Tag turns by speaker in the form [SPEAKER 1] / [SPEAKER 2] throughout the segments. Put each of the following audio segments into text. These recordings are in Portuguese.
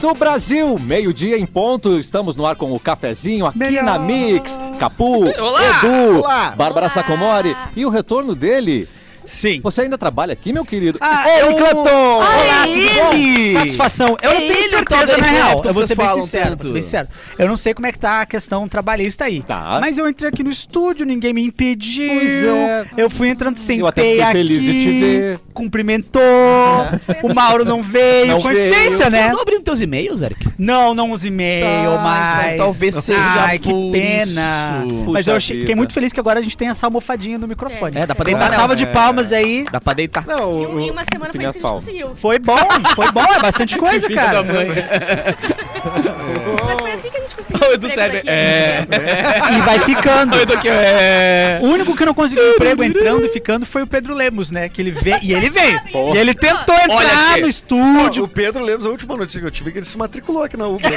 [SPEAKER 1] do Brasil, meio-dia em ponto. Estamos no ar com o cafezinho aqui na Mix. Capu,
[SPEAKER 2] Olá!
[SPEAKER 1] Edu,
[SPEAKER 3] Olá!
[SPEAKER 1] Bárbara
[SPEAKER 4] Olá!
[SPEAKER 1] Sacomori e o retorno dele.
[SPEAKER 2] Sim.
[SPEAKER 1] Você ainda trabalha aqui, meu querido?
[SPEAKER 2] Ah,
[SPEAKER 1] Ei,
[SPEAKER 2] eu-
[SPEAKER 1] Clapton!
[SPEAKER 4] Olha
[SPEAKER 2] Olá, tudo
[SPEAKER 1] ele!
[SPEAKER 2] bom? Satisfação. Eu não
[SPEAKER 4] É
[SPEAKER 2] tenho
[SPEAKER 4] ele, Tom
[SPEAKER 2] certeza, na
[SPEAKER 4] Zé
[SPEAKER 2] real.
[SPEAKER 4] Neto,
[SPEAKER 2] Eu vou
[SPEAKER 5] vocês
[SPEAKER 2] ser bem
[SPEAKER 5] falam
[SPEAKER 2] sincero,
[SPEAKER 5] tanto.
[SPEAKER 2] vou ser bem sincero. Eu não sei como é que tá a questão trabalhista aí.
[SPEAKER 1] Tá.
[SPEAKER 2] Mas eu entrei aqui no estúdio, ninguém me impediu.
[SPEAKER 1] Pois é.
[SPEAKER 2] Eu fui entrando sem
[SPEAKER 1] Eu até fiquei
[SPEAKER 2] aqui,
[SPEAKER 1] feliz de te ver.
[SPEAKER 2] cumprimentou. O Mauro não veio.
[SPEAKER 1] Não
[SPEAKER 2] Coincidência,
[SPEAKER 3] É.
[SPEAKER 2] né?
[SPEAKER 5] Não abrindo teus e-mails, Eric?
[SPEAKER 2] Não, não usa e-mail
[SPEAKER 5] Tá,
[SPEAKER 2] mais.
[SPEAKER 5] então talvez seja
[SPEAKER 2] Ai, que
[SPEAKER 5] por
[SPEAKER 2] pena.
[SPEAKER 5] isso.
[SPEAKER 2] Mas
[SPEAKER 1] Puxa
[SPEAKER 2] eu achei- fiquei
[SPEAKER 1] vida.
[SPEAKER 2] muito feliz que agora a gente tem essa almofadinha no microfone.
[SPEAKER 5] É, dá pra
[SPEAKER 2] Tem
[SPEAKER 5] deitar
[SPEAKER 2] uma
[SPEAKER 5] nela.
[SPEAKER 2] salva de
[SPEAKER 3] É.
[SPEAKER 2] palmas aí.
[SPEAKER 5] Dá pra deitar.
[SPEAKER 3] Não,
[SPEAKER 4] E
[SPEAKER 3] o-
[SPEAKER 4] um- e uma semana foi isso
[SPEAKER 1] Filha
[SPEAKER 4] que a gente
[SPEAKER 1] Paula.
[SPEAKER 4] conseguiu.
[SPEAKER 2] Foi bom, foi bom, é bastante coisa,
[SPEAKER 5] Filha
[SPEAKER 2] cara.
[SPEAKER 5] da mãe.
[SPEAKER 4] Mas foi assim que a gente conseguiu.
[SPEAKER 5] O
[SPEAKER 4] o
[SPEAKER 5] Edu
[SPEAKER 4] emprego
[SPEAKER 5] Sérgio.
[SPEAKER 4] daqui.
[SPEAKER 5] É.
[SPEAKER 2] E vai ficando.
[SPEAKER 5] Doido aqui, é.
[SPEAKER 2] O único que não conseguiu emprego entrando e ficando foi o Pedro Lemos, né? Que ele veio. E ele veio.
[SPEAKER 4] É
[SPEAKER 1] Porra.
[SPEAKER 2] E ele tentou
[SPEAKER 5] Olha
[SPEAKER 2] entrar
[SPEAKER 5] aqui.
[SPEAKER 2] no
[SPEAKER 3] Não,
[SPEAKER 2] estúdio.
[SPEAKER 3] o Pedro Lemos, a última notícia que eu tive é que ele se matriculou aqui na UBA.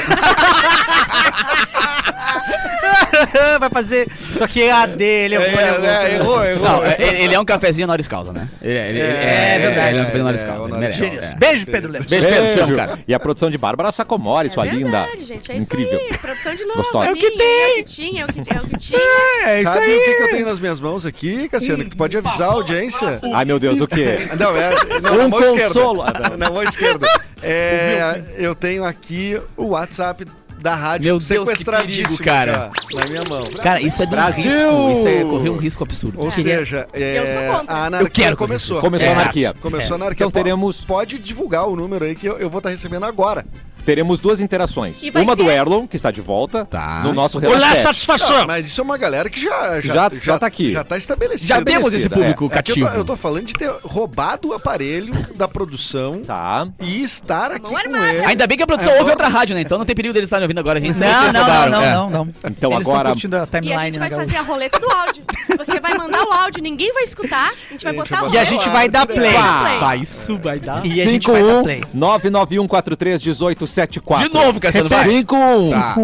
[SPEAKER 2] vai fazer. Só que a dele é,
[SPEAKER 3] É, é,
[SPEAKER 2] o
[SPEAKER 3] errou, errou.
[SPEAKER 5] Não, é- ele, ele é um cafezinho honoris causa, né? Ele, ele- ele-
[SPEAKER 3] É,
[SPEAKER 5] ele-
[SPEAKER 3] verdade,
[SPEAKER 5] Ele é um cafezinho honoris
[SPEAKER 3] é,
[SPEAKER 5] causa. ele
[SPEAKER 3] honoris
[SPEAKER 5] merece,
[SPEAKER 3] causa.
[SPEAKER 5] é.
[SPEAKER 2] Beijo, Pedro Lemos.
[SPEAKER 5] Beijo, Pedro. Te amo, cara.
[SPEAKER 1] E a produção de Bárbara Sacomori, sua
[SPEAKER 4] É
[SPEAKER 1] linda.
[SPEAKER 4] verdade, gente, é
[SPEAKER 1] Incrível.
[SPEAKER 4] Isso aí, produção de novo.
[SPEAKER 1] Gostosa.
[SPEAKER 4] É o que tem. É o que tinha, é o que, é o que tinha.
[SPEAKER 2] É
[SPEAKER 3] Sabe o que, que eu tenho nas minhas mãos aqui, Cassiano? Que tu pode avisar a audiência?
[SPEAKER 1] Ai, meu Deus, o quê?
[SPEAKER 3] Não, é não, na
[SPEAKER 1] Um
[SPEAKER 3] mão
[SPEAKER 1] consolo.
[SPEAKER 3] esquerda. Ah, Na mão esquerda. É, eu tenho aqui o WhatsApp da rádio
[SPEAKER 5] Meu Deus, que
[SPEAKER 3] sequestradíssimo,
[SPEAKER 5] perigo,
[SPEAKER 3] tá,
[SPEAKER 5] cara.
[SPEAKER 3] Na minha mão.
[SPEAKER 5] Cara, isso é de um
[SPEAKER 1] Brasil!
[SPEAKER 5] risco. Isso é correr um risco absurdo.
[SPEAKER 3] Ou seja, é,
[SPEAKER 4] Eu sou contra.
[SPEAKER 3] a
[SPEAKER 5] Eu quero
[SPEAKER 3] anarquia
[SPEAKER 5] correr
[SPEAKER 3] começou. É,
[SPEAKER 1] Começou a
[SPEAKER 5] Exato.
[SPEAKER 1] anarquia.
[SPEAKER 3] Começou a anarquia.
[SPEAKER 1] Então teremos-
[SPEAKER 3] Pode divulgar o número aí que eu, eu vou estar recebendo agora.
[SPEAKER 1] Teremos duas interações.
[SPEAKER 4] E vai
[SPEAKER 1] Uma do
[SPEAKER 4] ser-
[SPEAKER 1] Erlon, que está de volta,
[SPEAKER 5] Tá.
[SPEAKER 1] no nosso relatório.
[SPEAKER 3] Ah,
[SPEAKER 2] satisfação!
[SPEAKER 3] mas isso é uma galera que já
[SPEAKER 1] Já- já tá aqui.
[SPEAKER 3] Já tá estabelecida.
[SPEAKER 5] Já temos esse
[SPEAKER 1] Estabelecida,
[SPEAKER 5] público
[SPEAKER 3] É que eu,
[SPEAKER 5] cativo.
[SPEAKER 3] tô, eu tô falando de ter roubado o aparelho da produção
[SPEAKER 1] Tá.
[SPEAKER 3] e estar aqui
[SPEAKER 4] Mão
[SPEAKER 3] com
[SPEAKER 4] armada.
[SPEAKER 3] ele.
[SPEAKER 5] Ainda bem que a produção
[SPEAKER 3] Agora-
[SPEAKER 5] ouve outra rádio, né? Então não tem perigo deles estarem ouvindo agora, a gente sabe que
[SPEAKER 2] Não,
[SPEAKER 5] eles
[SPEAKER 2] não, não,
[SPEAKER 5] roubaram, é.
[SPEAKER 2] não, não, não.
[SPEAKER 1] Então
[SPEAKER 2] Eles tão
[SPEAKER 1] agora-
[SPEAKER 2] curtindo a
[SPEAKER 4] E a
[SPEAKER 2] timeline
[SPEAKER 4] gente
[SPEAKER 2] na
[SPEAKER 4] vai
[SPEAKER 2] galera.
[SPEAKER 4] fazer a roleta do áudio. Você vai mandar o áudio, ninguém vai escutar. A gente vai
[SPEAKER 3] A gente
[SPEAKER 4] botar
[SPEAKER 3] vai
[SPEAKER 4] o
[SPEAKER 2] E a
[SPEAKER 4] áudio.
[SPEAKER 2] gente vai dar play.
[SPEAKER 4] Vai.
[SPEAKER 5] É. Vai, isso vai dar.
[SPEAKER 2] E a gente vai dar play.
[SPEAKER 1] 991431874.
[SPEAKER 5] De novo, Cassiano, vai.
[SPEAKER 1] 51
[SPEAKER 5] Tá.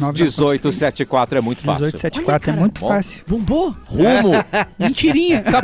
[SPEAKER 1] 991431874 é muito fácil.
[SPEAKER 2] 1874 é
[SPEAKER 5] Olha,
[SPEAKER 2] muito
[SPEAKER 1] cara.
[SPEAKER 2] fácil.
[SPEAKER 5] Bombou?
[SPEAKER 1] Rumo.
[SPEAKER 3] É.
[SPEAKER 5] Mentirinha.
[SPEAKER 3] Tá.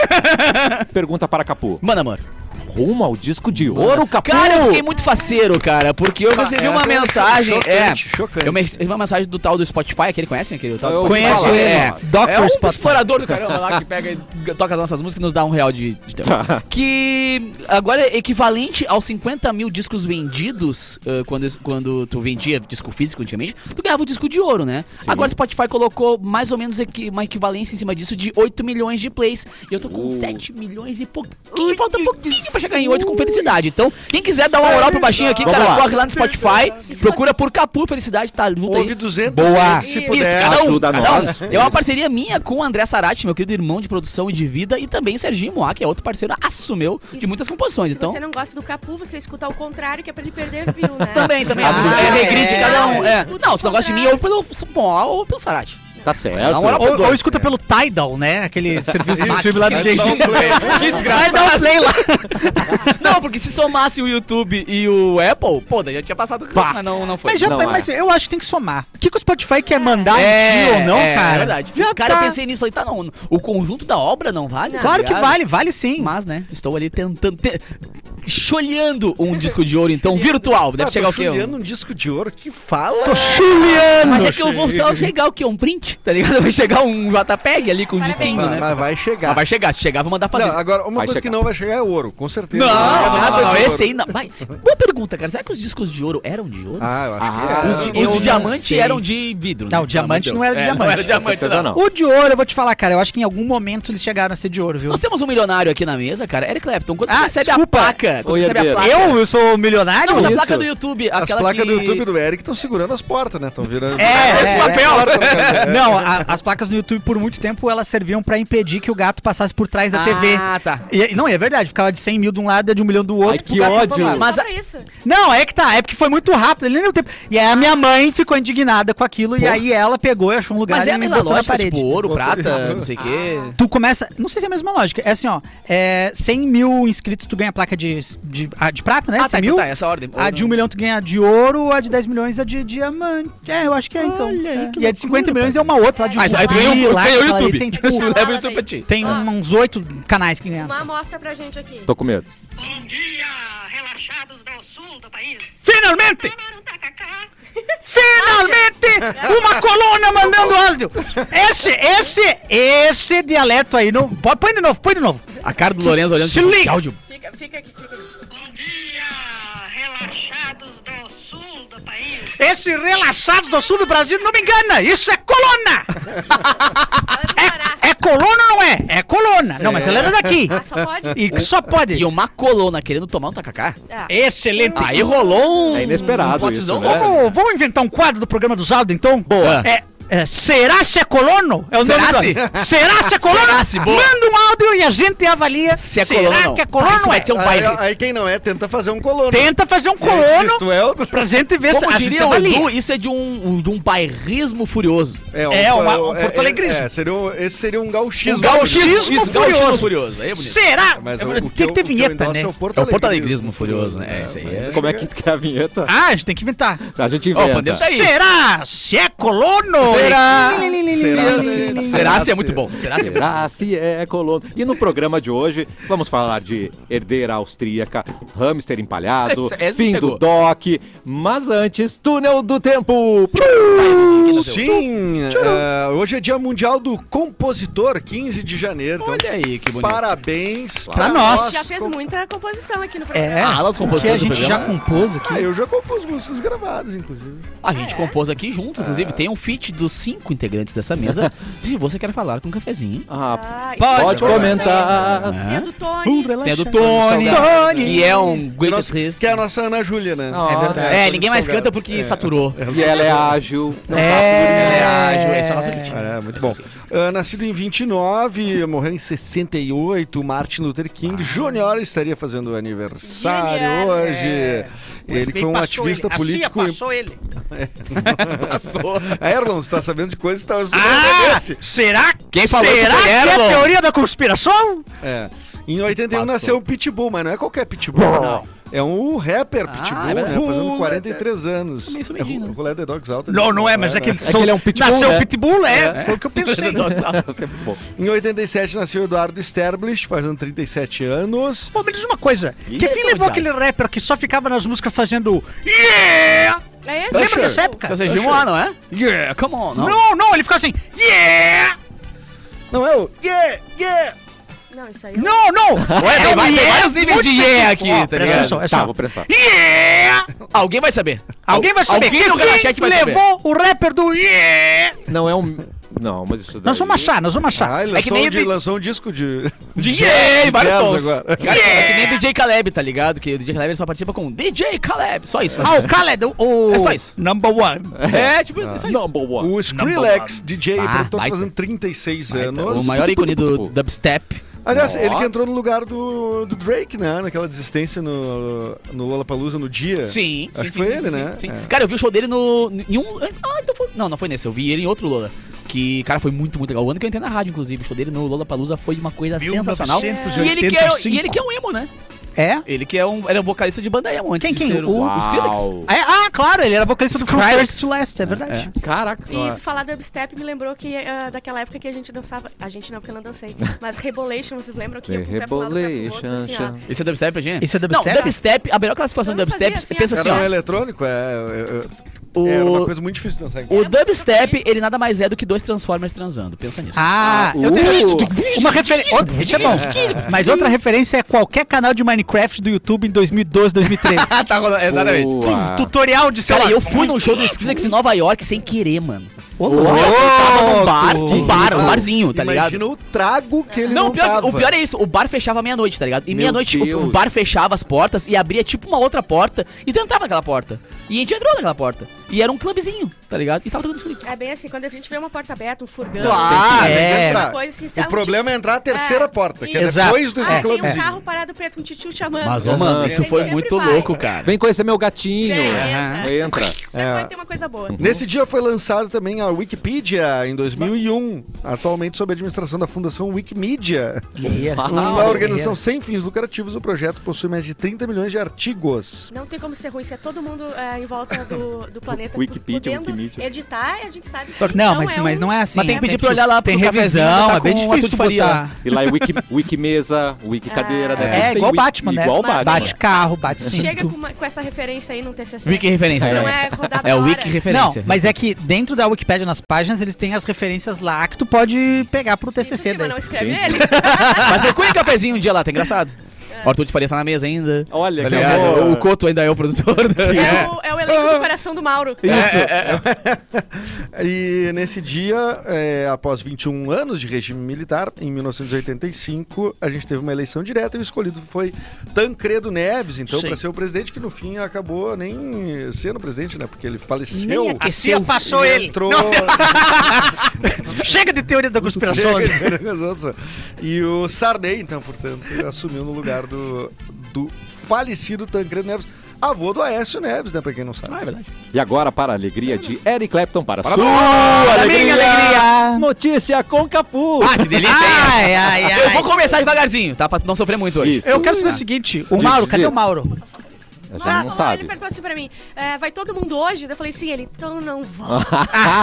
[SPEAKER 1] Pergunta para Capu.
[SPEAKER 5] Mano, amor.
[SPEAKER 1] Rumo ao disco de ouro, Capu.
[SPEAKER 5] Cara, eu fiquei muito faceiro, cara, porque eu
[SPEAKER 3] Bah,
[SPEAKER 5] recebi
[SPEAKER 3] é
[SPEAKER 5] uma
[SPEAKER 3] até
[SPEAKER 5] mensagem.
[SPEAKER 3] chocante,
[SPEAKER 5] é,
[SPEAKER 3] chocante.
[SPEAKER 5] Eu me- recebi uma mensagem do tal do Spotify, aquele conhece, aquele tal do
[SPEAKER 1] Eu
[SPEAKER 5] Spotify?
[SPEAKER 1] conheço
[SPEAKER 5] lá.
[SPEAKER 1] ele,
[SPEAKER 5] é,
[SPEAKER 2] Dr.
[SPEAKER 5] é um
[SPEAKER 2] Spotify.
[SPEAKER 5] explorador do caramba lá que pega e toca as nossas músicas e nos dá um real de, de tempo.
[SPEAKER 1] Tá.
[SPEAKER 5] Que agora é equivalente aos 50 mil discos vendidos ah, quando, quando tu vendia disco físico antigamente, tu ganhava o disco de ouro, né? Agora o Spotify colocou mais ou menos aqui uma equivalência em cima disso de 8 milhões de plays. E eu tô
[SPEAKER 1] Uh.
[SPEAKER 5] com 7 milhões e pouquinho. Falta um pouquinho pra chegar em 8 com felicidade. Então, quem quiser dar uma moral pro baixinho aqui,
[SPEAKER 1] Vamos
[SPEAKER 5] cara,
[SPEAKER 1] lá.
[SPEAKER 5] corre lá no Spotify, procura por Capu Felicidade, tá junto
[SPEAKER 3] Houve
[SPEAKER 5] aí.
[SPEAKER 3] 200
[SPEAKER 1] Boa.
[SPEAKER 3] vezes, se
[SPEAKER 4] Isso,
[SPEAKER 3] puder.
[SPEAKER 5] cada um,
[SPEAKER 1] Ajuda
[SPEAKER 5] cada
[SPEAKER 1] nós.
[SPEAKER 5] um. É uma parceria minha com o André Sarati, meu querido irmão de produção e de vida, e também o Serginho Moá, que é outro parceiro assumiu de
[SPEAKER 4] Isso.
[SPEAKER 5] muitas composições.
[SPEAKER 4] Se
[SPEAKER 5] Então,
[SPEAKER 4] você não gosta do Capu, você escuta ao contrário, que é pra ele perder view, né?
[SPEAKER 5] também, também.
[SPEAKER 1] Ah,
[SPEAKER 5] assim,
[SPEAKER 1] é.
[SPEAKER 5] é regride
[SPEAKER 4] É.
[SPEAKER 5] cada um. é.
[SPEAKER 4] Escuta
[SPEAKER 5] Não, se não gosta de mim, ouve pelo Moá ou pelo Sarati.
[SPEAKER 1] Tá certo.
[SPEAKER 5] Na moral,
[SPEAKER 2] Ou, ou escuta pelo Tidal, né? Aquele serviço de
[SPEAKER 3] Isso,
[SPEAKER 2] stream lá do
[SPEAKER 3] vai
[SPEAKER 2] Jay-Z.
[SPEAKER 3] dar um play.
[SPEAKER 5] Que desgraça. Dá um play lá. não, porque se somasse o YouTube e o Apple, pô, daí já tinha passado. Mas não, não foi.
[SPEAKER 2] Mas, já-
[SPEAKER 1] Não,
[SPEAKER 2] mas eu acho que tem que somar. O que, que o Spotify quer mandar
[SPEAKER 5] É,
[SPEAKER 2] em dia ou não,
[SPEAKER 5] é,
[SPEAKER 2] cara?
[SPEAKER 5] É verdade.
[SPEAKER 2] Já
[SPEAKER 5] cara,
[SPEAKER 2] tá.
[SPEAKER 5] eu pensei nisso, falei, tá, não, o conjunto da obra não vale?
[SPEAKER 4] Não.
[SPEAKER 5] tá
[SPEAKER 2] Claro que
[SPEAKER 5] ligado?
[SPEAKER 2] vale, vale sim.
[SPEAKER 5] Mas, né, estou ali tentando... Te... Cholhando um disco de ouro, então, virtual.
[SPEAKER 3] Ah,
[SPEAKER 5] Deve
[SPEAKER 3] tô
[SPEAKER 5] chegar o quê? Um-
[SPEAKER 3] chuleando um disco de ouro que fala.
[SPEAKER 5] Mas é que eu vou só chegar o quê? Um print, tá ligado? Vai chegar um JPEG ali com um
[SPEAKER 4] Parabéns.
[SPEAKER 5] disquinho,
[SPEAKER 3] mas,
[SPEAKER 5] né?
[SPEAKER 3] mas vai chegar.
[SPEAKER 5] Mas vai chegar, se chegar, vou mandar fazer.
[SPEAKER 3] Não, agora, uma
[SPEAKER 1] Vai
[SPEAKER 3] coisa
[SPEAKER 1] chegar.
[SPEAKER 3] que não vai chegar é ouro, com certeza.
[SPEAKER 5] Não,
[SPEAKER 3] vai
[SPEAKER 5] não,
[SPEAKER 3] chegar
[SPEAKER 5] não, não,
[SPEAKER 3] de
[SPEAKER 5] esse
[SPEAKER 3] ouro.
[SPEAKER 5] aí não. Mas, boa pergunta, cara. Será que os discos de ouro eram de ouro?
[SPEAKER 3] Ah, eu acho que é.
[SPEAKER 5] os de,
[SPEAKER 2] eu
[SPEAKER 5] os de
[SPEAKER 2] não
[SPEAKER 5] diamante
[SPEAKER 2] sei.
[SPEAKER 5] eram de vidro.
[SPEAKER 2] Não, o diamante
[SPEAKER 5] Pelo
[SPEAKER 2] não
[SPEAKER 5] amor
[SPEAKER 2] era
[SPEAKER 5] de
[SPEAKER 2] de
[SPEAKER 5] Deus. É, Não
[SPEAKER 2] diamante.
[SPEAKER 5] era diamante,
[SPEAKER 1] certeza
[SPEAKER 5] não.
[SPEAKER 1] não.
[SPEAKER 2] O de ouro, eu vou te falar, cara. Eu acho que em algum momento eles chegaram a ser de ouro, viu?
[SPEAKER 5] Nós temos um milionário aqui na mesa, cara. Eric Clapton, quando
[SPEAKER 2] Ah,
[SPEAKER 5] você recebe
[SPEAKER 2] desculpa.
[SPEAKER 5] a placa, quando
[SPEAKER 1] Oi,
[SPEAKER 5] recebe a
[SPEAKER 1] Herdeiro.
[SPEAKER 5] placa.
[SPEAKER 2] Eu? Eu sou milionário?
[SPEAKER 5] Não, da
[SPEAKER 1] Isso.
[SPEAKER 5] placa do YouTube.
[SPEAKER 3] As
[SPEAKER 5] aquela
[SPEAKER 3] placas
[SPEAKER 5] que...
[SPEAKER 3] do YouTube do Eric estão segurando as portas, né? Estão virando. né?
[SPEAKER 2] É, é,
[SPEAKER 3] papel.
[SPEAKER 2] Não, a- as placas no YouTube, por muito tempo, elas serviam pra impedir que o gato passasse por trás da TV.
[SPEAKER 5] Ah, tá.
[SPEAKER 2] E- não, e é verdade. Ficava de 100 mil de um lado e de um milhão do outro.
[SPEAKER 1] que ódio.
[SPEAKER 4] Mas
[SPEAKER 5] Mas a-
[SPEAKER 4] pra isso.
[SPEAKER 2] é Não, é que tá. É porque foi muito rápido. Ele nem deu tempo. E aí a minha mãe ficou indignada com aquilo. E aí ela pegou e achou um lugar
[SPEAKER 5] Mas
[SPEAKER 2] e
[SPEAKER 5] é a
[SPEAKER 2] me
[SPEAKER 5] mesma
[SPEAKER 2] botou na
[SPEAKER 5] lógica,
[SPEAKER 2] parede.
[SPEAKER 5] tipo ouro,
[SPEAKER 3] Botou-
[SPEAKER 5] prata, não sei o quê. Ah,
[SPEAKER 2] Tu começa. Não sei se é a mesma lógica. É assim, ó. É, 100 mil inscritos tu ganha placa de, de, a de prata, né?
[SPEAKER 5] Ah,
[SPEAKER 2] 100
[SPEAKER 5] tá,
[SPEAKER 2] mil.
[SPEAKER 5] então tá, essa ordem.
[SPEAKER 2] A de 1 milhão tu ganha de ouro, a de 10 milhões é de diamante. É, eu acho que é, então.
[SPEAKER 5] Olha aí,
[SPEAKER 2] É.
[SPEAKER 5] que
[SPEAKER 2] e a de 50
[SPEAKER 5] loucura,
[SPEAKER 2] milhões é uma outra, lá de
[SPEAKER 4] Ah,
[SPEAKER 2] Rubi,
[SPEAKER 4] aí tu ganhou-
[SPEAKER 5] ganhou
[SPEAKER 2] lá
[SPEAKER 5] o
[SPEAKER 2] aquela ali
[SPEAKER 5] YouTube.
[SPEAKER 2] Tem, tipo,
[SPEAKER 4] Tá
[SPEAKER 5] Leva
[SPEAKER 4] lá,
[SPEAKER 5] o YouTube pra ti.
[SPEAKER 2] tem
[SPEAKER 4] Ó.
[SPEAKER 2] uns oito canais que ganham.
[SPEAKER 4] Uma amostra pra gente aqui.
[SPEAKER 1] Tô com medo.
[SPEAKER 6] Bom dia, Baixados do sul do país.
[SPEAKER 2] Finalmente!
[SPEAKER 6] Tomaram tacacá.
[SPEAKER 2] Finalmente! Uma coluna mandando áudio! Esse, esse, esse dialeto aí não. Pode, põe de novo, põe de novo.
[SPEAKER 5] A cara do Lorenzo olhando
[SPEAKER 2] Se
[SPEAKER 5] tipo,
[SPEAKER 2] liga.
[SPEAKER 5] que áudio.
[SPEAKER 4] Fica, fica aqui, fica aqui.
[SPEAKER 6] Bom dia, relaxados do sul do país.
[SPEAKER 2] Esse relaxados do sul do Brasil não me engana! Isso é coluna!
[SPEAKER 4] Ela é do Pará.
[SPEAKER 2] É coluna ou não é? É coluna! Não, mas ela era daqui!
[SPEAKER 4] Ah, só pode?
[SPEAKER 2] E que só
[SPEAKER 5] É. E
[SPEAKER 2] pode.
[SPEAKER 5] uma colona querendo tomar um tacacá.
[SPEAKER 4] Ah.
[SPEAKER 2] Excelente!
[SPEAKER 5] Aí rolou um.
[SPEAKER 1] É inesperado
[SPEAKER 5] Um
[SPEAKER 1] isso,
[SPEAKER 5] plotizão.
[SPEAKER 1] né?
[SPEAKER 2] Vamos, vamos inventar um quadro do programa do Zaldo, então?
[SPEAKER 5] Boa.
[SPEAKER 2] É, é, será se é colono? É o
[SPEAKER 5] Será
[SPEAKER 2] nome do...
[SPEAKER 5] se?
[SPEAKER 2] Será se é colono?
[SPEAKER 5] Será se, boa.
[SPEAKER 2] Manda um áudio e a gente avalia
[SPEAKER 5] Se é
[SPEAKER 2] será
[SPEAKER 5] colono ou não.
[SPEAKER 2] que é colono
[SPEAKER 5] Ah, isso
[SPEAKER 2] ou é.
[SPEAKER 5] vai ter um-
[SPEAKER 3] Aí,
[SPEAKER 5] bairro.
[SPEAKER 3] aí quem não é, tenta fazer um colono.
[SPEAKER 2] Tenta fazer um
[SPEAKER 3] É, se
[SPEAKER 2] colono
[SPEAKER 3] tu é, o-
[SPEAKER 2] pra gente ver se
[SPEAKER 5] Como
[SPEAKER 2] a gente
[SPEAKER 5] diria o Edu,
[SPEAKER 2] avalia.
[SPEAKER 5] isso é de um, de um bairrismo furioso.
[SPEAKER 3] é, um-
[SPEAKER 2] É, uma- um
[SPEAKER 3] é,
[SPEAKER 2] porto-alegrismo.
[SPEAKER 3] É, é, seria um- esse seria um gauchismo.
[SPEAKER 2] Um gauchismo.
[SPEAKER 5] Isso,
[SPEAKER 2] furioso.
[SPEAKER 5] gauchismo furioso. Aí é bonito.
[SPEAKER 2] Será?
[SPEAKER 3] Mas o- o
[SPEAKER 2] Tem
[SPEAKER 3] que eu-
[SPEAKER 2] que ter
[SPEAKER 3] o que eu
[SPEAKER 2] vinheta,
[SPEAKER 3] endosso
[SPEAKER 2] né?
[SPEAKER 3] É o
[SPEAKER 5] É o portalegrismo
[SPEAKER 3] porto-alegrismo
[SPEAKER 5] furioso, né? É, isso aí. É.
[SPEAKER 1] Como é que que é a vinheta?
[SPEAKER 2] Ah, a gente tem que inventar.
[SPEAKER 1] A gente
[SPEAKER 5] Ó, o
[SPEAKER 1] inventa.
[SPEAKER 5] pandeiro tá aí.
[SPEAKER 2] Será se é colono?
[SPEAKER 3] Será se-
[SPEAKER 5] Ah, Será se é muito bom? Será se é muito
[SPEAKER 1] Será
[SPEAKER 5] bom?
[SPEAKER 1] se é colono? E no programa de hoje, vamos falar de herdeira austríaca, hamster empalhado,
[SPEAKER 5] Essa- essa me
[SPEAKER 1] fim
[SPEAKER 5] pegou.
[SPEAKER 1] do DOC, mas antes, túnel do tempo!
[SPEAKER 3] Sim, é, hoje é dia mundial do compositor, 15 de janeiro. Então,
[SPEAKER 5] Olha aí, que bonito.
[SPEAKER 3] parabéns
[SPEAKER 2] Pra nós. um-
[SPEAKER 4] Já fez muita composição aqui no programa.
[SPEAKER 2] É,
[SPEAKER 5] Ah, lá os
[SPEAKER 2] que a
[SPEAKER 5] compositores do
[SPEAKER 2] gente já
[SPEAKER 5] programa.
[SPEAKER 2] compôs aqui.
[SPEAKER 3] Ah, eu já compus músicas gravadas, inclusive.
[SPEAKER 5] A gente compôs aqui junto, inclusive. Tem um feat dos cinco integrantes dessa mesa. Se você quer falar com um cafezinho.
[SPEAKER 1] Ah,
[SPEAKER 4] Ah, e
[SPEAKER 1] pode
[SPEAKER 4] tem a
[SPEAKER 1] comentar!
[SPEAKER 4] Tem a é, do
[SPEAKER 2] Uh,
[SPEAKER 4] Tony.
[SPEAKER 5] Tem a do Tony,
[SPEAKER 3] Saudade.
[SPEAKER 5] que é um
[SPEAKER 3] Que,
[SPEAKER 5] great
[SPEAKER 3] nós- que é a nossa Ana Júlia, né?
[SPEAKER 1] Ah,
[SPEAKER 2] É verdade.
[SPEAKER 5] É, ninguém mais canta porque saturou.
[SPEAKER 1] E ela é ágil. não tá
[SPEAKER 2] É.
[SPEAKER 5] Ele é ágil, esse é o nosso hit.
[SPEAKER 3] É, muito
[SPEAKER 5] Esse
[SPEAKER 3] bom. Ah, nascido em 29, morreu em 68, Martin Luther King Jr. estaria fazendo aniversário
[SPEAKER 4] Junior,
[SPEAKER 3] hoje.
[SPEAKER 2] é.
[SPEAKER 3] Ele que foi um
[SPEAKER 2] Passou
[SPEAKER 3] ativista
[SPEAKER 5] Assim,
[SPEAKER 2] ele. Assim, A Cia
[SPEAKER 3] político.
[SPEAKER 2] passou ele.
[SPEAKER 5] hit. Passou.
[SPEAKER 3] A Erlon, você tá sabendo de coisas que tava
[SPEAKER 2] Ah,
[SPEAKER 3] desse.
[SPEAKER 2] será?
[SPEAKER 5] Quem falou isso
[SPEAKER 2] será
[SPEAKER 5] foi
[SPEAKER 2] que é
[SPEAKER 5] Erlon.
[SPEAKER 2] a teoria da conspiração?
[SPEAKER 3] É. Em 81
[SPEAKER 5] Passou.
[SPEAKER 3] nasceu o Pitbull, mas não é qualquer Pitbull, não. É um rapper Pitbull,
[SPEAKER 5] é
[SPEAKER 3] né?
[SPEAKER 5] verdade.
[SPEAKER 3] Fazendo 43 anos.
[SPEAKER 5] Também sou
[SPEAKER 3] É
[SPEAKER 5] menino.
[SPEAKER 3] o Rolé The Dogs Alta. né?
[SPEAKER 2] Não, não é, mas é que ele,
[SPEAKER 1] É que ele é um pitbull,
[SPEAKER 2] Nasceu
[SPEAKER 1] né?
[SPEAKER 2] pitbull, é.
[SPEAKER 1] É.
[SPEAKER 2] Foi o que eu pensei.
[SPEAKER 1] Sempre bom.
[SPEAKER 3] Em 87 nasceu Eduardo Sterblich, fazendo 37 anos.
[SPEAKER 2] Pô, me diz uma coisa.
[SPEAKER 5] Ih,
[SPEAKER 2] que fim
[SPEAKER 5] é
[SPEAKER 2] levou
[SPEAKER 5] verdade.
[SPEAKER 2] aquele rapper que só ficava nas músicas fazendo Yeah!
[SPEAKER 4] É esse?
[SPEAKER 2] Lembra dessa época?
[SPEAKER 5] Se você gimoar, não é? Yeah, come on. Não.
[SPEAKER 2] Não, não, ele ficava assim Yeah!
[SPEAKER 3] Não é o Yeah, Yeah!
[SPEAKER 4] Não, isso aí.
[SPEAKER 2] Não, não!
[SPEAKER 5] Ué, é, tem
[SPEAKER 2] um
[SPEAKER 5] vai- tem
[SPEAKER 2] yeah
[SPEAKER 5] vários níveis de
[SPEAKER 2] muito específico.
[SPEAKER 5] yeah aqui,
[SPEAKER 2] Ó,
[SPEAKER 5] tá
[SPEAKER 2] presta
[SPEAKER 5] ligado?
[SPEAKER 2] atenção, é
[SPEAKER 1] Tá,
[SPEAKER 2] só.
[SPEAKER 1] vou prestar.
[SPEAKER 2] Yeah!
[SPEAKER 5] Alguém vai saber.
[SPEAKER 2] Alguém vai saber.
[SPEAKER 5] Alguém no
[SPEAKER 2] que fim
[SPEAKER 5] Galachete vai saber.
[SPEAKER 2] levou o rapper do Yeah!
[SPEAKER 1] Não é um. Não, mas isso daí...
[SPEAKER 2] Nós vamos achar, nós vamos achar.
[SPEAKER 3] Ah, ele
[SPEAKER 5] É que
[SPEAKER 3] lançou,
[SPEAKER 5] nem
[SPEAKER 3] um, di-
[SPEAKER 5] ele-
[SPEAKER 3] lançou um disco de...
[SPEAKER 5] De yeah, vários
[SPEAKER 3] jazz
[SPEAKER 5] tons.
[SPEAKER 3] agora.
[SPEAKER 5] Cara, É que nem DJ Caleb, tá ligado? Que o DJ Caleb ele só participa com DJ Caleb. Só isso. né?
[SPEAKER 2] Ah, o Khaled, o- o...
[SPEAKER 5] É só isso.
[SPEAKER 2] Number one.
[SPEAKER 5] É, tipo, isso, é só isso.
[SPEAKER 1] Number one.
[SPEAKER 3] O Skrillex, DJ,
[SPEAKER 5] Ah,
[SPEAKER 3] produtor,
[SPEAKER 5] baita.
[SPEAKER 3] fazendo 36 anos.
[SPEAKER 5] O maior ícone do dubstep.
[SPEAKER 3] Aliás,
[SPEAKER 1] Ó.
[SPEAKER 3] ele que entrou no lugar do, do Drake, né? Naquela desistência no, no Lollapalooza no dia.
[SPEAKER 5] Sim, sim,
[SPEAKER 3] Acho que
[SPEAKER 5] sim,
[SPEAKER 3] foi
[SPEAKER 5] sim,
[SPEAKER 3] ele,
[SPEAKER 5] sim,
[SPEAKER 3] né?
[SPEAKER 5] sim.
[SPEAKER 3] É.
[SPEAKER 5] Cara, eu vi o show dele no. Em um, ah, então foi. Não, não foi nesse. Eu vi ele em outro Lola. Que, cara, foi muito, muito legal. O ano que eu entrei na rádio, inclusive, o show dele no Lola Palusa foi uma coisa sensacional. E ele, que é, e ele que é um emo, né?
[SPEAKER 2] É?
[SPEAKER 5] Ele que é um. Ele é um vocalista de banda emo antes.
[SPEAKER 2] Quem,
[SPEAKER 5] de
[SPEAKER 2] quem?
[SPEAKER 5] ser
[SPEAKER 2] O-
[SPEAKER 5] o Skrillex.
[SPEAKER 1] Uau.
[SPEAKER 2] É, ah, claro, ele era vocalista do From
[SPEAKER 5] Skrillex.
[SPEAKER 2] First to Last, é verdade.
[SPEAKER 1] Caraca.
[SPEAKER 4] E falar do dubstep me lembrou que ah, daquela época que a gente dançava. A gente não, porque eu não dancei. Mas Rebolation, vocês lembram que ia pro pé pro lado, pé pro outro, assim, ó.
[SPEAKER 1] Rebolation.
[SPEAKER 5] Esse é dubstep pra gente?
[SPEAKER 2] Esse é dubstep?
[SPEAKER 5] Não, dubstep, a melhor classificação
[SPEAKER 4] Eu
[SPEAKER 5] do
[SPEAKER 4] não
[SPEAKER 5] dubstep,
[SPEAKER 4] fazia assim,
[SPEAKER 5] pensa
[SPEAKER 4] ó.
[SPEAKER 5] assim,
[SPEAKER 3] Era
[SPEAKER 5] ó.
[SPEAKER 3] um eletrônico? É, é,
[SPEAKER 5] o,
[SPEAKER 3] é, era uma coisa muito difícil de dançar.
[SPEAKER 5] o
[SPEAKER 4] É,
[SPEAKER 5] dubstep,
[SPEAKER 4] porque-
[SPEAKER 5] ele nada mais é do que dois Transformers transando. Pensa nisso.
[SPEAKER 2] Ah, eu
[SPEAKER 1] uh.
[SPEAKER 2] tenho uma referência. Isso é bom. Mas outra referência é qualquer canal de Minecraft do YouTube em 2012, 2013.
[SPEAKER 5] Ah, tá rolando. Exatamente.
[SPEAKER 1] Boa.
[SPEAKER 2] Tum, Tutorial de sei
[SPEAKER 5] Cara,
[SPEAKER 2] lá,
[SPEAKER 5] eu fui num show do Skrillex em Nova York sem querer, mano.
[SPEAKER 2] Ô,
[SPEAKER 5] Eu
[SPEAKER 2] louco.
[SPEAKER 5] tava num bar,
[SPEAKER 2] Que
[SPEAKER 5] um bar, um
[SPEAKER 3] Ah,
[SPEAKER 5] barzinho, tá ligado?
[SPEAKER 3] Imagina o trago que ele
[SPEAKER 5] Não,
[SPEAKER 3] não,
[SPEAKER 5] o pior,
[SPEAKER 3] tava.
[SPEAKER 5] o pior é isso, o bar fechava meia-noite, tá ligado? E
[SPEAKER 1] Meu
[SPEAKER 5] meia-noite o, o
[SPEAKER 1] Deus.
[SPEAKER 5] bar fechava as portas e abria tipo uma outra porta e tu entrava naquela porta. E a gente entrou naquela porta. E era um clubezinho, tá ligado? E tava jogando Flix.
[SPEAKER 4] É bem assim, quando a gente vê uma porta aberta, um furgão.
[SPEAKER 5] Claro,
[SPEAKER 4] tem que-
[SPEAKER 3] Tem que
[SPEAKER 2] é.
[SPEAKER 3] entrar.
[SPEAKER 4] Coisa assim,
[SPEAKER 3] O problema é entrar a terceira
[SPEAKER 4] É,
[SPEAKER 3] porta, que é
[SPEAKER 2] isso.
[SPEAKER 3] depois do
[SPEAKER 4] é. Ah, tem um
[SPEAKER 3] clubzinho.
[SPEAKER 4] carro parado preto com um titio chamando.
[SPEAKER 5] Mas,
[SPEAKER 1] ô, mano,
[SPEAKER 5] mano,
[SPEAKER 1] Aham.
[SPEAKER 5] isso
[SPEAKER 1] isso
[SPEAKER 5] foi muito louco, cara.
[SPEAKER 1] Vem conhecer meu gatinho.
[SPEAKER 4] Vem,
[SPEAKER 1] Aham. Entra.
[SPEAKER 4] Sempre
[SPEAKER 3] É.
[SPEAKER 4] vai ter uma coisa boa.
[SPEAKER 3] Nesse dia foi lançado também a a Wikipedia em 2001, atualmente sob a administração da Fundação Wikimedia. Uma organização sem fins lucrativos, o projeto possui mais de 30 milhões de artigos.
[SPEAKER 4] Não tem como ser ruim se é todo mundo é, em volta do, do planeta
[SPEAKER 1] Wikipedia,
[SPEAKER 4] podendo
[SPEAKER 1] Wikimedia.
[SPEAKER 4] editar, a gente sabe que
[SPEAKER 2] Só que não, mas,
[SPEAKER 4] é
[SPEAKER 2] mas
[SPEAKER 4] um-
[SPEAKER 2] não é assim.
[SPEAKER 5] Mas tem que pedir
[SPEAKER 2] tipo,
[SPEAKER 5] pra olhar lá
[SPEAKER 2] Tem
[SPEAKER 5] pro cafezinho,
[SPEAKER 2] revisão,
[SPEAKER 5] tá
[SPEAKER 2] é bem
[SPEAKER 5] com
[SPEAKER 2] difícil de
[SPEAKER 5] Arthur Faria
[SPEAKER 2] botar.
[SPEAKER 1] E lá é wiki, Wikimesa, Wikicadadeira,
[SPEAKER 4] Ah.
[SPEAKER 1] né?
[SPEAKER 2] É,
[SPEAKER 1] Tudo tem
[SPEAKER 2] igual
[SPEAKER 1] wiki-
[SPEAKER 2] Batman, né?
[SPEAKER 1] Igual
[SPEAKER 4] Mas
[SPEAKER 1] Batman.
[SPEAKER 2] Bate carro, bate
[SPEAKER 4] Chega com,
[SPEAKER 2] cinto.
[SPEAKER 4] uma- com essa referência aí num TCC.
[SPEAKER 5] Wiki referência,
[SPEAKER 4] Não
[SPEAKER 5] né?
[SPEAKER 4] é rodada
[SPEAKER 5] É o
[SPEAKER 4] na
[SPEAKER 5] Wiki
[SPEAKER 4] hora.
[SPEAKER 2] Não,
[SPEAKER 5] referência.
[SPEAKER 2] mas é que dentro da Wikipédia, nas páginas, eles têm as referências lá que tu pode pegar pro
[SPEAKER 4] Isso
[SPEAKER 2] TCC
[SPEAKER 4] sim, mas
[SPEAKER 2] daí.
[SPEAKER 4] não é. escreve
[SPEAKER 1] Entendi.
[SPEAKER 4] ele.
[SPEAKER 5] Mas procure um cafezinho um dia lá, tá engraçado. O Arthur de Faria tá na mesa ainda.
[SPEAKER 1] Olha,
[SPEAKER 5] Tá
[SPEAKER 1] que
[SPEAKER 5] ligado?
[SPEAKER 1] amor.
[SPEAKER 5] O Coto ainda é o produtor. né?
[SPEAKER 4] É o, é o elenco do coração do Mauro.
[SPEAKER 1] Isso.
[SPEAKER 3] E nesse dia, é, após 21 anos de regime militar, em 1985, a gente teve uma eleição direta e o escolhido foi Tancredo Neves, então,
[SPEAKER 5] Sim.
[SPEAKER 3] para ser o presidente, que no fim acabou nem sendo presidente, né? Porque ele faleceu.
[SPEAKER 2] Nem aquecia, Assim passou
[SPEAKER 3] e
[SPEAKER 2] ele.
[SPEAKER 3] Entrou...
[SPEAKER 2] Nossa, Chega de teoria da conspiração.
[SPEAKER 3] e o Sarney, então, portanto, assumiu no lugar do, do falecido Tancredo Neves, avô do Aécio Neves, né? Pra quem não sabe.
[SPEAKER 5] Ah, é verdade.
[SPEAKER 1] E agora, para a alegria de Eric Clapton, para a sua
[SPEAKER 2] Para
[SPEAKER 1] alegria,
[SPEAKER 2] minha alegria.
[SPEAKER 1] Notícia com Capu.
[SPEAKER 5] Ah, que delícia! hein?
[SPEAKER 2] Ai, ai, ai.
[SPEAKER 5] Eu vou começar devagarzinho, tá? Pra não sofrer muito hoje.
[SPEAKER 1] Isso.
[SPEAKER 2] Eu quero saber o seguinte, o
[SPEAKER 1] Diz,
[SPEAKER 2] Mauro, cadê
[SPEAKER 1] diz.
[SPEAKER 2] o Mauro?
[SPEAKER 1] A gente não sabe.
[SPEAKER 4] Ele perguntou assim pra mim, é, vai todo mundo hoje? Eu falei, sim, ele, então não vou.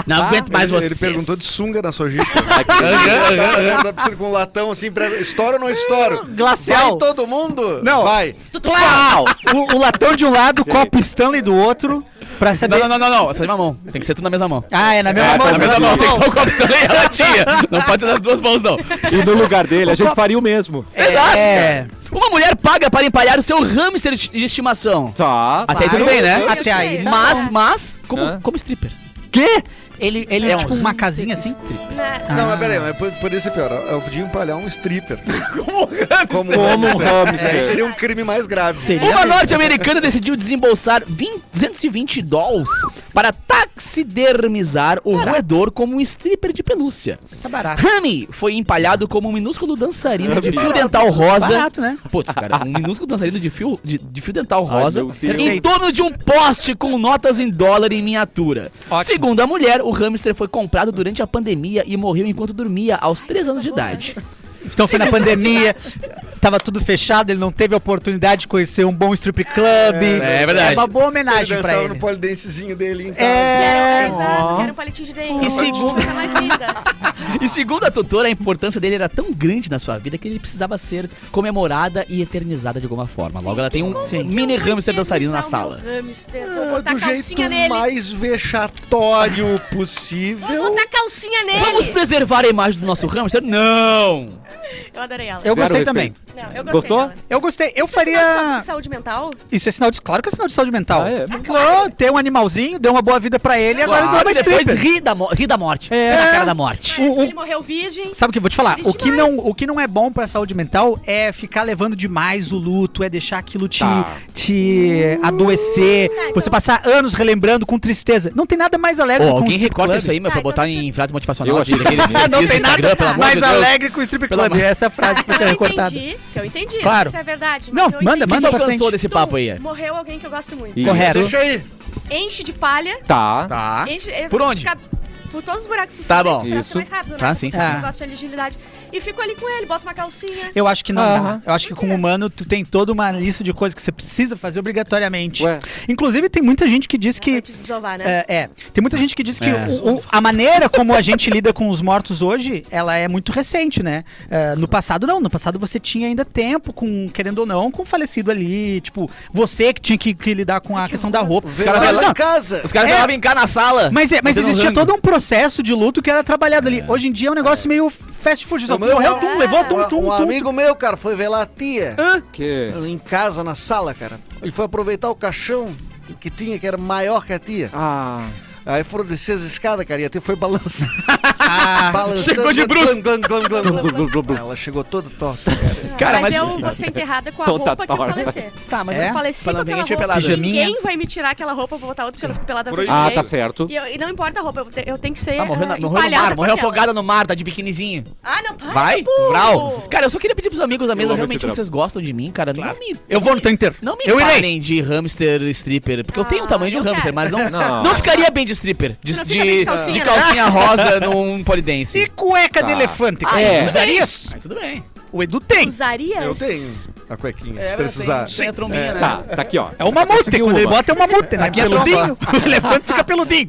[SPEAKER 5] Não aguento mais
[SPEAKER 3] ele,
[SPEAKER 5] vocês.
[SPEAKER 3] ele perguntou de sunga na sua jica.
[SPEAKER 1] Ai, que delícia.
[SPEAKER 3] com um latão assim, pra... estoura ou não estoura?
[SPEAKER 2] Glacial.
[SPEAKER 3] Vai todo mundo?
[SPEAKER 2] Não.
[SPEAKER 3] Vai.
[SPEAKER 2] Plau! O, o latão de um lado, o copo Stanley do outro, pra saber...
[SPEAKER 5] Não, não, não, não, não. Essa mesma mão. Tem que ser tudo na mesma mão.
[SPEAKER 2] Ah, é na mesma
[SPEAKER 1] É,
[SPEAKER 2] mão.
[SPEAKER 1] tá
[SPEAKER 5] Na mesma mão, tem que
[SPEAKER 2] Bom,
[SPEAKER 5] ser o copo Stanley e a latinha. Não pode ser nas duas mãos, não.
[SPEAKER 1] E no lugar dele, a gente faria o mesmo.
[SPEAKER 5] Exato,
[SPEAKER 2] É.
[SPEAKER 5] cara. Uma mulher paga para empalhar o seu hamster de estimação.
[SPEAKER 1] Tá.
[SPEAKER 5] Até aí tudo bem, né?
[SPEAKER 4] Eu
[SPEAKER 2] Até aí.
[SPEAKER 4] sei, tá
[SPEAKER 5] Mas,
[SPEAKER 4] bom.
[SPEAKER 5] mas,
[SPEAKER 1] Hã?
[SPEAKER 5] como, como stripper.
[SPEAKER 1] Quê?
[SPEAKER 2] Ele, ele é
[SPEAKER 5] É um
[SPEAKER 2] tipo uma casinha assim.
[SPEAKER 4] Na-
[SPEAKER 3] Não,
[SPEAKER 2] Ah.
[SPEAKER 3] mas peraí, mas po- poderia ser é pior. Eu podia empalhar um stripper.
[SPEAKER 5] Como hamster.
[SPEAKER 3] Como,
[SPEAKER 1] Como um
[SPEAKER 3] É,
[SPEAKER 1] hamster.
[SPEAKER 3] seria um crime mais grave.
[SPEAKER 2] Seria.
[SPEAKER 5] Uma norte-americana decidiu desembolsar 20 220 dólares para taxidermizar o roedor como um stripper de pelúcia.
[SPEAKER 2] Tá barato.
[SPEAKER 5] Rami foi empalhado como um minúsculo dançarino de fio
[SPEAKER 1] Barato.
[SPEAKER 5] dental rosa.
[SPEAKER 2] Barato, né?
[SPEAKER 5] Putz, cara, um minúsculo dançarino de fio, de, de fio dental rosa
[SPEAKER 1] meu Deus.
[SPEAKER 5] em torno de um poste com notas em dólar em miniatura.
[SPEAKER 2] Ótimo.
[SPEAKER 5] Segundo a mulher, o hamster foi comprado durante a pandemia e morreu enquanto dormia aos 3 anos de idade.
[SPEAKER 2] Então foi na pandemia, tava tudo fechado, ele não teve a oportunidade de conhecer um bom strip club.
[SPEAKER 5] é verdade.
[SPEAKER 2] É uma boa
[SPEAKER 3] Ele
[SPEAKER 2] homenagem pra
[SPEAKER 3] dançava
[SPEAKER 2] ele.
[SPEAKER 3] no polidencezinho dele, então.
[SPEAKER 2] É.
[SPEAKER 4] Quero, exato, quero um palitinho de dente.
[SPEAKER 5] E segundo-
[SPEAKER 4] Coisa mais linda.
[SPEAKER 5] E segundo a tutora, a importância dele era tão grande na sua vida que ele precisava ser comemorada e eternizada de alguma forma. Logo, ela tem um mini hamster dançarino na sala.
[SPEAKER 4] Vou um hamster,
[SPEAKER 3] Ah,
[SPEAKER 4] vou botar
[SPEAKER 3] Do jeito
[SPEAKER 4] calcinha nele.
[SPEAKER 3] mais vexatório possível.
[SPEAKER 4] Vou botar calcinha nele.
[SPEAKER 5] Vamos preservar a imagem do nosso hamster? Não!
[SPEAKER 4] Eu adorei ela.
[SPEAKER 1] Zero
[SPEAKER 2] Eu gostei
[SPEAKER 1] respeito.
[SPEAKER 2] também.
[SPEAKER 4] Não, eu gostei
[SPEAKER 1] Gostou?
[SPEAKER 4] dela.
[SPEAKER 2] Eu gostei. Eu
[SPEAKER 4] Isso é sinal de
[SPEAKER 2] faria.
[SPEAKER 4] sa- saúde mental?
[SPEAKER 2] Isso é sinal de. Claro que é sinal de saúde mental.
[SPEAKER 1] Ah, é?
[SPEAKER 2] Claro, tem um animalzinho, deu uma boa vida pra ele e agora ele
[SPEAKER 5] Claro,
[SPEAKER 2] virou uma
[SPEAKER 5] depois
[SPEAKER 2] stripper.
[SPEAKER 5] ri da, mo- ri da morte.
[SPEAKER 2] É.
[SPEAKER 5] Ri na cara da morte.
[SPEAKER 4] Mas
[SPEAKER 2] O- o-
[SPEAKER 4] ele morreu virgem.
[SPEAKER 2] Sabe o que eu vou te falar?
[SPEAKER 4] Triste
[SPEAKER 2] O que,
[SPEAKER 4] demais.
[SPEAKER 2] não, o que não é bom pra saúde mental é ficar levando demais o luto, é deixar aquilo te,
[SPEAKER 1] Tá.
[SPEAKER 2] te adoecer,
[SPEAKER 4] Tá, então-
[SPEAKER 2] você passar anos relembrando com tristeza. Não tem nada mais
[SPEAKER 5] Ô,
[SPEAKER 2] alegre que um
[SPEAKER 5] alguém
[SPEAKER 2] strip
[SPEAKER 5] recorta
[SPEAKER 2] club.
[SPEAKER 5] isso aí, meu,
[SPEAKER 4] Tá,
[SPEAKER 5] pra
[SPEAKER 4] então
[SPEAKER 5] botar
[SPEAKER 4] deixa eu-
[SPEAKER 5] em frase motivacional
[SPEAKER 1] Eu
[SPEAKER 5] aqui,
[SPEAKER 1] achei
[SPEAKER 5] daqueles
[SPEAKER 1] que-
[SPEAKER 5] perfis
[SPEAKER 2] Não
[SPEAKER 5] do
[SPEAKER 2] tem nada
[SPEAKER 5] Instagram, pelo amor de
[SPEAKER 2] mais
[SPEAKER 5] Deus.
[SPEAKER 2] alegre que o strip
[SPEAKER 5] Pelo
[SPEAKER 2] club.
[SPEAKER 5] amor-
[SPEAKER 2] Essa é a frase que
[SPEAKER 4] Mas
[SPEAKER 2] você
[SPEAKER 4] eu
[SPEAKER 2] é recortada.
[SPEAKER 4] entendi, que eu entendi.
[SPEAKER 2] Claro.
[SPEAKER 4] Isso é verdade. mas
[SPEAKER 2] Não,
[SPEAKER 4] eu
[SPEAKER 2] manda,
[SPEAKER 4] entendi. Então,
[SPEAKER 5] Quem
[SPEAKER 2] manda pra
[SPEAKER 5] alcançou
[SPEAKER 2] frente.
[SPEAKER 5] desse papo aí?
[SPEAKER 4] Morreu alguém que eu gosto muito.
[SPEAKER 1] E-
[SPEAKER 2] Correto.
[SPEAKER 3] Deixa aí.
[SPEAKER 4] Enche de palha.
[SPEAKER 1] Tá.
[SPEAKER 5] Tá.
[SPEAKER 4] Enche, é,
[SPEAKER 5] Por onde?
[SPEAKER 4] fica Por todos os buracos possíveis.
[SPEAKER 5] bom.
[SPEAKER 4] pra ser
[SPEAKER 1] Isso. Ah.
[SPEAKER 4] mais rápido, né?
[SPEAKER 5] Tá, sim, sim,
[SPEAKER 4] Eu
[SPEAKER 2] sim.
[SPEAKER 4] gosto de agilidade. E fico ali com ele, boto uma calcinha.
[SPEAKER 2] Eu acho que não
[SPEAKER 1] Aham.
[SPEAKER 2] dá. Eu acho que como humano, tu tem toda uma lista de coisas que você precisa fazer obrigatoriamente.
[SPEAKER 1] Ué.
[SPEAKER 2] Inclusive, tem muita gente que diz
[SPEAKER 4] Pra
[SPEAKER 2] que.
[SPEAKER 4] te desovar, né?
[SPEAKER 2] É, é. tem muita gente que diz que
[SPEAKER 5] É.
[SPEAKER 2] o- o- a maneira como a gente lida com os mortos hoje, ela é muito recente, né? É, no passado não, no passado você tinha ainda tempo com, querendo ou não, com o falecido ali, tipo, você que tinha que, que lidar com a questão da roupa. Os
[SPEAKER 3] Velaram
[SPEAKER 2] Mas,
[SPEAKER 3] em
[SPEAKER 2] não,
[SPEAKER 3] casa.
[SPEAKER 5] Os caras
[SPEAKER 2] É.
[SPEAKER 5] falavam em cá na sala.
[SPEAKER 2] mas, é, mas
[SPEAKER 5] Fazendo
[SPEAKER 2] existia
[SPEAKER 5] rango.
[SPEAKER 2] todo um processo de luto que era trabalhado ali. Hoje em dia é um negócio meio fast food. Só
[SPEAKER 3] Eu lembro-
[SPEAKER 2] morreu tum, levou tum,
[SPEAKER 3] Um-
[SPEAKER 2] tum,
[SPEAKER 3] um
[SPEAKER 2] tum,
[SPEAKER 3] amigo meu, cara, foi velar a tia.
[SPEAKER 1] Que...
[SPEAKER 3] Em casa, na sala, cara. Ele foi aproveitar o caixão que tinha, que era maior que a tia.
[SPEAKER 1] Ah.
[SPEAKER 3] Aí foram descer as escadas, cara, e a tia foi balançando.
[SPEAKER 5] Ah,
[SPEAKER 3] balançando.
[SPEAKER 5] chegou de bruços.
[SPEAKER 3] Glam, glam, glam, glam, glam.
[SPEAKER 1] Blu, blu, blu.
[SPEAKER 3] Ela chegou toda torta.
[SPEAKER 5] Cara,
[SPEAKER 4] mas,
[SPEAKER 5] mas...
[SPEAKER 4] eu vou ser enterrada com a
[SPEAKER 1] Toda
[SPEAKER 4] roupa que eu
[SPEAKER 1] Então torta.
[SPEAKER 4] falecer.
[SPEAKER 5] Tá, mas
[SPEAKER 2] É?
[SPEAKER 4] Eu faleci
[SPEAKER 5] Fala
[SPEAKER 4] com
[SPEAKER 5] bem,
[SPEAKER 4] aquela
[SPEAKER 5] achei
[SPEAKER 4] roupa.
[SPEAKER 5] pelado.
[SPEAKER 4] Ninguém vai me tirar aquela roupa, eu vou botar outra, se eu não fico pelada pra
[SPEAKER 1] Ah,
[SPEAKER 4] ninguém.
[SPEAKER 1] tá certo.
[SPEAKER 4] E, eu, e não importa a roupa, eu, te- eu tenho que ser
[SPEAKER 5] Tá
[SPEAKER 4] ah,
[SPEAKER 5] morrendo, morreu no
[SPEAKER 4] empalhada
[SPEAKER 5] mar,
[SPEAKER 4] com
[SPEAKER 5] morreu
[SPEAKER 4] aquela.
[SPEAKER 5] afogada no mar, tá de biquinizinho.
[SPEAKER 4] Ah, não, para,
[SPEAKER 5] Vai,
[SPEAKER 4] burro.
[SPEAKER 5] Vral. Cara, eu só queria pedir pros amigos da
[SPEAKER 1] Eu
[SPEAKER 5] mesa,
[SPEAKER 1] amo esse
[SPEAKER 5] realmente
[SPEAKER 1] drama.
[SPEAKER 5] vocês gostam de mim, cara. Não me,
[SPEAKER 2] Eu vou no teu inteiro.
[SPEAKER 5] não me
[SPEAKER 2] Eu irei.
[SPEAKER 5] falem de hamster stripper, porque eu tenho o tamanho de um
[SPEAKER 4] Ah, eu
[SPEAKER 5] hamster,
[SPEAKER 4] quero.
[SPEAKER 5] mas não,
[SPEAKER 1] Não.
[SPEAKER 5] não ficaria bem de de stripper, de,
[SPEAKER 4] Não
[SPEAKER 5] de,
[SPEAKER 4] fica
[SPEAKER 5] de
[SPEAKER 4] de
[SPEAKER 5] calcinha.
[SPEAKER 4] calcinha.
[SPEAKER 5] rosa num polidense.
[SPEAKER 2] E cueca
[SPEAKER 1] Tá.
[SPEAKER 2] de elefante?
[SPEAKER 5] Ah,
[SPEAKER 2] é.
[SPEAKER 5] tudo
[SPEAKER 2] Usaria
[SPEAKER 5] bem.
[SPEAKER 2] isso?
[SPEAKER 5] Mas tudo bem.
[SPEAKER 2] O Edu tem.
[SPEAKER 4] Usarias?
[SPEAKER 3] Eu tenho a cuequinha, se
[SPEAKER 5] mas
[SPEAKER 3] precisar.
[SPEAKER 5] Tem, tem a trombinha, né?
[SPEAKER 1] Tá, tá aqui, ó.
[SPEAKER 2] É uma mamute,
[SPEAKER 1] conseguiu
[SPEAKER 2] quando ele
[SPEAKER 1] uma.
[SPEAKER 2] bota é uma mamute, né?
[SPEAKER 3] Aqui é
[SPEAKER 2] peludinho, o elefante fica peludinho.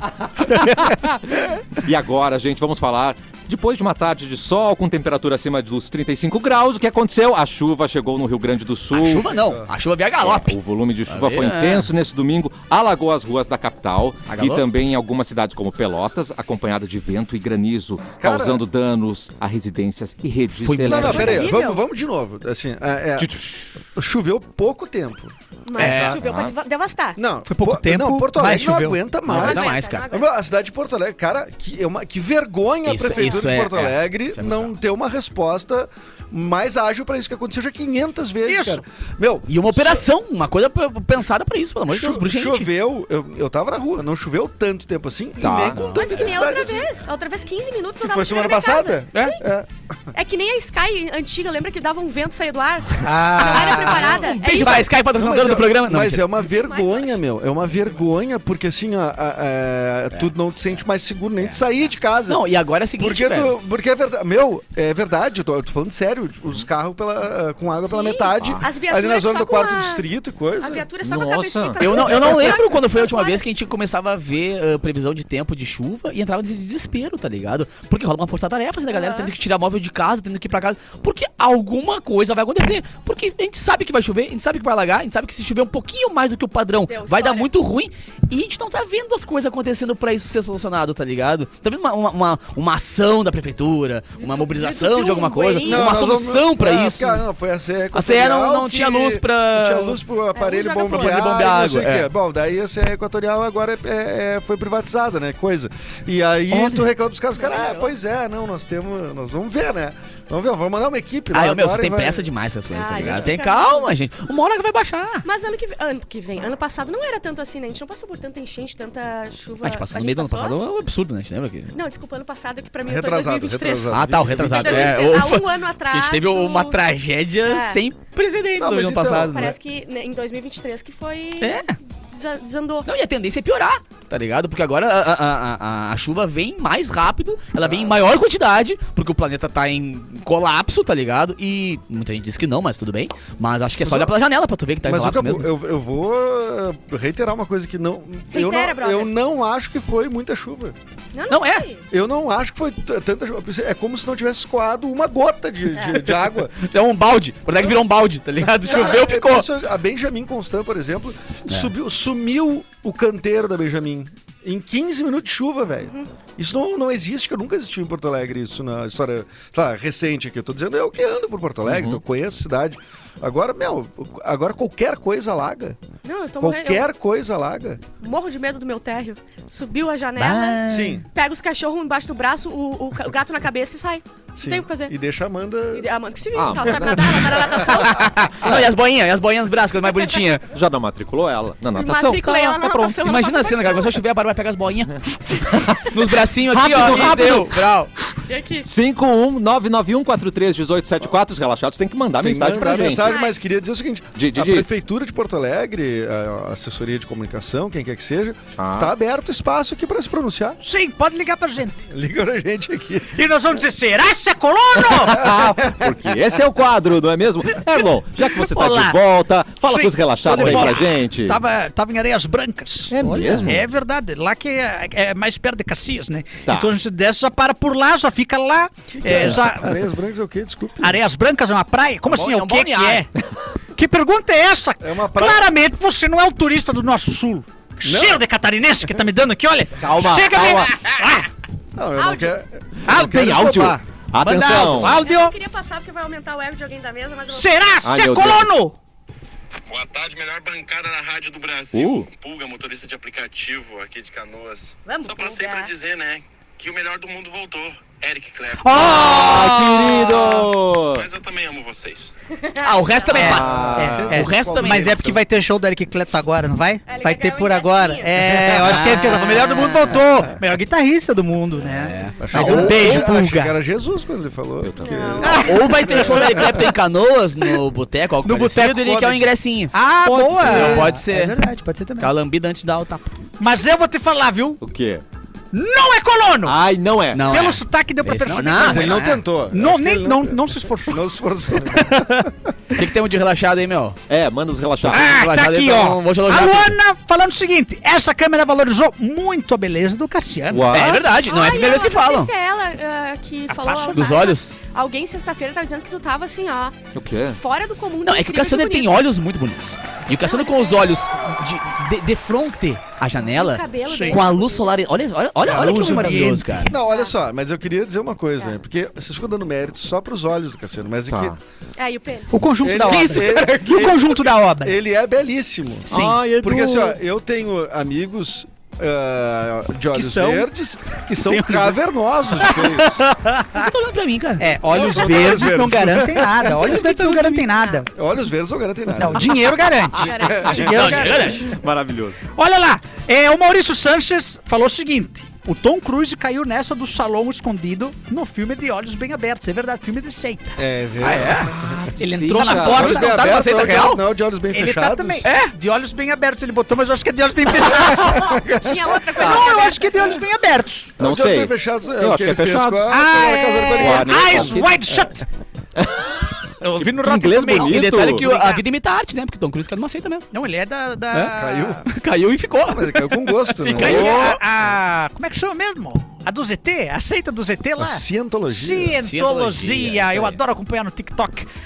[SPEAKER 1] E agora, gente, vamos falar. Depois de uma tarde de sol com temperatura acima dos 35 graus, o que aconteceu? A chuva chegou no Rio Grande do Sul.
[SPEAKER 5] A chuva não, a chuva veio a galope.
[SPEAKER 1] O volume de chuva
[SPEAKER 5] Valeu,
[SPEAKER 1] foi
[SPEAKER 5] é.
[SPEAKER 1] intenso nesse domingo, alagou as ruas da capital
[SPEAKER 5] Agalou?
[SPEAKER 1] e também em algumas cidades como Pelotas, acompanhada de vento e granizo,
[SPEAKER 3] Cara.
[SPEAKER 1] causando danos a residências e redes
[SPEAKER 5] Foi-
[SPEAKER 3] Não,
[SPEAKER 1] elétricas.
[SPEAKER 3] não, pera aí.
[SPEAKER 4] Horrível.
[SPEAKER 3] Vamos, vamos de novo. Assim, é,
[SPEAKER 1] Tchutchu.
[SPEAKER 3] é, choveu pouco tempo.
[SPEAKER 4] Mas
[SPEAKER 5] É.
[SPEAKER 4] choveu pra deva- devastar.
[SPEAKER 3] Não,
[SPEAKER 2] Foi pouco
[SPEAKER 3] po-
[SPEAKER 2] tempo,
[SPEAKER 3] Não, Porto
[SPEAKER 2] mas
[SPEAKER 3] Alegre não
[SPEAKER 2] choveu.
[SPEAKER 3] aguenta
[SPEAKER 5] Não
[SPEAKER 3] mais.
[SPEAKER 5] aguenta
[SPEAKER 4] aguenta,
[SPEAKER 5] mais, cara.
[SPEAKER 4] não aguenta.
[SPEAKER 3] A cidade de Porto Alegre, cara, que, é uma, que vergonha
[SPEAKER 5] Isso-
[SPEAKER 3] a prefeitura
[SPEAKER 5] isso
[SPEAKER 3] de
[SPEAKER 5] é-
[SPEAKER 3] Porto
[SPEAKER 5] é,
[SPEAKER 3] Alegre
[SPEAKER 5] isso é muito
[SPEAKER 3] não ter uma resposta mais ágil pra isso que aconteceu já 500 vezes,
[SPEAKER 2] Isso.
[SPEAKER 3] cara. Meu,
[SPEAKER 5] E uma operação, uma coisa pra- pensada pra isso, pelo amor de Deus,
[SPEAKER 3] cho-
[SPEAKER 5] bruxa, gente.
[SPEAKER 3] choveu, eu, eu tava na rua, não choveu tanto tempo assim,
[SPEAKER 1] Tá.
[SPEAKER 3] e nem com
[SPEAKER 4] Mas
[SPEAKER 3] tanta
[SPEAKER 4] é que nem a
[SPEAKER 3] intensidade
[SPEAKER 4] outra
[SPEAKER 3] assim.
[SPEAKER 4] vez. A Outra vez, 15 minutos
[SPEAKER 3] Que
[SPEAKER 4] eu tava
[SPEAKER 3] foi
[SPEAKER 4] chegando na
[SPEAKER 3] semana
[SPEAKER 4] minha
[SPEAKER 3] passada?
[SPEAKER 5] É?
[SPEAKER 3] É.
[SPEAKER 4] casa. É que nem a Sky antiga, lembra que dava um vento sair do ar? Não era
[SPEAKER 2] Ah,
[SPEAKER 4] preparada.
[SPEAKER 5] Um
[SPEAKER 4] é
[SPEAKER 5] beijo
[SPEAKER 4] isso.
[SPEAKER 5] pra Sky, patrocinadora
[SPEAKER 3] Mas
[SPEAKER 5] do
[SPEAKER 3] é-
[SPEAKER 5] programa. Não,
[SPEAKER 3] mas é
[SPEAKER 5] mentira.
[SPEAKER 3] uma vergonha,
[SPEAKER 4] acho.
[SPEAKER 3] meu. É uma vergonha, porque assim, ó, a- a- tu não te sente mais seguro nem de sair de casa.
[SPEAKER 5] É. Não, e agora é o seguinte,
[SPEAKER 3] Porque,
[SPEAKER 5] velho.
[SPEAKER 3] tu, porque é verdade. Meu, é verdade, eu tô, eu tô falando sério. Os carros pela, ah, com água pela
[SPEAKER 4] Sim.
[SPEAKER 3] metade.
[SPEAKER 4] As viaturas
[SPEAKER 3] ali na zona
[SPEAKER 4] só
[SPEAKER 3] do
[SPEAKER 4] com
[SPEAKER 3] quarto
[SPEAKER 4] a-
[SPEAKER 3] distrito e coisa.
[SPEAKER 4] A viatura é só com
[SPEAKER 1] Nossa.
[SPEAKER 4] a cabecinha. pra
[SPEAKER 5] Eu não, eu
[SPEAKER 4] frente.
[SPEAKER 5] não lembro quando foi a última vez que a gente começava a ver ah, previsão de tempo de chuva e entrava nesse desespero, tá ligado? Porque rola uma força-tarefa assim, da galera
[SPEAKER 4] Aham.
[SPEAKER 5] tendo que tirar móvel de casa, tendo que ir pra casa. Porque alguma coisa vai acontecer. Porque a gente sabe que vai chover, a gente sabe que vai alagar, a gente sabe que se chover um pouquinho mais do que o padrão,
[SPEAKER 4] Deu,
[SPEAKER 5] vai dar
[SPEAKER 4] história.
[SPEAKER 5] muito ruim. E a gente não tá vendo as coisas acontecendo pra isso ser solucionado, tá ligado? Tá vendo uma, uma, uma, uma ação da prefeitura, uma mobilização de alguma coisa,
[SPEAKER 4] Não,
[SPEAKER 5] uma
[SPEAKER 3] nós vamos-
[SPEAKER 5] solução pra
[SPEAKER 3] Ah,
[SPEAKER 5] isso.
[SPEAKER 3] cara, não, foi a CE
[SPEAKER 5] A CE não-
[SPEAKER 3] Equatorial
[SPEAKER 5] não tinha luz pra-
[SPEAKER 3] Não tinha luz pro aparelho
[SPEAKER 4] É, joga pro
[SPEAKER 3] bombear,
[SPEAKER 4] outro.
[SPEAKER 5] Pra poder bombear
[SPEAKER 3] e não sei o
[SPEAKER 5] água,
[SPEAKER 3] quê.
[SPEAKER 5] é.
[SPEAKER 3] Bom, daí a CE Equatorial agora é- é- é- foi privatizada, né? Coisa. E aí tu reclama pros caras, cara, ah, pois é, não, nós temos... Nós vamos ver, né? Vamos ver, vamos mandar uma equipe.
[SPEAKER 5] Ah,
[SPEAKER 3] lá
[SPEAKER 5] eu, meu,
[SPEAKER 3] agora
[SPEAKER 5] você
[SPEAKER 3] e
[SPEAKER 5] tem
[SPEAKER 3] vai-
[SPEAKER 5] pressa demais essas coisas, tá
[SPEAKER 4] Ah,
[SPEAKER 5] ligado?
[SPEAKER 4] gente,
[SPEAKER 5] Tem
[SPEAKER 4] fica-
[SPEAKER 5] calma, gente. Uma hora que vai baixar.
[SPEAKER 4] Mas ano que, vem, ano que vem, ano passado não era tanto assim, né? A gente não passou por tanta enchente, tanta chuva.
[SPEAKER 5] Ah, a gente passou
[SPEAKER 4] A
[SPEAKER 5] no
[SPEAKER 4] gente
[SPEAKER 5] meio do ano
[SPEAKER 4] passou?
[SPEAKER 5] passado, é um absurdo, né? A gente lembra que...
[SPEAKER 4] Não, desculpa, ano passado, que pra mim
[SPEAKER 3] Retrasado,
[SPEAKER 4] eu tô em 2023.
[SPEAKER 3] retrasado.
[SPEAKER 5] Ah, tá, o retrasado.
[SPEAKER 4] Em
[SPEAKER 5] É,
[SPEAKER 4] 2023,
[SPEAKER 5] ou foi-
[SPEAKER 4] há um ano
[SPEAKER 5] que a
[SPEAKER 4] atrás.
[SPEAKER 5] gente teve
[SPEAKER 4] do-
[SPEAKER 5] uma tragédia
[SPEAKER 4] É.
[SPEAKER 5] sem precedentes
[SPEAKER 3] Não,
[SPEAKER 5] no
[SPEAKER 3] mas
[SPEAKER 5] ano
[SPEAKER 3] então,
[SPEAKER 5] passado. né?
[SPEAKER 4] Parece que né, em 2023 que foi.
[SPEAKER 5] É.
[SPEAKER 4] desa- Desandou.
[SPEAKER 5] Não, e a tendência é piorar, tá ligado? Porque agora a, a- a- a- a chuva vem mais rápido, ela vem em maior quantidade, porque o planeta tá em colapso, tá ligado? E muita gente diz que não, mas tudo bem. Mas acho que é só olhar pela janela pra tu ver que tá em
[SPEAKER 3] Mas ô,
[SPEAKER 5] colapso
[SPEAKER 3] Capu,
[SPEAKER 5] mesmo.
[SPEAKER 3] eu, eu vou eh, reiterar uma coisa que não. eu,
[SPEAKER 4] Reitera,
[SPEAKER 3] não
[SPEAKER 4] brother.
[SPEAKER 3] eu não acho que foi muita chuva.
[SPEAKER 5] Não, é.
[SPEAKER 4] foi.
[SPEAKER 3] Eu não acho que foi t- tanta chuva. É como se não tivesse escoado uma gota de, de- de água.
[SPEAKER 5] É um balde, o que virou um balde, tá ligado? Choveu,
[SPEAKER 3] Cara,
[SPEAKER 5] ficou. É.
[SPEAKER 3] pensa, A Benjamin Constant, por exemplo, subiu, sumiu o canteiro da Benjamin. Em 15 minutos de chuva, velho.
[SPEAKER 4] Uhum.
[SPEAKER 3] Isso não, não existe, que eu nunca existiu em Porto Alegre, isso na história sei lá, recente aqui. Eu tô dizendo, eu que ando por Porto
[SPEAKER 5] Uhum.
[SPEAKER 3] Alegre, eu conheço a cidade. Agora, meu, agora qualquer coisa alaga.
[SPEAKER 4] Não, eu tô morrendo.
[SPEAKER 3] Qualquer coisa alaga.
[SPEAKER 4] Eu morro de medo do meu térreo. Subiu a janela,
[SPEAKER 3] Sim.
[SPEAKER 4] pega os cachorros embaixo do braço, o, o ca- o gato na cabeça e sai.
[SPEAKER 3] Sim.
[SPEAKER 4] Tem o que fazer.
[SPEAKER 3] E deixa a Amanda.
[SPEAKER 4] E A mãe que se viu,
[SPEAKER 1] Ah,
[SPEAKER 4] ela sabe nadar, ela tá na natação.
[SPEAKER 5] Não, e as boinhas, e as boinhas nos braços, coisa mais bonitinha.
[SPEAKER 1] Já não tá matriculou ela na natação?
[SPEAKER 4] Matriculei ela na natação, ela
[SPEAKER 5] tá Imagina a
[SPEAKER 4] passou
[SPEAKER 5] cena, cara. Começou a chover, a Bárbara pega as boinhas nos bracinhos aqui,
[SPEAKER 1] Rápido,
[SPEAKER 5] ó.
[SPEAKER 1] rápido.
[SPEAKER 5] E deu, brau.
[SPEAKER 4] E aqui?
[SPEAKER 1] 51991431874. Os relaxados têm que mandar
[SPEAKER 3] Tem
[SPEAKER 1] mensagem pra
[SPEAKER 3] mandado
[SPEAKER 1] gente.
[SPEAKER 3] mensagem, mas queria dizer o seguinte:
[SPEAKER 1] De- de-
[SPEAKER 3] a
[SPEAKER 1] diz.
[SPEAKER 3] Prefeitura de Porto Alegre, a assessoria de comunicação, quem quer que seja,
[SPEAKER 1] Ah.
[SPEAKER 3] tá aberto espaço aqui pra se pronunciar.
[SPEAKER 2] Sim, pode ligar pra gente.
[SPEAKER 3] Liga pra gente aqui.
[SPEAKER 2] E nós vamos dizer, será essa colono?
[SPEAKER 1] Ah, Porque esse é o quadro, não é mesmo? Erlon, já que você tá
[SPEAKER 2] Olá.
[SPEAKER 1] de volta, fala
[SPEAKER 2] Sim,
[SPEAKER 1] com os relaxados
[SPEAKER 2] tô
[SPEAKER 1] aí
[SPEAKER 2] de
[SPEAKER 1] pra
[SPEAKER 2] volta.
[SPEAKER 1] gente.
[SPEAKER 2] Tava, tava em Areias Brancas.
[SPEAKER 1] É mesmo?
[SPEAKER 2] É verdade. Lá que é, é mais perto de Cacias, né?
[SPEAKER 1] Tá.
[SPEAKER 2] Então a gente desce, já para por lá, já fica lá. é, já-
[SPEAKER 3] Areias Brancas é o quê? Desculpe.
[SPEAKER 2] Areias Brancas é uma praia? Como
[SPEAKER 5] É um
[SPEAKER 2] assim? É
[SPEAKER 5] bal- é um
[SPEAKER 2] o que, que é?
[SPEAKER 5] balneário.
[SPEAKER 2] Que pergunta é essa?
[SPEAKER 3] É uma praia.
[SPEAKER 2] Claramente você não é o turista do nosso sul. Que Cheiro de catarinense que tá me dando aqui, olha.
[SPEAKER 1] Calma,
[SPEAKER 2] Chega
[SPEAKER 1] calma.
[SPEAKER 2] Me... Ah,
[SPEAKER 3] Não, eu não
[SPEAKER 4] Áudio.
[SPEAKER 3] quero.
[SPEAKER 2] Ah,
[SPEAKER 3] eu
[SPEAKER 1] Tem
[SPEAKER 3] quero
[SPEAKER 1] áudio?
[SPEAKER 3] escopar.
[SPEAKER 2] manda
[SPEAKER 1] Atenção.
[SPEAKER 2] áudio, áudio.
[SPEAKER 4] Eu queria passar porque vai aumentar o ego de alguém da mesa, mas eu vou...
[SPEAKER 2] Será,
[SPEAKER 1] Ai,
[SPEAKER 2] Cê
[SPEAKER 1] meu
[SPEAKER 2] colono?
[SPEAKER 7] Boa tarde, melhor bancada da rádio do Brasil. Pulga, motorista de aplicativo aqui de Canoas.
[SPEAKER 4] Vamos,
[SPEAKER 7] Só passei
[SPEAKER 4] Pulga.
[SPEAKER 7] pra dizer, né, que o melhor do mundo voltou. Eric Clapton.
[SPEAKER 1] Ah, querido! Ah,
[SPEAKER 7] Mas eu também amo vocês.
[SPEAKER 5] Ah, o resto também
[SPEAKER 2] É,
[SPEAKER 5] passa.
[SPEAKER 2] é,
[SPEAKER 5] o resto também
[SPEAKER 2] Mas é porque vai ter show do Eric Cleto agora, não vai?
[SPEAKER 4] É, ele
[SPEAKER 2] vai
[SPEAKER 4] quer
[SPEAKER 2] ter
[SPEAKER 4] ganhar
[SPEAKER 2] por
[SPEAKER 4] um
[SPEAKER 2] agora.
[SPEAKER 4] ingressinho.
[SPEAKER 2] É, eu acho que é isso que eu tava. O melhor do mundo
[SPEAKER 5] É.
[SPEAKER 2] voltou. Melhor guitarrista do mundo, né? Mas
[SPEAKER 3] Ou-
[SPEAKER 2] um beijo,
[SPEAKER 3] ou- achei que
[SPEAKER 2] Pulga.
[SPEAKER 3] era Jesus quando ele falou. porque-
[SPEAKER 5] Ou vai ter show da Eclepto em Canoas, no boteco, algo
[SPEAKER 2] No
[SPEAKER 5] parecido,
[SPEAKER 2] boteco
[SPEAKER 5] ele quer um
[SPEAKER 2] comedy.
[SPEAKER 5] ingressinho.
[SPEAKER 2] Ah,
[SPEAKER 5] Pode
[SPEAKER 2] boa!
[SPEAKER 5] ser, pode ser.
[SPEAKER 2] É verdade, pode ser também.
[SPEAKER 5] Ficar lambida antes de dar o tapa.
[SPEAKER 2] Mas eu vou te falar, viu?
[SPEAKER 1] O quê?
[SPEAKER 2] Não é colono!
[SPEAKER 1] Ai, não é.
[SPEAKER 5] Ah, Não
[SPEAKER 2] Pelo
[SPEAKER 5] é.
[SPEAKER 2] sotaque deu pra
[SPEAKER 5] Esse
[SPEAKER 2] perceber.
[SPEAKER 5] não-
[SPEAKER 2] que-
[SPEAKER 3] Mas ele
[SPEAKER 5] não
[SPEAKER 3] não,
[SPEAKER 5] é.
[SPEAKER 3] tentou.
[SPEAKER 2] Ah, Não,
[SPEAKER 3] Acho que
[SPEAKER 2] nem,
[SPEAKER 3] ele
[SPEAKER 2] não, não se esforçou.
[SPEAKER 3] Não se esforçou.
[SPEAKER 5] Tem que ter um de relaxado aí, meu.
[SPEAKER 1] É, manda os relaxados.
[SPEAKER 2] Ah, tá
[SPEAKER 5] Relaxado aí
[SPEAKER 2] aqui,
[SPEAKER 5] pra
[SPEAKER 2] ó.
[SPEAKER 5] não- vou te
[SPEAKER 2] A
[SPEAKER 5] elogiar.
[SPEAKER 2] Luana falando o seguinte: essa câmera valorizou muito a beleza do Cassiano.
[SPEAKER 1] Uau.
[SPEAKER 5] É verdade, não é a primeira vez que falam.
[SPEAKER 4] Não sei se é ela ah, que falou.
[SPEAKER 2] Abaixo
[SPEAKER 4] ah,
[SPEAKER 5] Dos
[SPEAKER 4] tá.
[SPEAKER 5] olhos.
[SPEAKER 4] Alguém sexta-feira tá dizendo que tu tava assim, ó,
[SPEAKER 1] O quê?
[SPEAKER 4] fora do comum. né?
[SPEAKER 5] Não, é que o Cassiano ele tem olhos muito bonitos. E o Cassiano com os olhos de, de, de fronte à janela,
[SPEAKER 4] O um cabelo
[SPEAKER 5] com a
[SPEAKER 4] dele.
[SPEAKER 5] luz solar. Olha, olha, olha, olha que
[SPEAKER 2] luz
[SPEAKER 5] homem maravilhoso,
[SPEAKER 2] ambiente.
[SPEAKER 5] cara.
[SPEAKER 3] Não, olha só, mas eu queria dizer uma coisa,
[SPEAKER 2] Tá.
[SPEAKER 3] né? Porque vocês ficam dando mérito só pros olhos do Cassiano, mas é
[SPEAKER 1] Tá.
[SPEAKER 3] que
[SPEAKER 4] É, e o pênis.
[SPEAKER 2] O conjunto
[SPEAKER 3] Ele-
[SPEAKER 2] da obra.
[SPEAKER 3] Isso, cara.
[SPEAKER 2] E o conjunto da obra?
[SPEAKER 3] ele é belíssimo.
[SPEAKER 5] Sim.
[SPEAKER 3] Porque assim, ó, eu tenho amigos ah, de olhos
[SPEAKER 2] são-
[SPEAKER 3] verdes que são
[SPEAKER 2] Tem um-
[SPEAKER 3] cavernosos de feios.
[SPEAKER 5] Por que tá olhando pra mim, cara?
[SPEAKER 2] É, olhos
[SPEAKER 3] Não,
[SPEAKER 2] verdes
[SPEAKER 3] olhos
[SPEAKER 2] não
[SPEAKER 3] verdes.
[SPEAKER 2] garantem nada. Olhos verdes não garantem nada.
[SPEAKER 3] olhos verdes não garantem nada.
[SPEAKER 2] Não, dinheiro garante.
[SPEAKER 4] Cara,
[SPEAKER 2] Dinheiro
[SPEAKER 5] Não,
[SPEAKER 2] garante.
[SPEAKER 1] Maravilhoso.
[SPEAKER 2] Olha lá, é, o Maurício Sanches falou o seguinte: o Tom Cruise caiu nessa do salão escondido no filme de Olhos Bem Abertos. É verdade, filme de Ah, seita.
[SPEAKER 3] É, velho.
[SPEAKER 2] Ele
[SPEAKER 1] Sim,
[SPEAKER 2] entrou na
[SPEAKER 1] cara.
[SPEAKER 2] porta.
[SPEAKER 3] Olhos bem
[SPEAKER 5] Não, tá numa
[SPEAKER 3] abertos,
[SPEAKER 5] seita
[SPEAKER 3] não é de-
[SPEAKER 5] real?
[SPEAKER 3] não é de olhos bem
[SPEAKER 2] Ele
[SPEAKER 3] fechados.
[SPEAKER 2] tá também. É, de olhos bem abertos ele botou, mas eu acho que é de olhos bem fechados.
[SPEAKER 4] tinha outra coisa.
[SPEAKER 2] não, eu acho que é de olhos bem abertos.
[SPEAKER 3] Não
[SPEAKER 1] Não
[SPEAKER 3] de olhos
[SPEAKER 1] sei.
[SPEAKER 3] bem fechados é
[SPEAKER 1] Eu
[SPEAKER 3] o
[SPEAKER 1] acho que é
[SPEAKER 3] ele fez
[SPEAKER 1] fechado.
[SPEAKER 3] com a-
[SPEAKER 2] Ah,
[SPEAKER 3] com a Casa
[SPEAKER 2] é.
[SPEAKER 3] Bahia.
[SPEAKER 1] Guarani,
[SPEAKER 2] Eyes
[SPEAKER 1] Palmeiras.
[SPEAKER 2] wide shut.
[SPEAKER 3] É.
[SPEAKER 2] Eu vi no
[SPEAKER 1] Que
[SPEAKER 2] Rotten
[SPEAKER 1] inglês
[SPEAKER 2] Tomatoes.
[SPEAKER 1] bonito.
[SPEAKER 5] E detalhe tá que o- a
[SPEAKER 2] Obrigado.
[SPEAKER 5] vida imita a arte, né? Porque Tom Cruise caiu numa seita mesmo.
[SPEAKER 2] Não, ele é da. da...
[SPEAKER 3] Caiu.
[SPEAKER 5] Caiu e ficou.
[SPEAKER 3] Mas ele caiu com gosto, né?
[SPEAKER 2] E caiu a, a- Como é que chama mesmo? A do ZT? A seita do ZT lá?
[SPEAKER 3] A
[SPEAKER 2] Cientologia.
[SPEAKER 3] Cientologia.
[SPEAKER 5] Cientologia, isso
[SPEAKER 2] Eu
[SPEAKER 5] aí.
[SPEAKER 2] adoro acompanhar no TikTok. Os,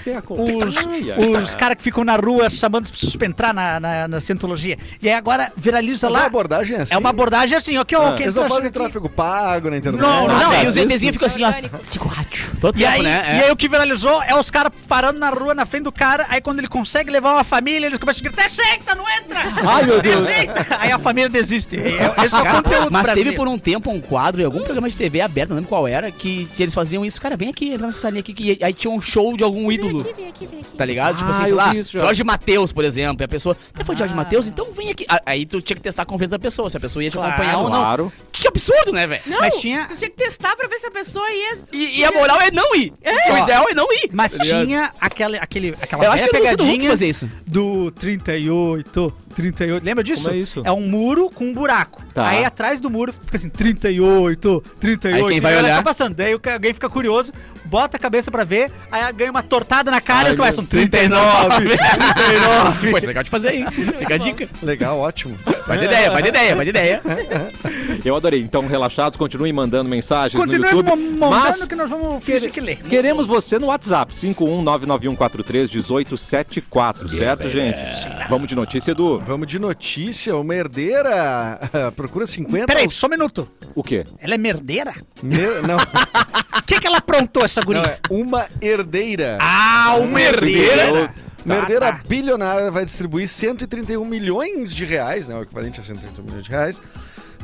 [SPEAKER 1] TikTok.
[SPEAKER 2] os caras que ficam na rua chamando as pessoas pra entrar na, na, na Cientologia. E aí agora viraliza
[SPEAKER 3] Mas a
[SPEAKER 2] lá.
[SPEAKER 3] abordagem é assim. Ah,
[SPEAKER 2] É uma abordagem assim, ó. Que, ó, quem
[SPEAKER 3] Eles não
[SPEAKER 2] entrou
[SPEAKER 3] fazem
[SPEAKER 2] aqui-
[SPEAKER 3] tráfego pago na internet.
[SPEAKER 2] Não,
[SPEAKER 5] Não,
[SPEAKER 2] não,
[SPEAKER 5] e
[SPEAKER 2] isso-
[SPEAKER 5] os ETzinhos ficam assim, ó.
[SPEAKER 4] Orgânico.
[SPEAKER 5] Cico rádio. Todo
[SPEAKER 2] E
[SPEAKER 5] tempo,
[SPEAKER 2] aí,
[SPEAKER 5] né?
[SPEAKER 2] e
[SPEAKER 5] É.
[SPEAKER 2] aí o que viralizou é os caras parando na rua, na frente do cara. Aí quando ele consegue levar uma família, eles começam a gritar, é seita, não entra!
[SPEAKER 1] Ai, meu Deus.
[SPEAKER 2] É seita! Aí a família desiste. É- Esse é o
[SPEAKER 5] Cara,
[SPEAKER 2] conteúdo
[SPEAKER 5] mas teve
[SPEAKER 2] brasileiro.
[SPEAKER 5] por um tempo um quadro em algum programa de TV aberto, não lembro qual era, que, que eles faziam isso, cara, vem aqui, entra nessa salinha aqui, que aí tinha um show de algum ídolo.
[SPEAKER 4] Vem aqui, vem aqui, vem aqui.
[SPEAKER 5] Tá ligado? tipo assim,
[SPEAKER 1] Ah,
[SPEAKER 5] sei
[SPEAKER 1] eu
[SPEAKER 5] lá,
[SPEAKER 1] vi isso já.
[SPEAKER 5] Jorge Matheus, por exemplo. E a pessoa, até foi
[SPEAKER 2] Ah.
[SPEAKER 5] Jorge Matheus, então vem aqui. Ah, Aí tu tinha que testar a confiança da pessoa, se a pessoa ia te
[SPEAKER 2] Claro.
[SPEAKER 5] acompanhar ou não.
[SPEAKER 1] Claro.
[SPEAKER 5] Que absurdo, né, velho?
[SPEAKER 4] Não,
[SPEAKER 2] Mas tinha-
[SPEAKER 4] tu tinha que testar pra ver se a pessoa ia...
[SPEAKER 5] E, e a moral é não ir.
[SPEAKER 2] É.
[SPEAKER 5] O ideal é não ir.
[SPEAKER 2] Mas
[SPEAKER 5] Tá ligado?
[SPEAKER 2] tinha aquela, aquele, aquela
[SPEAKER 5] Eu acho
[SPEAKER 2] velha
[SPEAKER 5] que era o Luciano Huck
[SPEAKER 2] pegadinha
[SPEAKER 5] fazer isso.
[SPEAKER 2] do 38, 38. Lembra disso?
[SPEAKER 1] Como é isso?
[SPEAKER 2] um muro com um buraco.
[SPEAKER 1] Tá.
[SPEAKER 2] Aí atrás do muro fica assim, 38, 38.
[SPEAKER 5] Aí quem
[SPEAKER 2] e
[SPEAKER 5] vai
[SPEAKER 2] ela
[SPEAKER 5] olhar?
[SPEAKER 2] tá passando. Daí o ca- alguém fica curioso, bota a cabeça pra ver, aí ganha uma tortada na cara e um começam 39.
[SPEAKER 5] 39. Pô, isso é legal de fazer, hein? Fica a dica.
[SPEAKER 3] Legal, ótimo.
[SPEAKER 5] Vai de
[SPEAKER 2] É.
[SPEAKER 5] ideia, vai de ideia, vai de ideia.
[SPEAKER 1] Eu adorei. Então, relaxados, continuem mandando mensagens
[SPEAKER 2] Continua
[SPEAKER 1] no YouTube.
[SPEAKER 2] mo- montando
[SPEAKER 1] mas
[SPEAKER 2] que nós vamos fingir que lê.
[SPEAKER 1] queremos você no WhatsApp, 51991431874, certo, gente? Vamos de notícia, Edu.
[SPEAKER 3] Vamos de notícia. Uma herdeira Ah, procura 50...
[SPEAKER 2] Peraí, só um minuto.
[SPEAKER 1] O quê?
[SPEAKER 2] Ela é merdeira?
[SPEAKER 3] Me- Não,
[SPEAKER 2] O que, que ela aprontou, essa guria?
[SPEAKER 3] não, é uma herdeira.
[SPEAKER 2] Ah, uma herdeira!
[SPEAKER 3] Uma herdeira
[SPEAKER 2] tá.
[SPEAKER 3] bilionária vai distribuir 131 milhões de reais, né? O equivalente a 131 milhões de reais.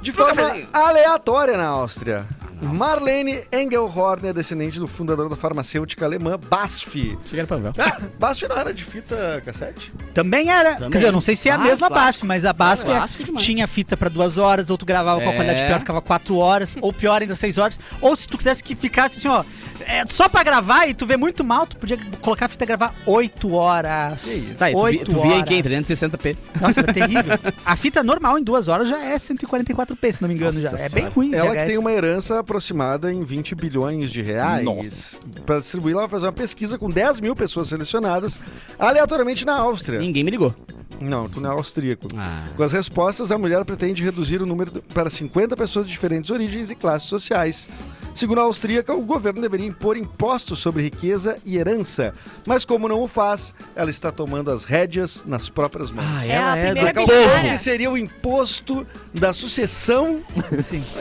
[SPEAKER 3] De forma aleatória na Áustria. Marlene Engelhorn é descendente do fundador da farmacêutica alemã BASF.
[SPEAKER 5] Chegaram pra ver.
[SPEAKER 3] BASF não era de fita cassete?
[SPEAKER 2] Também era. Quer dizer, eu não sei se é a
[SPEAKER 5] Ah,
[SPEAKER 2] mesma
[SPEAKER 5] clássico.
[SPEAKER 2] Basf, mas a Basf
[SPEAKER 5] Ah, clássico demais.
[SPEAKER 2] tinha fita pra duas horas, outro gravava com a
[SPEAKER 5] É.
[SPEAKER 2] qualidade pior, ficava quatro horas, ou pior ainda, seis horas. Ou se tu quisesse que ficasse assim, ó, é, só pra gravar e tu vê muito mal, tu podia colocar a fita e gravar oito horas. Que isso?
[SPEAKER 5] Tá, e tu, vi-
[SPEAKER 2] oito
[SPEAKER 5] tu via em
[SPEAKER 2] horas.
[SPEAKER 5] quem? 360p.
[SPEAKER 2] Nossa, era terrível. A fita normal em duas horas já é 144p, se não me engano.
[SPEAKER 5] Nossa
[SPEAKER 2] já. É
[SPEAKER 5] senhora.
[SPEAKER 2] bem ruim.
[SPEAKER 3] Ela que
[SPEAKER 2] VHS.
[SPEAKER 3] tem uma herança aproximada em 20 bilhões de reais.
[SPEAKER 1] Nossa.
[SPEAKER 3] Para distribuir, ela vai fazer uma pesquisa com 10 mil pessoas selecionadas aleatoriamente na Áustria.
[SPEAKER 5] Ninguém me ligou.
[SPEAKER 3] Não, tu não é austríaco.
[SPEAKER 5] Ah.
[SPEAKER 3] Com as respostas, a mulher pretende reduzir o número do- para 50 pessoas de diferentes origens e classes sociais. Segundo a austríaca, o governo deveria impor impostos sobre riqueza e herança. Mas como não o faz, ela está tomando as rédeas nas próprias mãos.
[SPEAKER 5] Ah,
[SPEAKER 4] É a
[SPEAKER 3] Ela
[SPEAKER 4] primeira
[SPEAKER 3] calculou
[SPEAKER 2] né?
[SPEAKER 4] bilionária.
[SPEAKER 3] que seria o imposto da sucessão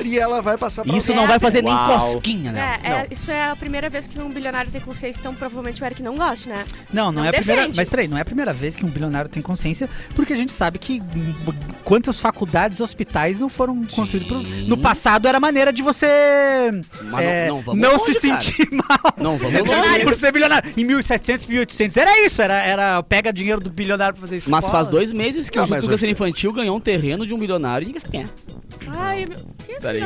[SPEAKER 3] e ela vai passar pra
[SPEAKER 5] Isso
[SPEAKER 3] alguém.
[SPEAKER 5] não vai fazer nem
[SPEAKER 1] Uau.
[SPEAKER 5] cosquinha, né?
[SPEAKER 4] É, é, isso é a primeira vez que um bilionário tem consciência, então provavelmente o Eric não goste, né?
[SPEAKER 2] Não, não,
[SPEAKER 4] Não
[SPEAKER 2] é a primeira.
[SPEAKER 4] defende.
[SPEAKER 2] Mas peraí, não é a primeira vez que um bilionário tem consciência, porque a gente sabe que hum, quantas faculdades e hospitais não foram construídas pelo- No passado era maneira de você
[SPEAKER 5] Mas
[SPEAKER 2] é,
[SPEAKER 5] não- não
[SPEAKER 2] não,
[SPEAKER 5] vamos longe,
[SPEAKER 2] se
[SPEAKER 5] cara.
[SPEAKER 2] sentir mal.
[SPEAKER 5] Não, vamos
[SPEAKER 2] Bilionário,
[SPEAKER 5] longe.
[SPEAKER 2] por ser bilionário. Em 1700, 1800, era isso. Era, era pega dinheiro do bilionário pra fazer isso.
[SPEAKER 5] Tá, Mas faz dois meses que
[SPEAKER 3] Não,
[SPEAKER 5] o Instituto
[SPEAKER 3] mas
[SPEAKER 5] do
[SPEAKER 3] eu-
[SPEAKER 5] Câncer Infantil ganhou um terreno de um milionário e ninguém sabe quem é.
[SPEAKER 4] Ai, meu... que esse
[SPEAKER 5] Tá
[SPEAKER 4] bilionário?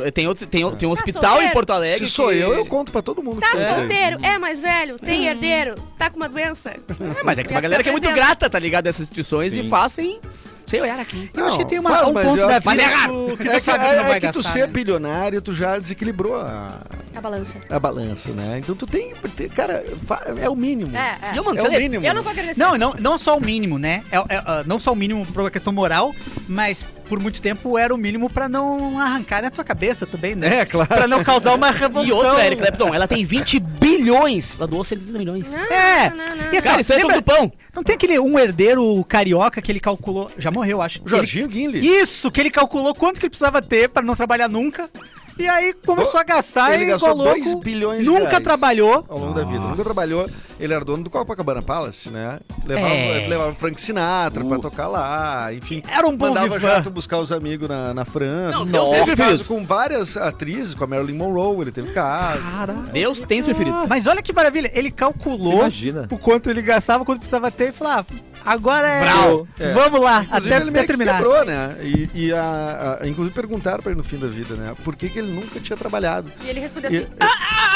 [SPEAKER 5] ligado? Tem, outro, tem, outro- tem um hospital em
[SPEAKER 4] Ah, solteiro?
[SPEAKER 5] Porto Alegre.
[SPEAKER 3] Se sou
[SPEAKER 5] que-
[SPEAKER 3] eu, eu conto pra todo mundo. que
[SPEAKER 4] Tá
[SPEAKER 3] foi daí.
[SPEAKER 4] solteiro, é mais velho, tem herdeiro, tá com uma doença.
[SPEAKER 5] Hum. É, mas é que tem uma
[SPEAKER 4] Quer
[SPEAKER 5] galera que é muito
[SPEAKER 4] apresentar.
[SPEAKER 5] grata, tá ligado? Dessas instituições
[SPEAKER 1] Sim.
[SPEAKER 5] e fazem Sem olhar aqui.
[SPEAKER 2] Eu acho que tem uma-
[SPEAKER 3] faz,
[SPEAKER 2] um
[SPEAKER 3] mas
[SPEAKER 2] ponto
[SPEAKER 3] eu
[SPEAKER 2] da
[SPEAKER 3] acho
[SPEAKER 2] vida
[SPEAKER 3] que-
[SPEAKER 2] errado, que tu
[SPEAKER 3] É
[SPEAKER 2] sabe
[SPEAKER 3] que,
[SPEAKER 2] que
[SPEAKER 3] é-
[SPEAKER 2] não vai
[SPEAKER 3] é que tu
[SPEAKER 2] gastar,
[SPEAKER 3] ser
[SPEAKER 2] né?
[SPEAKER 3] bilionário, tu já desequilibrou a,
[SPEAKER 4] A balança.
[SPEAKER 5] Hum.
[SPEAKER 3] a balança, né? Então tu tem. tem- Cara, fa- é o mínimo.
[SPEAKER 4] É, é.
[SPEAKER 5] E eu, mano,
[SPEAKER 3] É o
[SPEAKER 5] sério,
[SPEAKER 3] mínimo.
[SPEAKER 4] Eu não vou agradecer.
[SPEAKER 2] Não, não, não só o mínimo, né? É- é, ah, não só o mínimo por uma questão moral, mas por muito tempo era o mínimo pra não arrancar na tua cabeça também, né?
[SPEAKER 3] É, claro.
[SPEAKER 2] Pra não causar uma
[SPEAKER 5] E
[SPEAKER 2] revolução.
[SPEAKER 5] outra, Eric Clapton, ela tem 20 bilhões. Ela doou 130 milhões.
[SPEAKER 4] Não,
[SPEAKER 2] É.
[SPEAKER 4] não, não, não.
[SPEAKER 2] E assim,
[SPEAKER 5] Cara, isso aí é
[SPEAKER 2] lembra-
[SPEAKER 5] todo pão.
[SPEAKER 2] Não tem aquele um herdeiro carioca que ele calculou. Já morreu, acho.
[SPEAKER 3] O Jorginho Guinle.
[SPEAKER 2] Ele- Isso, que ele calculou quanto que ele precisava ter pra não trabalhar nunca. E aí começou a gastar
[SPEAKER 3] Ele
[SPEAKER 2] e
[SPEAKER 3] gastou
[SPEAKER 2] igualou.
[SPEAKER 3] 2 bilhões de
[SPEAKER 2] Nunca
[SPEAKER 3] reais.
[SPEAKER 2] trabalhou.
[SPEAKER 3] Ao longo da vida. Nunca
[SPEAKER 5] Nossa.
[SPEAKER 3] trabalhou. Ele era dono do Copacabana Palace, né? Levava,
[SPEAKER 2] É.
[SPEAKER 3] levava o Frank Sinatra
[SPEAKER 1] Uh.
[SPEAKER 3] pra tocar lá, enfim.
[SPEAKER 2] Era um bom
[SPEAKER 3] Mandava
[SPEAKER 2] vivan.
[SPEAKER 3] jato buscar os amigos na, na França.
[SPEAKER 5] Não, Deus
[SPEAKER 3] Teve
[SPEAKER 5] teve
[SPEAKER 3] caso
[SPEAKER 5] isso.
[SPEAKER 3] com várias atrizes, com a Marilyn Monroe, ele teve caso.
[SPEAKER 2] Cara.
[SPEAKER 5] Deus tem os preferidos.
[SPEAKER 3] Ah.
[SPEAKER 2] Mas olha que maravilha, ele calculou
[SPEAKER 1] Imagina.
[SPEAKER 2] o quanto ele gastava, quanto precisava ter e falou: ah, agora é.
[SPEAKER 5] Brau.
[SPEAKER 3] É.
[SPEAKER 2] Vamos lá,
[SPEAKER 3] Inclusive,
[SPEAKER 2] até,
[SPEAKER 3] ele
[SPEAKER 2] até
[SPEAKER 3] meio que
[SPEAKER 2] terminar.
[SPEAKER 3] quebrou, né? E, e a, a- inclusive perguntaram pra ele no fim da vida, né? Por que, que ele nunca tinha trabalhado?
[SPEAKER 4] E ele respondeu
[SPEAKER 3] E-
[SPEAKER 4] assim.
[SPEAKER 2] "Ah,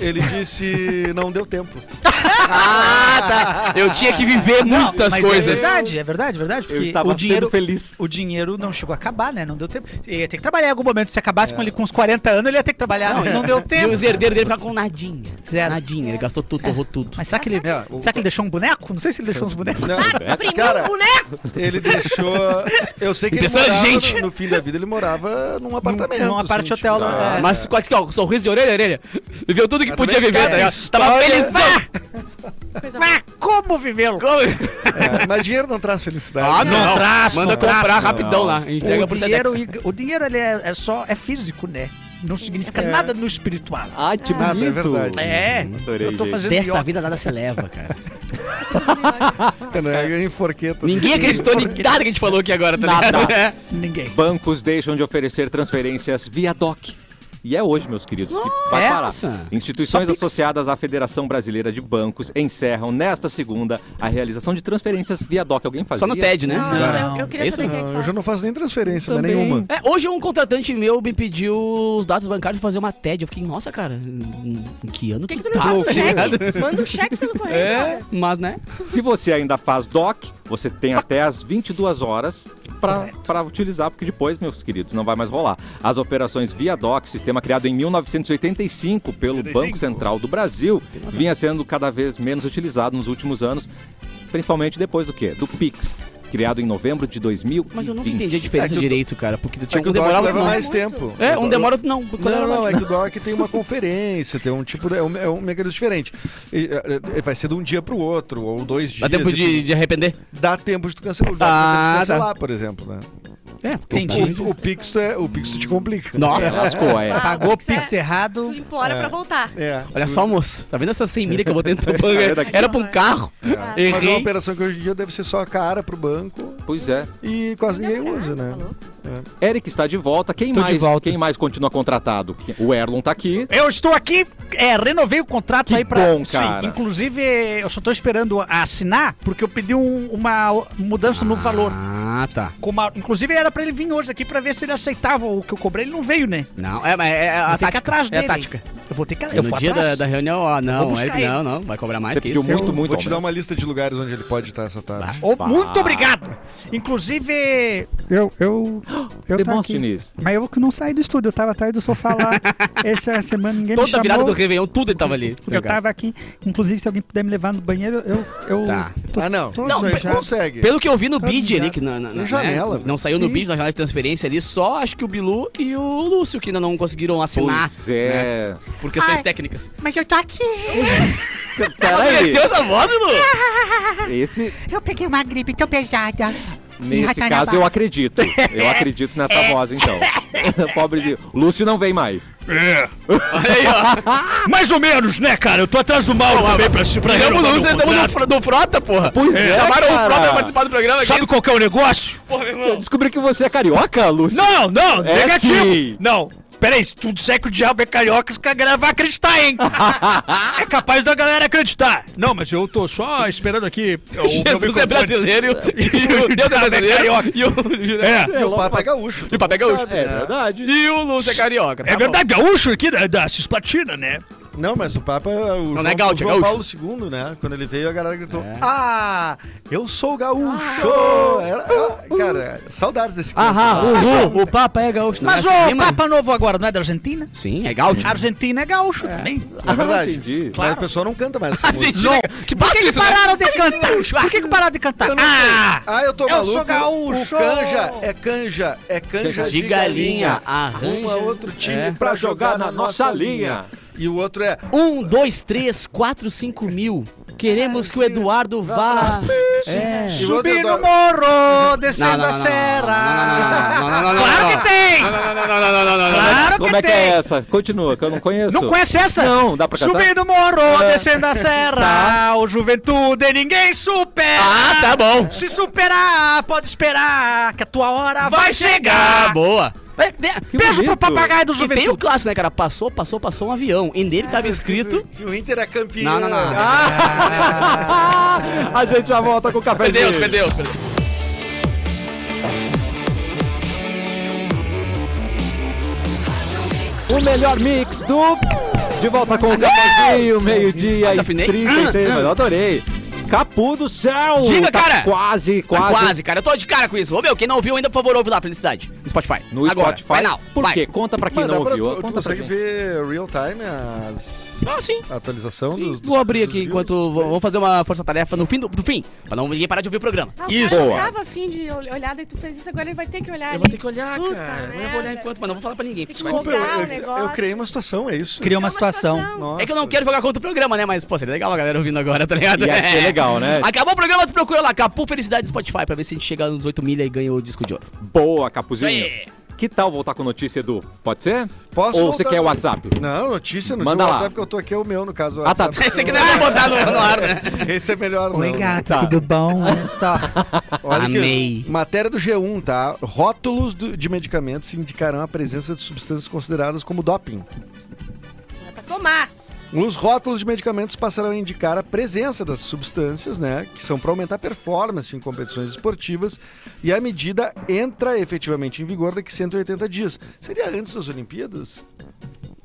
[SPEAKER 3] Ele disse, não deu tempo.
[SPEAKER 5] Ah, tá. Eu tinha que viver muitas
[SPEAKER 2] Mas É
[SPEAKER 5] coisas.
[SPEAKER 2] verdade, é verdade, é verdade.
[SPEAKER 1] Eu
[SPEAKER 2] Porque
[SPEAKER 1] estava
[SPEAKER 2] o dinheiro,
[SPEAKER 1] sendo feliz.
[SPEAKER 2] o dinheiro não chegou a acabar, né? Não deu tempo. Ele Ia ter que trabalhar em algum momento. Se acabasse com ele com uns 40 anos, ele ia ter que trabalhar. Não, não deu
[SPEAKER 5] E
[SPEAKER 2] tempo.
[SPEAKER 5] os herdeiros dele ficaram com nadinha.
[SPEAKER 2] Zero.
[SPEAKER 5] Nadinha. Ele gastou tudo, torrou tudo.
[SPEAKER 2] Mas será que ele.
[SPEAKER 3] É, o-
[SPEAKER 2] Será que ele deixou um boneco? Não sei se ele deixou uns bonecos.
[SPEAKER 3] Não,
[SPEAKER 5] é,
[SPEAKER 4] Imprimiu
[SPEAKER 3] Cara,
[SPEAKER 4] um boneco!
[SPEAKER 3] ele deixou. Eu sei que ele
[SPEAKER 5] Impressora de
[SPEAKER 3] morava
[SPEAKER 5] gente.
[SPEAKER 3] no, no fim da vida, ele morava num apartamento.
[SPEAKER 2] num aparte
[SPEAKER 3] assim,
[SPEAKER 2] hotel,
[SPEAKER 3] tipo,
[SPEAKER 2] né?
[SPEAKER 3] ah,
[SPEAKER 5] Mas quase que, ó, sorriso de orelha a orelha. Viveu tudo que
[SPEAKER 3] Mas
[SPEAKER 5] podia
[SPEAKER 3] também,
[SPEAKER 5] viver,
[SPEAKER 3] cara,
[SPEAKER 5] tá ligado?
[SPEAKER 3] história-
[SPEAKER 5] Tava felizão.
[SPEAKER 4] Coisa boa.
[SPEAKER 2] Ah, como vivê-lo?
[SPEAKER 3] é, mas dinheiro não traz felicidade.
[SPEAKER 5] Ah,
[SPEAKER 3] né?
[SPEAKER 5] não.
[SPEAKER 2] traz,
[SPEAKER 5] Manda
[SPEAKER 2] não traz,
[SPEAKER 5] comprar
[SPEAKER 1] não.
[SPEAKER 5] rapidão lá. Entrega
[SPEAKER 2] O
[SPEAKER 5] por
[SPEAKER 2] dinheiro,
[SPEAKER 5] Sedex.
[SPEAKER 2] o dinheiro ele é, é só é físico, né? Não significa
[SPEAKER 3] É.
[SPEAKER 2] nada no espiritual.
[SPEAKER 1] Ai, que
[SPEAKER 3] Nada, é
[SPEAKER 1] bonito.
[SPEAKER 3] verdade.
[SPEAKER 2] É,
[SPEAKER 1] Adorei,
[SPEAKER 2] eu tô
[SPEAKER 1] gente.
[SPEAKER 2] fazendo
[SPEAKER 5] Dessa
[SPEAKER 2] yoga.
[SPEAKER 5] vida nada se leva, cara.
[SPEAKER 3] Né? Em forqueta.
[SPEAKER 5] Ninguém acreditou em nada que a gente falou aqui agora, tá
[SPEAKER 1] Nada.
[SPEAKER 5] ligado? É.
[SPEAKER 2] ninguém.
[SPEAKER 1] Bancos deixam de oferecer transferências via DOC. E é hoje, meus queridos, que vai parar.
[SPEAKER 5] Nossa.
[SPEAKER 1] Instituições
[SPEAKER 2] Só Pix.
[SPEAKER 1] associadas à Federação Brasileira de Bancos encerram nesta segunda a realização de transferências via DOC. Alguém fazia?
[SPEAKER 5] Só no TED, né?
[SPEAKER 4] Não,
[SPEAKER 2] Não.
[SPEAKER 4] eu, eu queria
[SPEAKER 5] Isso
[SPEAKER 4] saber quem é que
[SPEAKER 3] Não, eu
[SPEAKER 4] faz.
[SPEAKER 3] já não faço nem transferência, né?
[SPEAKER 1] Também.
[SPEAKER 3] nenhuma.
[SPEAKER 5] É, hoje um contratante meu me pediu os dados bancários pra fazer uma TED. Eu fiquei, nossa, cara, em em que ano
[SPEAKER 4] Por que,
[SPEAKER 5] que,
[SPEAKER 4] que tu
[SPEAKER 5] tu
[SPEAKER 4] não
[SPEAKER 5] tá?
[SPEAKER 4] faz um
[SPEAKER 5] tá ligado?
[SPEAKER 4] cheque? Manda um cheque pelo correio,
[SPEAKER 5] É,
[SPEAKER 4] cara.
[SPEAKER 5] mas né?
[SPEAKER 1] Se você ainda faz DOC, você tem até as 22 horas para utilizar, porque depois, meus queridos, não vai mais rolar. As operações via DOC, sistema criado em 1985 pelo
[SPEAKER 3] 85?
[SPEAKER 1] Banco Central do Brasil, vinha sendo cada vez menos utilizado nos últimos anos, principalmente depois do quê? Do PIX, criado em novembro de 2020.
[SPEAKER 5] Mas É eu não entendi a diferença direito, cara, porque
[SPEAKER 3] É
[SPEAKER 5] tinha
[SPEAKER 3] que
[SPEAKER 5] um
[SPEAKER 3] o DOC
[SPEAKER 5] demorava
[SPEAKER 3] leva
[SPEAKER 5] não.
[SPEAKER 3] mais
[SPEAKER 4] Muito.
[SPEAKER 3] tempo.
[SPEAKER 5] É, um
[SPEAKER 3] O-
[SPEAKER 5] demora outro não. Quando era
[SPEAKER 3] Não, não,
[SPEAKER 5] mais-
[SPEAKER 3] é que o DOC tem uma conferência, tem um tipo. de- É um, é um mecanismo diferente. E, é, é, vai ser de um dia pro outro, ou dois
[SPEAKER 5] Dá
[SPEAKER 3] dias.
[SPEAKER 5] tempo de,
[SPEAKER 3] enfim.
[SPEAKER 5] de arrepender?
[SPEAKER 3] Dá tempo de tu cancelar, dá
[SPEAKER 5] Ah,
[SPEAKER 3] tempo de cancelar por exemplo, né?
[SPEAKER 5] É,
[SPEAKER 2] Entendi.
[SPEAKER 3] O, o Pix tu é, o Pix tu te complica.
[SPEAKER 5] Nossa,
[SPEAKER 1] Lascou, é.
[SPEAKER 2] Pagou o
[SPEAKER 4] Pix é-
[SPEAKER 2] pix errado.
[SPEAKER 4] Tu implora
[SPEAKER 3] É.
[SPEAKER 4] pra voltar.
[SPEAKER 3] É.
[SPEAKER 5] Olha
[SPEAKER 3] tu-
[SPEAKER 5] só, moço. Tá vendo essa 100 milha que eu botei no teu banco? Era pra um carro.
[SPEAKER 4] É.
[SPEAKER 3] Mas é uma
[SPEAKER 5] Errei.
[SPEAKER 3] operação que hoje em dia deve ser só a cara pro banco
[SPEAKER 1] Pois é.
[SPEAKER 3] e quase ninguém
[SPEAKER 4] Não,
[SPEAKER 3] usa, né?
[SPEAKER 4] tá louco.
[SPEAKER 1] Eric está de volta. Quem
[SPEAKER 5] Tô de
[SPEAKER 1] mais?
[SPEAKER 5] volta.
[SPEAKER 1] Quem mais continua contratado? O Erlon tá aqui.
[SPEAKER 2] Eu estou aqui, é, renovei o contrato
[SPEAKER 1] Que
[SPEAKER 2] aí pra.
[SPEAKER 1] bom, cara.
[SPEAKER 2] inclusive, eu só tô esperando assinar, porque eu pedi um- uma mudança no valor.
[SPEAKER 5] Ah, tá.
[SPEAKER 2] Com uma- inclusive, era pra ele vir hoje aqui pra ver se ele aceitava o que eu cobrei. Ele não veio, né?
[SPEAKER 5] Não, é, mas é, é
[SPEAKER 2] Vou
[SPEAKER 5] a
[SPEAKER 2] ter que ir
[SPEAKER 5] tática.
[SPEAKER 2] atrás
[SPEAKER 5] é
[SPEAKER 2] dele.
[SPEAKER 5] a tática.
[SPEAKER 2] Eu vou ter que eu
[SPEAKER 5] no
[SPEAKER 2] vou
[SPEAKER 5] dia da,
[SPEAKER 2] atrás.
[SPEAKER 5] da reunião, ó,
[SPEAKER 2] vou
[SPEAKER 5] não,
[SPEAKER 2] buscar
[SPEAKER 5] Eric,
[SPEAKER 2] ele.
[SPEAKER 5] não, não, vai cobrar mais
[SPEAKER 1] Você
[SPEAKER 5] que
[SPEAKER 1] pediu
[SPEAKER 5] isso.
[SPEAKER 1] muito, muito.
[SPEAKER 3] Vou te
[SPEAKER 1] aumento.
[SPEAKER 3] dar uma lista de lugares onde ele pode estar essa tarde.
[SPEAKER 2] Ô, muito obrigado. Inclusive,
[SPEAKER 8] Eu, eu, eu tô aqui.
[SPEAKER 1] Demóstenes.
[SPEAKER 8] Mas eu que não saí do estúdio, eu tava atrás do sofá lá. Essa semana ninguém me
[SPEAKER 5] Toda
[SPEAKER 8] chamou.
[SPEAKER 5] virada do Réveillon, tudo ele tava ali.
[SPEAKER 8] Porque eu tava aqui. Inclusive, se alguém puder me levar no banheiro, eu. eu
[SPEAKER 5] Tá.
[SPEAKER 8] tô-
[SPEAKER 3] ah, não.
[SPEAKER 8] tô-
[SPEAKER 3] Isso aí
[SPEAKER 8] tô-
[SPEAKER 3] já consegue.
[SPEAKER 5] Pelo que eu vi no
[SPEAKER 8] Tá
[SPEAKER 5] bid ali,
[SPEAKER 8] ligado.
[SPEAKER 5] que na, na-
[SPEAKER 3] Tem
[SPEAKER 5] né,
[SPEAKER 3] janela,
[SPEAKER 5] não saiu no bid, na janela de transferência ali, só acho que o Bilu e o Lúcio que ainda não conseguiram assinar
[SPEAKER 1] Pois é.
[SPEAKER 5] por questões
[SPEAKER 4] Ai.
[SPEAKER 5] técnicas.
[SPEAKER 4] Mas eu tô aqui.
[SPEAKER 1] Peraí,
[SPEAKER 5] Apareceu essa voz, Bilu?
[SPEAKER 1] esse,
[SPEAKER 9] Eu peguei uma gripe tão pesada.
[SPEAKER 1] nesse
[SPEAKER 9] Ratanabá.
[SPEAKER 1] caso, eu acredito. Eu acredito nessa voz, então. Pobre de... Lúcio não vem mais.
[SPEAKER 5] Olha aí, ó.
[SPEAKER 10] Mais ou menos, né, cara? Eu tô atrás do Mauro também pra se pra renovar
[SPEAKER 5] Pegamos o
[SPEAKER 10] meu
[SPEAKER 5] Lúcio, estamos no,
[SPEAKER 10] contrato.
[SPEAKER 5] Fro- no Frota, porra.
[SPEAKER 1] Pois é,
[SPEAKER 5] Chamaram o Frota
[SPEAKER 1] cara.
[SPEAKER 5] pra participar do programa. que
[SPEAKER 10] Sabe
[SPEAKER 5] isso?
[SPEAKER 10] qual que é o negócio?
[SPEAKER 5] Porra, meu
[SPEAKER 1] Eu
[SPEAKER 5] irmão.
[SPEAKER 1] descobri que você é carioca, Lúcio.
[SPEAKER 10] Não, não,
[SPEAKER 1] É
[SPEAKER 10] negativo.
[SPEAKER 1] sim.
[SPEAKER 10] Não. Peraí, se tu disser que o diabo é carioca, os caras vai acreditar, hein? é capaz da galera acreditar. Não, mas eu tô só esperando aqui. o meu
[SPEAKER 5] Jesus é
[SPEAKER 10] microfone.
[SPEAKER 5] brasileiro e o, e o Deus é brasileiro e o,
[SPEAKER 10] É.
[SPEAKER 3] E o papo é gaúcho.
[SPEAKER 5] E o papo é gaúcho.
[SPEAKER 3] Sabe,
[SPEAKER 1] É
[SPEAKER 3] né?
[SPEAKER 1] verdade.
[SPEAKER 5] e o Lúcio é carioca. tá
[SPEAKER 10] É
[SPEAKER 5] bom.
[SPEAKER 10] verdade, gaúcho aqui da, da Cisplatina, né?
[SPEAKER 3] Não, mas o Papa, o
[SPEAKER 5] Não,
[SPEAKER 3] João,
[SPEAKER 5] não é gaúcho, é
[SPEAKER 3] o João
[SPEAKER 5] gaúcho.
[SPEAKER 3] Paulo II, né? Quando ele veio, a galera gritou:
[SPEAKER 5] É.
[SPEAKER 3] Ah, eu sou gaúcho! Era- cara, saudades desse cara.
[SPEAKER 5] Aham, uhul, o Papa é gaúcho. Não
[SPEAKER 2] Mas
[SPEAKER 5] é assim,
[SPEAKER 2] o
[SPEAKER 5] mano?
[SPEAKER 2] Papa Novo agora não é da Argentina?
[SPEAKER 5] Sim, é gaúcho.
[SPEAKER 2] Argentina é gaúcho também.
[SPEAKER 3] É verdade.
[SPEAKER 1] entendi.
[SPEAKER 3] Mas o pessoal não canta mais essa música.
[SPEAKER 5] Argentina, que
[SPEAKER 2] Por
[SPEAKER 5] passa
[SPEAKER 2] que, que
[SPEAKER 5] isso, né?
[SPEAKER 2] pararam de cantar? Por que, que pararam de cantar?
[SPEAKER 3] Eu não sei.
[SPEAKER 2] Ah!
[SPEAKER 3] Ah, eu tô
[SPEAKER 2] eu
[SPEAKER 3] maluco.
[SPEAKER 2] sou gaúcho.
[SPEAKER 3] O canja é canja, é canja de,
[SPEAKER 5] De galinha,
[SPEAKER 3] galinha.
[SPEAKER 5] arranja-
[SPEAKER 3] Arruma outro time
[SPEAKER 5] É.
[SPEAKER 3] pra jogar na nossa linha. E o outro é.
[SPEAKER 5] Um, dois, três, quatro, cinco mil. Queremos que o Eduardo vá. É.
[SPEAKER 3] E o outro é
[SPEAKER 2] Subi no
[SPEAKER 3] do-
[SPEAKER 2] morro, descendo
[SPEAKER 5] Não, não,
[SPEAKER 2] a
[SPEAKER 5] não, não,
[SPEAKER 2] serra.
[SPEAKER 5] não, não, não, não, não, não, não, não,
[SPEAKER 2] Claro
[SPEAKER 5] não.
[SPEAKER 2] que tem!
[SPEAKER 7] Não, não, não, não, não, não, não, não, não.
[SPEAKER 2] Claro que
[SPEAKER 1] Como é que
[SPEAKER 2] tem!
[SPEAKER 1] é essa? Continua, que eu não conheço.
[SPEAKER 2] Não conhece essa?
[SPEAKER 1] Não, dá pra cantar?
[SPEAKER 2] Subi no morro, descendo a serra. O juventude ninguém supera.
[SPEAKER 5] Ah, tá bom.
[SPEAKER 2] Se superar, pode esperar, que a tua hora vai,
[SPEAKER 5] Ah,
[SPEAKER 2] chegar.
[SPEAKER 5] boa. É,
[SPEAKER 2] Beijo
[SPEAKER 1] bonito.
[SPEAKER 2] pro papagaio do
[SPEAKER 5] E tem o
[SPEAKER 2] juventude.
[SPEAKER 5] clássico, né, cara? Passou, passou, passou um avião. E nele tava escrito.
[SPEAKER 3] Que o Inter é campeão. Ah,
[SPEAKER 5] Não, não, não.
[SPEAKER 1] a gente já volta com o café.
[SPEAKER 7] Perdeu, perdeu, perdeu.
[SPEAKER 1] O melhor mix do. De volta com o cafezinho, meio-dia
[SPEAKER 5] Mas
[SPEAKER 1] e
[SPEAKER 5] afinei?
[SPEAKER 1] 36, mas eu adorei. Capu do céu!
[SPEAKER 5] Diga,
[SPEAKER 1] Tá
[SPEAKER 5] cara!
[SPEAKER 1] Quase,
[SPEAKER 5] Tá
[SPEAKER 1] quase.
[SPEAKER 5] quase, cara. Eu tô de cara com isso. Ô, meu, quem não ouviu ainda, por favor, ouve lá, Felicidade. No Spotify.
[SPEAKER 1] No
[SPEAKER 5] Agora,
[SPEAKER 1] Spotify.
[SPEAKER 5] Vai now,
[SPEAKER 1] Por
[SPEAKER 5] vai.
[SPEAKER 1] quê? Conta pra quem
[SPEAKER 3] Mas dá
[SPEAKER 1] não
[SPEAKER 3] pra
[SPEAKER 1] ouviu.
[SPEAKER 3] tu, tu
[SPEAKER 1] Conta pra
[SPEAKER 3] consegue
[SPEAKER 1] gente.
[SPEAKER 3] ver real time as,
[SPEAKER 5] Ah, sim.
[SPEAKER 3] a atualização
[SPEAKER 5] Sim,
[SPEAKER 3] Um dos, dos.
[SPEAKER 5] Vou abrir aqui
[SPEAKER 3] dos
[SPEAKER 5] enquanto.
[SPEAKER 3] views?
[SPEAKER 5] Vou vou fazer uma força-tarefa no fim do, do fim. Pra não ninguém parar de ouvir o programa.
[SPEAKER 4] Ah, o
[SPEAKER 1] Isso.
[SPEAKER 4] cara não
[SPEAKER 1] Boa.
[SPEAKER 4] tava afim de ol- olhar, daí tu fez isso, agora ele vai ter que olhar
[SPEAKER 5] Eu
[SPEAKER 4] ali.
[SPEAKER 5] vou ter que olhar,
[SPEAKER 4] Puta
[SPEAKER 5] cara. Eu
[SPEAKER 4] merda. É
[SPEAKER 5] vou olhar enquanto, mas não vou falar pra ninguém. porque isso vai-
[SPEAKER 3] Desculpa, é eu,
[SPEAKER 4] Comprar o
[SPEAKER 3] eu, eu
[SPEAKER 4] negócio.
[SPEAKER 3] criei uma situação, é isso?
[SPEAKER 2] Criou uma
[SPEAKER 4] É
[SPEAKER 2] situação.
[SPEAKER 3] Nossa.
[SPEAKER 5] É que eu não quero jogar contra o programa, né? Mas, pô, seria legal a galera ouvindo agora, tá ligado?
[SPEAKER 1] Ia ser legal,
[SPEAKER 3] é.
[SPEAKER 1] né?
[SPEAKER 5] Acabou o programa, tu procura lá, Capu Felicidade do Spotify, pra ver se a gente chega nos 8 milha e ganha o disco de ouro.
[SPEAKER 1] Boa, Capuzinho.
[SPEAKER 5] Isso aí.
[SPEAKER 1] Que tal voltar com notícia, Edu? Pode ser?
[SPEAKER 3] Posso
[SPEAKER 1] Ou você
[SPEAKER 3] voltar
[SPEAKER 1] quer o
[SPEAKER 3] com-
[SPEAKER 1] WhatsApp?
[SPEAKER 3] Não, notícia no
[SPEAKER 1] Manda lá.
[SPEAKER 3] WhatsApp que eu tô aqui é o meu, no caso. o
[SPEAKER 1] Ah, tá.
[SPEAKER 3] WhatsApp.
[SPEAKER 5] Esse aqui não é pra botar no, no ar, né?
[SPEAKER 3] Esse é melhor não.
[SPEAKER 2] Oi, gato,
[SPEAKER 1] Tá.
[SPEAKER 2] tudo bom? Olha só.
[SPEAKER 3] Olha aqui,
[SPEAKER 5] Amei.
[SPEAKER 3] matéria do G1, tá? Rótulos do- de medicamentos indicarão a presença de substâncias consideradas como doping.
[SPEAKER 4] É pra tomar.
[SPEAKER 3] Os rótulos de medicamentos passarão a indicar a presença das substâncias, né? Que são para aumentar a performance em competições esportivas. E a medida entra efetivamente em vigor daqui 180 dias. Seria antes das Olimpíadas?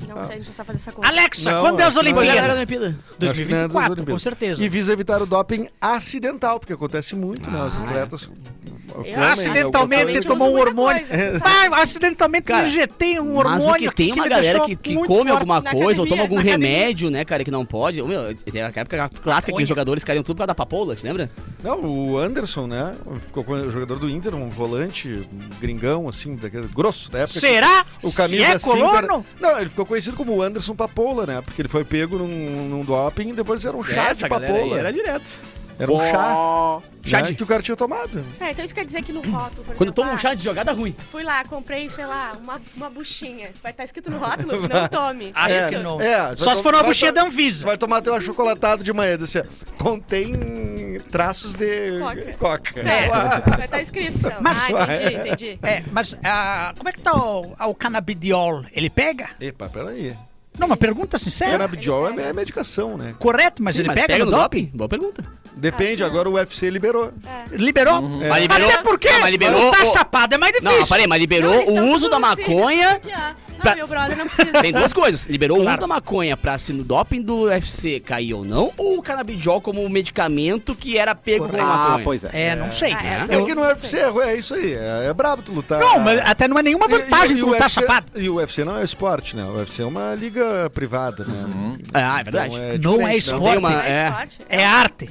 [SPEAKER 4] Não
[SPEAKER 5] Ah.
[SPEAKER 4] sei, a gente vai fazer essa conta.
[SPEAKER 2] Alexa,
[SPEAKER 3] Não,
[SPEAKER 2] quando é as
[SPEAKER 3] acho que não.
[SPEAKER 2] Olimpíadas?
[SPEAKER 5] Olimpíada.
[SPEAKER 3] Acho que não é antes das
[SPEAKER 2] 2024, com
[SPEAKER 3] Olimpíadas.
[SPEAKER 2] certeza.
[SPEAKER 3] E visa evitar o doping acidental, porque acontece muito, né?
[SPEAKER 2] Ah,
[SPEAKER 3] Os atletas.
[SPEAKER 2] é.
[SPEAKER 3] né,
[SPEAKER 4] Eu-
[SPEAKER 3] comem
[SPEAKER 2] Acidentalmente
[SPEAKER 3] alguma coisa.
[SPEAKER 2] tomou um
[SPEAKER 4] muita
[SPEAKER 2] hormônio.
[SPEAKER 4] coisa, você sabe.
[SPEAKER 2] Bah, eu acidentalmente
[SPEAKER 5] assim. Cara,
[SPEAKER 2] me injetei um
[SPEAKER 5] Mas
[SPEAKER 2] hormônio.
[SPEAKER 5] o que tem é
[SPEAKER 2] me
[SPEAKER 5] uma galera
[SPEAKER 2] deixou
[SPEAKER 5] que, que
[SPEAKER 2] muito
[SPEAKER 5] come
[SPEAKER 2] forte.
[SPEAKER 5] alguma
[SPEAKER 4] na
[SPEAKER 5] coisa ou
[SPEAKER 4] academia,
[SPEAKER 5] toma algum
[SPEAKER 4] na academia.
[SPEAKER 5] remédio, né, cara, que não pode. Ô, Meu, tem a época clássica que os jogadores caíram tudo pra dar papoula, te lembra?
[SPEAKER 3] Não, o Anderson, né? Ficou com o jogador do Inter, um volante um gringão, assim, daquele grosso da época.
[SPEAKER 2] Será?
[SPEAKER 3] O
[SPEAKER 2] Se
[SPEAKER 3] camisa
[SPEAKER 2] é
[SPEAKER 3] cinco
[SPEAKER 2] colono?
[SPEAKER 3] era- Não, ele ficou conhecido como Anderson Papola, né? Porque ele foi pego num, num doping e depois era um chá de
[SPEAKER 5] galera aí
[SPEAKER 3] papola.
[SPEAKER 5] era
[SPEAKER 3] Era...
[SPEAKER 5] direto.
[SPEAKER 3] um chá.
[SPEAKER 5] Chá
[SPEAKER 3] né,
[SPEAKER 5] de-
[SPEAKER 3] Que o cara tinha tomado.
[SPEAKER 4] É, então isso quer dizer que no rótulo, por
[SPEAKER 5] Quando
[SPEAKER 4] exemplo,
[SPEAKER 5] toma um
[SPEAKER 4] ah,
[SPEAKER 5] chá de jogada ruim.
[SPEAKER 4] Fui lá, comprei, sei lá, uma, uma buchinha. Vai estar escrito no rótulo, não tome.
[SPEAKER 2] Acho
[SPEAKER 4] É
[SPEAKER 2] que
[SPEAKER 4] isso.
[SPEAKER 2] não.
[SPEAKER 3] É,
[SPEAKER 2] Só
[SPEAKER 3] vai
[SPEAKER 2] se for uma
[SPEAKER 3] tomar-
[SPEAKER 2] buchinha
[SPEAKER 3] vai-
[SPEAKER 2] da Anvisa.
[SPEAKER 3] Vai tomar teu achocolatado de manhã, disse, assim, ó, contém traços de
[SPEAKER 4] Coca.
[SPEAKER 3] coca.
[SPEAKER 4] É,
[SPEAKER 3] Ah,
[SPEAKER 4] vai estar escrito, então.
[SPEAKER 2] Mas-
[SPEAKER 4] ah, entendi, entendi.
[SPEAKER 2] É, mas ah, como é que tá o, o canabidiol? Ele pega?
[SPEAKER 3] Epa, peraí.
[SPEAKER 2] Não, uma pergunta sincera.
[SPEAKER 3] Canabidiol é, é medicação, né?
[SPEAKER 2] Correto, mas
[SPEAKER 5] Sim,
[SPEAKER 2] ele pega, no doping?
[SPEAKER 5] doping? Boa pergunta.
[SPEAKER 4] Ah,
[SPEAKER 3] Depende, agora o UFC liberou.
[SPEAKER 2] Liberou?
[SPEAKER 3] É.
[SPEAKER 5] Mas liberou-
[SPEAKER 2] Até porque
[SPEAKER 5] Não, mas liberou
[SPEAKER 2] tá
[SPEAKER 5] o-
[SPEAKER 2] chapado é mais difícil.
[SPEAKER 5] Não, mas parei, mas
[SPEAKER 4] Não,
[SPEAKER 5] liberou
[SPEAKER 4] eles tão
[SPEAKER 5] o uso
[SPEAKER 4] tudo
[SPEAKER 5] da
[SPEAKER 4] assim,
[SPEAKER 5] maconha.
[SPEAKER 4] aqui, ó. Ah,
[SPEAKER 5] pra-
[SPEAKER 4] meu brother, não precisa.
[SPEAKER 5] Tem duas coisas. Liberou o
[SPEAKER 2] Claro.
[SPEAKER 5] uso da maconha pra se no doping do UFC cair ou não, ou o canabidiol como medicamento que era pego com a
[SPEAKER 1] Ah,
[SPEAKER 5] maconha.
[SPEAKER 1] pois é.
[SPEAKER 2] É, não sei.
[SPEAKER 4] Ah,
[SPEAKER 2] né?
[SPEAKER 4] é.
[SPEAKER 3] É
[SPEAKER 2] Eu-
[SPEAKER 3] que no UFC é isso aí. É, é brabo tu lutar.
[SPEAKER 2] Não, mas até não é nenhuma vantagem tu
[SPEAKER 3] o
[SPEAKER 2] lutar
[SPEAKER 3] UFC
[SPEAKER 2] chapado.
[SPEAKER 3] E o UFC não é esporte, né? O UFC é uma liga privada, né?
[SPEAKER 5] Ah, é
[SPEAKER 3] Então
[SPEAKER 5] verdade.
[SPEAKER 2] Não é
[SPEAKER 3] diferente,
[SPEAKER 2] esporte.
[SPEAKER 5] tem uma-
[SPEAKER 4] Não é
[SPEAKER 5] é.
[SPEAKER 4] esporte.
[SPEAKER 2] É arte.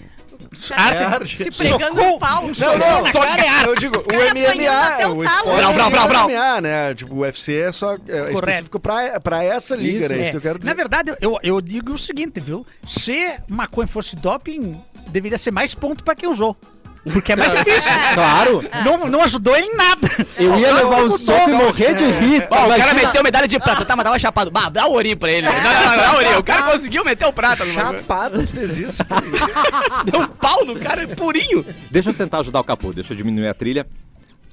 [SPEAKER 4] Tá
[SPEAKER 2] Arte.
[SPEAKER 3] É arte.
[SPEAKER 4] Se pregando
[SPEAKER 2] Socorro.
[SPEAKER 4] no pau.
[SPEAKER 3] Não, não,
[SPEAKER 2] Só que é arte.
[SPEAKER 3] eu digo,
[SPEAKER 4] Os
[SPEAKER 3] o
[SPEAKER 4] caras apanhando
[SPEAKER 3] MMA,
[SPEAKER 4] até
[SPEAKER 3] é
[SPEAKER 4] o talo.
[SPEAKER 3] o esporte
[SPEAKER 5] Brau, brau,
[SPEAKER 3] é o
[SPEAKER 5] brau.
[SPEAKER 3] MMA, né? Tipo, o UFC é só é
[SPEAKER 2] Correto.
[SPEAKER 3] específico pra, pra essa liga,
[SPEAKER 1] Isso,
[SPEAKER 3] né?
[SPEAKER 2] É.
[SPEAKER 3] Isso que eu quero dizer.
[SPEAKER 2] Na verdade, eu, eu digo o seguinte, viu? Se maconha fosse doping, deveria ser mais ponto pra quem usou. Porque é mais difícil.
[SPEAKER 1] Claro.
[SPEAKER 2] Não, não ajudou em nada.
[SPEAKER 1] Eu ia levar um soco e morrer de rir.
[SPEAKER 5] Ó, o cara
[SPEAKER 1] Imagina-
[SPEAKER 5] meteu medalha de prata, tá, mas tava chapado. Bah, dá
[SPEAKER 2] um
[SPEAKER 5] o ori pra ele. Não, não, não, dá o ori. O cara conseguiu meter o prata no bagulho.
[SPEAKER 3] Chapado fez isso.
[SPEAKER 5] Deu um pau no cara purinho.
[SPEAKER 1] Deixa eu tentar ajudar o Capu, deixa eu diminuir a trilha.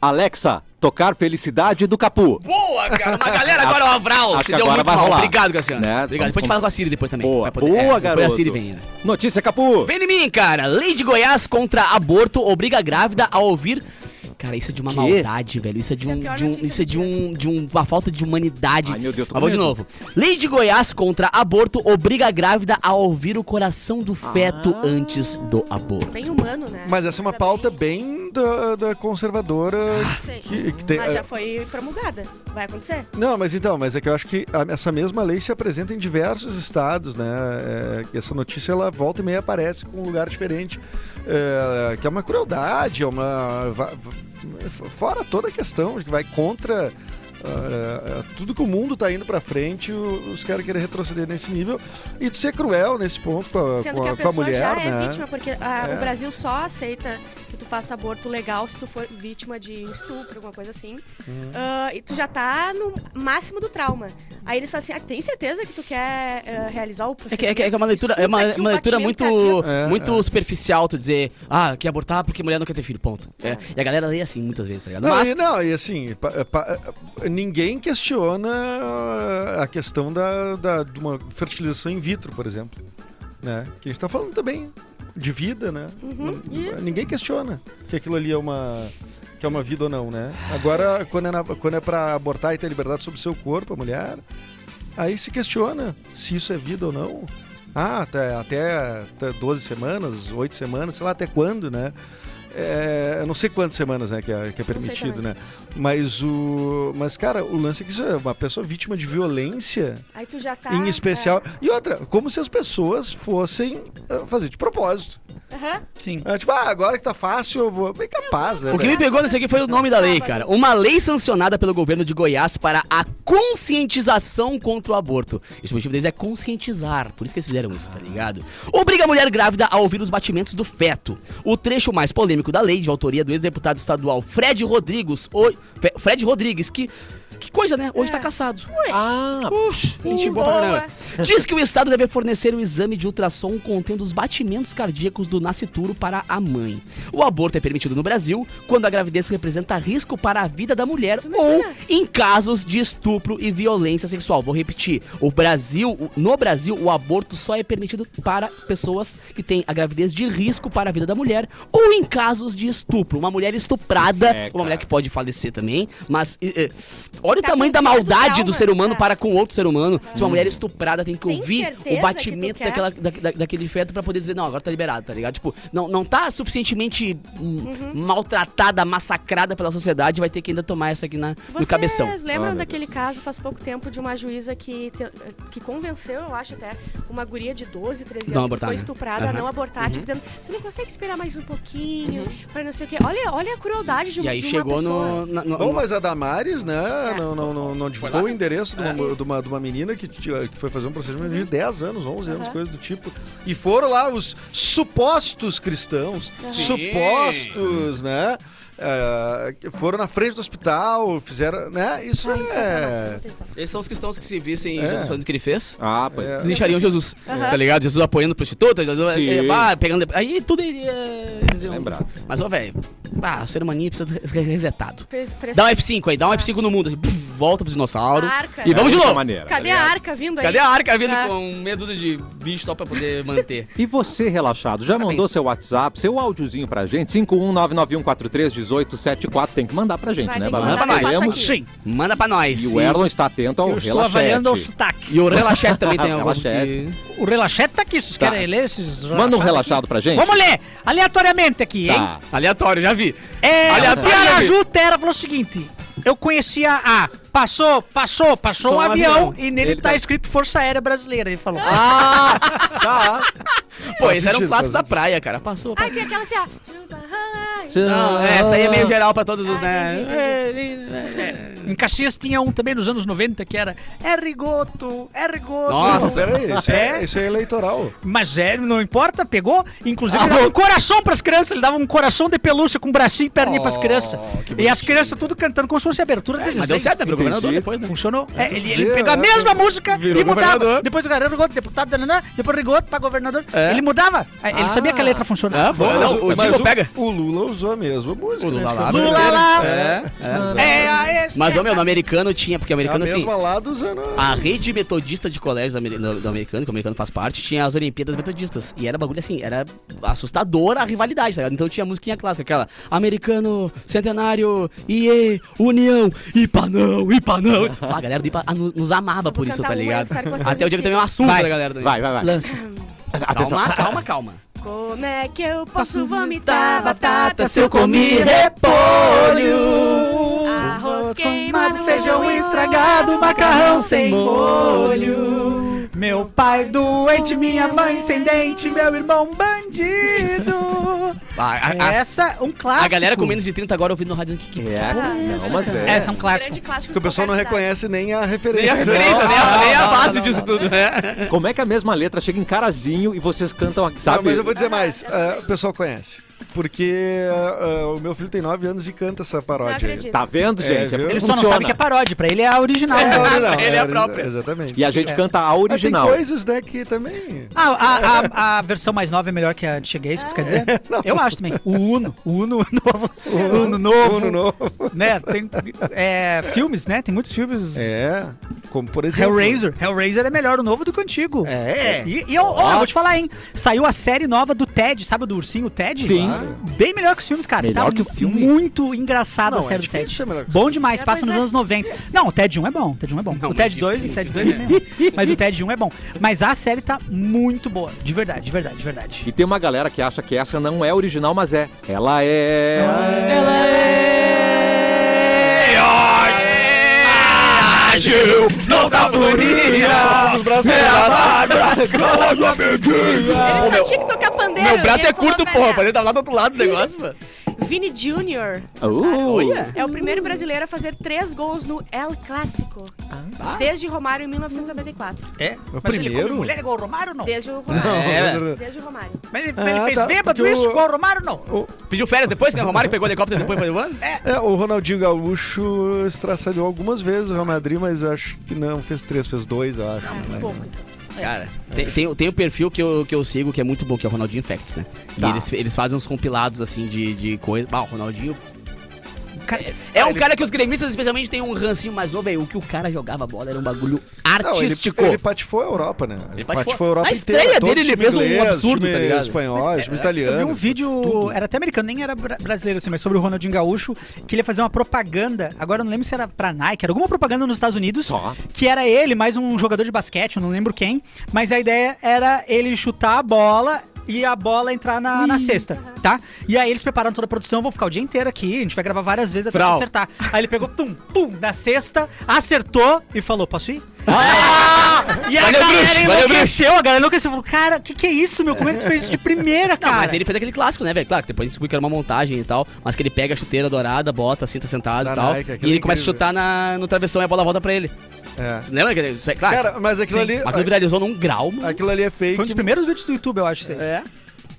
[SPEAKER 1] Alexa, tocar Felicidade do Capu.
[SPEAKER 5] Boa, cara. Mas galera, agora o Avral
[SPEAKER 1] Acho
[SPEAKER 5] se
[SPEAKER 1] que
[SPEAKER 5] deu
[SPEAKER 1] agora
[SPEAKER 5] muito
[SPEAKER 1] vai
[SPEAKER 5] mal.
[SPEAKER 1] rolar.
[SPEAKER 5] Obrigado, Cassiano.
[SPEAKER 1] Né? Vamos-
[SPEAKER 5] Obrigado. Depois a gente fala com a Siri depois também.
[SPEAKER 1] Boa,
[SPEAKER 5] Vai poder-
[SPEAKER 1] boa,
[SPEAKER 5] depois
[SPEAKER 1] garoto.
[SPEAKER 5] a Siri vem né? ainda.
[SPEAKER 1] Notícia, Capu.
[SPEAKER 5] Vem em mim, cara. Lei de Goiás contra aborto obriga a grávida a ouvir Cara, isso é de uma
[SPEAKER 1] Quê?
[SPEAKER 5] maldade, velho. Isso é de
[SPEAKER 4] Isso é a
[SPEAKER 5] um.
[SPEAKER 4] pior
[SPEAKER 5] de um-
[SPEAKER 4] notícia
[SPEAKER 5] isso é
[SPEAKER 4] do
[SPEAKER 5] de um. de um- uma falta de humanidade.
[SPEAKER 1] Ai, meu Deus, tô com
[SPEAKER 5] Mas vou de
[SPEAKER 1] medo.
[SPEAKER 5] novo. Lei de Goiás contra aborto obriga a grávida a ouvir o coração do
[SPEAKER 1] Ah.
[SPEAKER 5] feto antes do aborto.
[SPEAKER 4] Bem humano, né?
[SPEAKER 3] Mas essa é uma
[SPEAKER 4] Também.
[SPEAKER 3] pauta bem da, da conservadora.
[SPEAKER 4] Sei.
[SPEAKER 3] Que, que tem,
[SPEAKER 4] Mas já foi promulgada. Vai acontecer.
[SPEAKER 3] Não, mas então, mas é que eu acho que a- essa mesma lei se apresenta em diversos estados, né? É, que essa notícia ela volta e meia aparece com um lugar diferente, é, que é uma crueldade, é uma va- va- fora toda a questão de que vai contra ah, tudo que o mundo tá indo pra frente, o- os caras querem retroceder nesse nível e de ser cruel nesse ponto com a,
[SPEAKER 4] Sendo
[SPEAKER 3] com
[SPEAKER 4] que
[SPEAKER 3] a-
[SPEAKER 4] a
[SPEAKER 3] com a
[SPEAKER 4] pessoa
[SPEAKER 3] mulher,
[SPEAKER 4] já
[SPEAKER 3] né?
[SPEAKER 4] é vítima, porque ah,
[SPEAKER 3] É.
[SPEAKER 4] o Brasil só aceita que tu faça aborto legal se tu for vítima de estupro, alguma coisa assim.
[SPEAKER 3] Uhum.
[SPEAKER 4] Ah, e tu já tá no máximo do trauma. Aí eles falam assim, ah, tem certeza que tu quer ah, realizar o
[SPEAKER 5] É que, é que- é que é uma leitura, é uma,
[SPEAKER 4] Escuta aqui
[SPEAKER 5] uma
[SPEAKER 4] o
[SPEAKER 5] leitura muito,
[SPEAKER 4] batimento cardíaco.
[SPEAKER 3] É,
[SPEAKER 5] muito
[SPEAKER 3] é.
[SPEAKER 5] superficial, tu dizer, ah, que abortar porque mulher não quer ter filho, ponto. É, E a galera lê assim muitas vezes, tá ligado?
[SPEAKER 3] Não,
[SPEAKER 5] Mas,
[SPEAKER 3] e, não, e assim, pa- pa- é, ninguém questiona a questão da, da- de uma fertilização in vitro, por exemplo. Né? Que a gente tá falando também de vida, né?
[SPEAKER 4] Uhum,
[SPEAKER 3] Não-
[SPEAKER 4] isso.
[SPEAKER 3] Ninguém questiona que aquilo ali é uma. Que é uma vida ou não, né? Agora, quando é, na, quando é pra abortar e ter liberdade sobre o seu corpo, a mulher, aí se questiona se isso é vida ou não. Ah, até, até, até 12 semanas, 8 semanas, sei lá até quando, né? É, eu não sei quantas semanas né, que, é, que é permitido, né? Mas o. Mas, cara, o lance é que isso é uma pessoa vítima de violência,
[SPEAKER 4] Aí tu já tá...
[SPEAKER 3] em especial. E outra, como se as pessoas fossem eh, fazer de propósito.
[SPEAKER 4] é. Aham.
[SPEAKER 2] Sim.
[SPEAKER 3] É, tipo, ah, agora que tá fácil, eu vou. Bem capaz, né?
[SPEAKER 5] o que me
[SPEAKER 3] velho?
[SPEAKER 5] pegou nesse aqui foi o nome da lei, cara. Uma lei sancionada pelo governo de Goiás para a conscientização contra o aborto. Esse motivo deles é conscientizar, por isso que eles fizeram isso, tá ligado? Obriga a mulher grávida a ouvir os batimentos do feto. O trecho mais polêmico da lei, de autoria do ex-deputado estadual Fred Rodrigues, o... Fe- Fred Rodrigues, que. Que coisa, né? Hoje
[SPEAKER 4] É.
[SPEAKER 5] tá caçado.
[SPEAKER 1] Ah,
[SPEAKER 5] Puxa, gente boa pra caramba. Diz que o Estado deve fornecer um exame de ultrassom contendo os batimentos cardíacos do nascituro para a mãe. O aborto é permitido no Brasil quando a gravidez representa risco para a vida da mulher ou em casos de estupro e violência sexual. Vou repetir, o Brasil, o- no Brasil, o aborto só é permitido para pessoas que têm a gravidez de risco para a vida da mulher ou em casos de estupro. Uma mulher estuprada,
[SPEAKER 1] É, cara.
[SPEAKER 5] uma mulher que pode falecer também, mas eh, eh, olha
[SPEAKER 4] Tá
[SPEAKER 5] o tamanho
[SPEAKER 4] com
[SPEAKER 5] da
[SPEAKER 4] medo do
[SPEAKER 5] maldade do
[SPEAKER 4] trauma,
[SPEAKER 5] ser humano
[SPEAKER 4] é.
[SPEAKER 5] para com outro ser humano. Se
[SPEAKER 3] Hum.
[SPEAKER 5] uma mulher estuprada tem que
[SPEAKER 4] Tem
[SPEAKER 5] ouvir
[SPEAKER 4] certeza
[SPEAKER 5] o batimento
[SPEAKER 4] que tu
[SPEAKER 5] daquela, da- da- daquele feto pra poder dizer, não, agora tá liberado, tá ligado? Tipo, não, não tá suficientemente hum,
[SPEAKER 4] Uhum.
[SPEAKER 5] maltratada, massacrada pela sociedade, vai ter que ainda tomar essa aqui na, no
[SPEAKER 4] Vocês
[SPEAKER 5] cabeção.
[SPEAKER 1] Ah,
[SPEAKER 4] lembram
[SPEAKER 1] meu
[SPEAKER 4] daquele caso faz pouco tempo de uma juíza que, te- que convenceu, eu acho até, uma guria de 12, 13 anos
[SPEAKER 5] Não
[SPEAKER 4] que
[SPEAKER 5] abortar,
[SPEAKER 4] foi
[SPEAKER 5] né?
[SPEAKER 4] estuprada a
[SPEAKER 5] Aham. Uhum.
[SPEAKER 4] não abortar, tipo, dizendo, tu não consegue esperar mais um pouquinho, pra não sei o quê. Olha, olha a crueldade de, um-
[SPEAKER 5] E aí
[SPEAKER 4] de uma
[SPEAKER 5] chegou
[SPEAKER 4] pessoa.
[SPEAKER 5] no. na- no-
[SPEAKER 3] Bom,
[SPEAKER 5] no-
[SPEAKER 3] mas a Damares, né, não, não, não, não divulgou o endereço de uma,
[SPEAKER 4] É.
[SPEAKER 3] de uma, de uma menina que, tinha- que foi fazer um procedimento de 10 anos, 11 anos,
[SPEAKER 4] Aham.
[SPEAKER 3] coisa do tipo. E foram lá os supostos cristãos, supostos, né, eh, que foram na frente do hospital, fizeram, né, isso
[SPEAKER 4] Ah, isso é
[SPEAKER 3] é...
[SPEAKER 4] não tem como.
[SPEAKER 5] Esses são os cristãos que se vissem
[SPEAKER 3] É.
[SPEAKER 5] Jesus fazendo o que ele fez.
[SPEAKER 1] ah, pois.
[SPEAKER 4] Uhum.
[SPEAKER 3] É.
[SPEAKER 5] Linchariam Jesus,
[SPEAKER 4] Aham.
[SPEAKER 5] tá ligado? Jesus apoiando prostituta, Jesus,
[SPEAKER 1] Sim.
[SPEAKER 5] eh, bah, pegando. Aí tudo iria. eles iam-
[SPEAKER 1] Lembrado.
[SPEAKER 5] Mas, ó, velho, ah, o ser humano precisa de re- resetado.
[SPEAKER 4] Pres- pres-
[SPEAKER 5] Dá um F5 aí, dá um F5 no mundo, assim, puf, volta pro dinossauro.
[SPEAKER 4] Arca.
[SPEAKER 5] E vamos de
[SPEAKER 1] É outra
[SPEAKER 5] novo.
[SPEAKER 1] Maneira, tá
[SPEAKER 4] Cadê a arca vindo aí?
[SPEAKER 5] Cadê a arca vindo
[SPEAKER 4] Ah.
[SPEAKER 5] com meia dúzia de bicho só pra poder manter?
[SPEAKER 1] E você, relaxado, já
[SPEAKER 5] Parabéns.
[SPEAKER 1] mandou seu WhatsApp, seu áudiozinho pra gente? 51991431874. Tem que mandar pra gente,
[SPEAKER 4] Vai,
[SPEAKER 1] né?
[SPEAKER 4] tem que mandar,
[SPEAKER 1] Babu?
[SPEAKER 5] pra nós.
[SPEAKER 1] Lemos.
[SPEAKER 4] Aqui.
[SPEAKER 2] Sim.
[SPEAKER 5] Manda pra nós.
[SPEAKER 1] E o Erlon está atento ao
[SPEAKER 2] Eu estou avaliando o
[SPEAKER 1] relaxete.
[SPEAKER 2] sotaque.
[SPEAKER 5] E o Relaxete também tem algum
[SPEAKER 1] Relaxete.
[SPEAKER 5] que-
[SPEAKER 2] O relaxete tá aqui, vocês
[SPEAKER 1] Tá.
[SPEAKER 2] querem ler esses
[SPEAKER 1] Manda um
[SPEAKER 2] relaxados
[SPEAKER 1] relaxado pra
[SPEAKER 2] aqui?
[SPEAKER 1] gente.
[SPEAKER 2] Vamos ler, aleatoriamente aqui, hein?
[SPEAKER 1] Tá.
[SPEAKER 5] Aleatório, já vi.
[SPEAKER 2] É,
[SPEAKER 5] Aleatório.
[SPEAKER 2] o Araju Terra falou o seguinte: eu conhecia a. Passou, passou, passou um
[SPEAKER 5] um
[SPEAKER 2] avião,
[SPEAKER 5] avião.
[SPEAKER 2] e nele
[SPEAKER 1] Ele
[SPEAKER 2] tá
[SPEAKER 1] tá-
[SPEAKER 2] escrito Força Aérea Brasileira. Ele falou.
[SPEAKER 1] Ah, tá.
[SPEAKER 5] Pô, esse era um
[SPEAKER 3] sentido,
[SPEAKER 5] clássico da
[SPEAKER 3] faz
[SPEAKER 5] praia, cara. Passou.
[SPEAKER 4] Ai,
[SPEAKER 5] passou.
[SPEAKER 4] tem aquela assim, ó.
[SPEAKER 5] Não, essa aí é meio geral pra todos os,
[SPEAKER 4] Ah, entendi,
[SPEAKER 5] né?
[SPEAKER 2] É, né?
[SPEAKER 1] é.
[SPEAKER 2] Em Caxias tinha um também nos anos 90 que era É Rigoto, é Rigoto.
[SPEAKER 3] Não,
[SPEAKER 5] Nossa.
[SPEAKER 3] peraí, isso é, isso é eleitoral.
[SPEAKER 2] Mas é, não importa, pegou.
[SPEAKER 5] Ah,
[SPEAKER 2] Inclusive, ele dava um coração pras crianças. Ele dava um coração de pelúcia com bracinho e perninha
[SPEAKER 5] Oh,
[SPEAKER 2] pras crianças. E as crianças tudo cantando como se fosse a abertura deles.
[SPEAKER 5] Mas deu certo, né? Pro governador
[SPEAKER 1] Entendi.
[SPEAKER 5] depois, né?
[SPEAKER 2] Funcionou. É, ele, ele
[SPEAKER 3] vê,
[SPEAKER 2] pegou a
[SPEAKER 3] né?
[SPEAKER 2] mesma música
[SPEAKER 5] Virou
[SPEAKER 2] e mudava.
[SPEAKER 5] governador.
[SPEAKER 2] Depois o Guerreiro Rigoto, deputado, dananã, depois Rigoto pra governador.
[SPEAKER 5] É.
[SPEAKER 2] Ele mudava. Aí Ele
[SPEAKER 5] Ah.
[SPEAKER 2] sabia que a letra funcionava.
[SPEAKER 5] Ah, foi. Não, o Dingo pega.
[SPEAKER 3] o Lula usou a mesma música.
[SPEAKER 5] O Lula
[SPEAKER 3] né?
[SPEAKER 5] lá.
[SPEAKER 3] Ficou
[SPEAKER 2] Lula
[SPEAKER 3] doideira.
[SPEAKER 2] lá.
[SPEAKER 3] É,
[SPEAKER 5] É.
[SPEAKER 2] É, a
[SPEAKER 5] Mas Então, meu, no americano tinha, porque
[SPEAKER 3] É a
[SPEAKER 5] americano assim.
[SPEAKER 3] mesma lá dos anos...
[SPEAKER 5] A rede metodista de colégios amer- do, do americano, que o americano faz parte, tinha as Olimpíadas Metodistas. E era bagulho assim, era assustadora a rivalidade, tá ligado? Então tinha musiquinha clássica, aquela americano, centenário, IE, União, Ipanão, Ipanão. Ah, a galera do Ipa ah, no- nos amava por
[SPEAKER 4] vou
[SPEAKER 5] isso,
[SPEAKER 4] cantar
[SPEAKER 5] tá
[SPEAKER 4] uma,
[SPEAKER 5] ligado?
[SPEAKER 4] espero que vocês
[SPEAKER 5] Até o dia que
[SPEAKER 4] me
[SPEAKER 5] também um assunto
[SPEAKER 2] Vai,
[SPEAKER 5] da galera. daí.
[SPEAKER 1] Vai, vai, vai.
[SPEAKER 2] Lança.
[SPEAKER 5] Calma, calma, calma.
[SPEAKER 4] Como é que eu posso vomitar batata É.
[SPEAKER 5] se eu comi
[SPEAKER 4] repolho? Arroz queimado, feijão estragado, macarrão sem molho.
[SPEAKER 2] Meu pai doente, minha mãe sem dente, meu irmão bandido.
[SPEAKER 5] Ah, A, a- a-
[SPEAKER 2] Essa é um clássico.
[SPEAKER 5] a galera com menos de 30 agora ouvindo no rádio que, que
[SPEAKER 1] É, não, mas é.
[SPEAKER 2] Essa é um clássico.
[SPEAKER 4] Grande clássico.
[SPEAKER 3] Que o pessoal não reconhece nem a referência.
[SPEAKER 5] referência, né? Nem a base disso tudo, né?
[SPEAKER 1] Como é que a mesma letra chega em carazinho e vocês cantam, aqui,
[SPEAKER 3] Não,
[SPEAKER 1] sabe?
[SPEAKER 3] mas eu vou dizer mais. ah, o pessoal conhece. Porque ah, ah, o meu filho tem 9 anos e canta essa
[SPEAKER 4] Não
[SPEAKER 3] paródia. aí.
[SPEAKER 4] acredito.
[SPEAKER 1] Tá vendo,
[SPEAKER 3] É,
[SPEAKER 1] gente? É,
[SPEAKER 3] viu?
[SPEAKER 1] porque
[SPEAKER 2] Ele só
[SPEAKER 1] funciona.
[SPEAKER 2] não sabe que é paródia, pra ele é a original.
[SPEAKER 3] É,
[SPEAKER 2] né?
[SPEAKER 3] não, não,
[SPEAKER 5] Ele é a
[SPEAKER 3] ori-
[SPEAKER 5] própria.
[SPEAKER 3] Exatamente.
[SPEAKER 1] E a
[SPEAKER 5] É.
[SPEAKER 1] gente canta a
[SPEAKER 3] Ah, tem
[SPEAKER 1] original.
[SPEAKER 3] coisas, né, que também...
[SPEAKER 2] Ah, a, a- a versão mais nova é melhor que a antiga, é isso que tu quer dizer? Eu acho também. O Uno, o Uno novo, o Uno novo,
[SPEAKER 3] Uno novo.
[SPEAKER 2] né? Tem é, filmes, né? Tem muitos filmes.
[SPEAKER 3] É, como por exemplo...
[SPEAKER 2] Hellraiser, Hellraiser é melhor o novo do que o antigo.
[SPEAKER 3] É.
[SPEAKER 2] E, e eu, ó, eu vou te falar, hein? Saiu a série nova do Ted, sabe do ursinho Ted?
[SPEAKER 1] Sim.
[SPEAKER 2] Bem melhor que os filmes, cara.
[SPEAKER 1] Melhor
[SPEAKER 2] tá
[SPEAKER 1] que o filme.
[SPEAKER 2] Muito engraçado
[SPEAKER 3] Não,
[SPEAKER 2] a
[SPEAKER 3] é
[SPEAKER 2] série do
[SPEAKER 3] difícil
[SPEAKER 2] Ted.
[SPEAKER 3] ser melhor que os
[SPEAKER 2] bom demais, passa
[SPEAKER 4] pois
[SPEAKER 2] nos
[SPEAKER 4] é.
[SPEAKER 2] anos 90. Não, o Ted 1 é bom, o Ted 1 é bom.
[SPEAKER 5] Não,
[SPEAKER 2] o Ted
[SPEAKER 5] é
[SPEAKER 2] 2 e o
[SPEAKER 5] difícil,
[SPEAKER 2] Ted 2 é meio. Mas o Ted 1 é bom. Mas a série tá muito boa, de verdade, de verdade, de verdade.
[SPEAKER 1] E tem uma galera que acha que essa não é original, mas é. Ela é.
[SPEAKER 3] Os
[SPEAKER 5] É,
[SPEAKER 3] braços
[SPEAKER 1] é
[SPEAKER 3] cruzados.
[SPEAKER 4] Ele
[SPEAKER 5] meu-
[SPEAKER 4] só tinha que tocar pandeiro.
[SPEAKER 5] Meu braço
[SPEAKER 4] ele
[SPEAKER 5] é
[SPEAKER 4] falou,
[SPEAKER 5] curto,
[SPEAKER 4] "Vai
[SPEAKER 5] porra.
[SPEAKER 4] lá".
[SPEAKER 5] pra Ele tá lá do outro lado do negócio, mano.
[SPEAKER 4] Vini Jr.
[SPEAKER 1] Uh,
[SPEAKER 4] É o primeiro brasileiro a fazer três gols no El Clássico.
[SPEAKER 5] Ah.
[SPEAKER 4] Desde Romário em 1994.
[SPEAKER 2] É? Mas
[SPEAKER 3] O
[SPEAKER 2] ele come
[SPEAKER 3] primeiro?
[SPEAKER 2] mulher igual o Romário, não?
[SPEAKER 4] Desde o Romário.
[SPEAKER 5] É.
[SPEAKER 4] Desde o Romário.
[SPEAKER 2] Mas ele,
[SPEAKER 3] Ah,
[SPEAKER 2] ele fez
[SPEAKER 3] tá,
[SPEAKER 2] bêbado
[SPEAKER 3] porque
[SPEAKER 2] isso
[SPEAKER 3] o-
[SPEAKER 2] igual o Romário, não?
[SPEAKER 5] Pediu férias depois, né? O Romário pegou o helicóptero depois foi levando? É.
[SPEAKER 3] É, o Ronaldinho Gaúcho estraçalhou algumas vezes o Real Madrid, mas acho que não fez três, fez dois, eu acho.
[SPEAKER 4] Ah,
[SPEAKER 3] né?
[SPEAKER 4] pouco.
[SPEAKER 5] Cara, tem, tem, tem um perfil que eu, que eu sigo que é muito bom, que é o Ronaldinho Facts, né? E
[SPEAKER 1] Tá.
[SPEAKER 5] eles, eles fazem uns compilados, assim, de, de coisa. Ah, o Ronaldinho...
[SPEAKER 2] Cara,
[SPEAKER 5] É um cara que os gremistas, especialmente, tem um rancinho, mas, ô, velho, o que o cara jogava bola era um bagulho
[SPEAKER 3] Não, ele,
[SPEAKER 5] artístico.
[SPEAKER 3] ele patifou a Europa, né?
[SPEAKER 5] Ele patifou.
[SPEAKER 3] patifou a Europa
[SPEAKER 5] Na
[SPEAKER 3] inteira.
[SPEAKER 5] estreia
[SPEAKER 3] todo
[SPEAKER 5] dele, ele
[SPEAKER 3] time
[SPEAKER 5] fez um
[SPEAKER 3] inglês,
[SPEAKER 5] absurdo,
[SPEAKER 3] time
[SPEAKER 5] tá ligado?
[SPEAKER 3] espanhol, time
[SPEAKER 2] Eu vi
[SPEAKER 3] italiano.
[SPEAKER 2] um vídeo, era até americano, nem era bra- brasileiro assim, mas sobre o Ronaldinho Gaúcho, que ele ia fazer uma propaganda, agora eu não lembro se era pra Nike, era alguma propaganda nos Estados Unidos,
[SPEAKER 1] Só.
[SPEAKER 2] que era ele mais um jogador de basquete, eu não lembro quem, mas a ideia era ele chutar a bola e a bola entrar na, na cesta, tá? E aí eles prepararam toda a produção, vão ficar o dia inteiro aqui, a gente vai gravar várias vezes até
[SPEAKER 5] Frau.
[SPEAKER 2] acertar. Aí ele pegou, pum, pum, na cesta, acertou e falou, posso ir? E a
[SPEAKER 5] Ah! Valeu,
[SPEAKER 2] galera
[SPEAKER 5] bruxo, valeu,
[SPEAKER 2] enlouqueceu, a galera enlouqueceu. Falou, cara, que que é isso, meu? Como é que tu fez isso de primeira,
[SPEAKER 5] Não,
[SPEAKER 2] cara?
[SPEAKER 5] mas ele fez aquele clássico, né, velho? Claro, que depois a gente descobriu que era uma montagem e tal, mas que ele pega a chuteira dourada, bota, assim, tá sentado
[SPEAKER 3] Da
[SPEAKER 5] e tal,
[SPEAKER 3] Nike,
[SPEAKER 5] e
[SPEAKER 3] aquele
[SPEAKER 5] ele começa a
[SPEAKER 3] incrível.
[SPEAKER 5] chutar na, no travessão e a bola volta pra ele.
[SPEAKER 3] É.
[SPEAKER 5] Você lembra? aquele- Isso é clássico.
[SPEAKER 3] Cara, mas aquilo ali,
[SPEAKER 5] Mas aquilo viralizou num grau, mano.
[SPEAKER 3] aquilo ali é
[SPEAKER 2] Foi um dos
[SPEAKER 3] fake.
[SPEAKER 2] primeiros vídeos do YouTube, eu acho. isso aí.
[SPEAKER 5] É.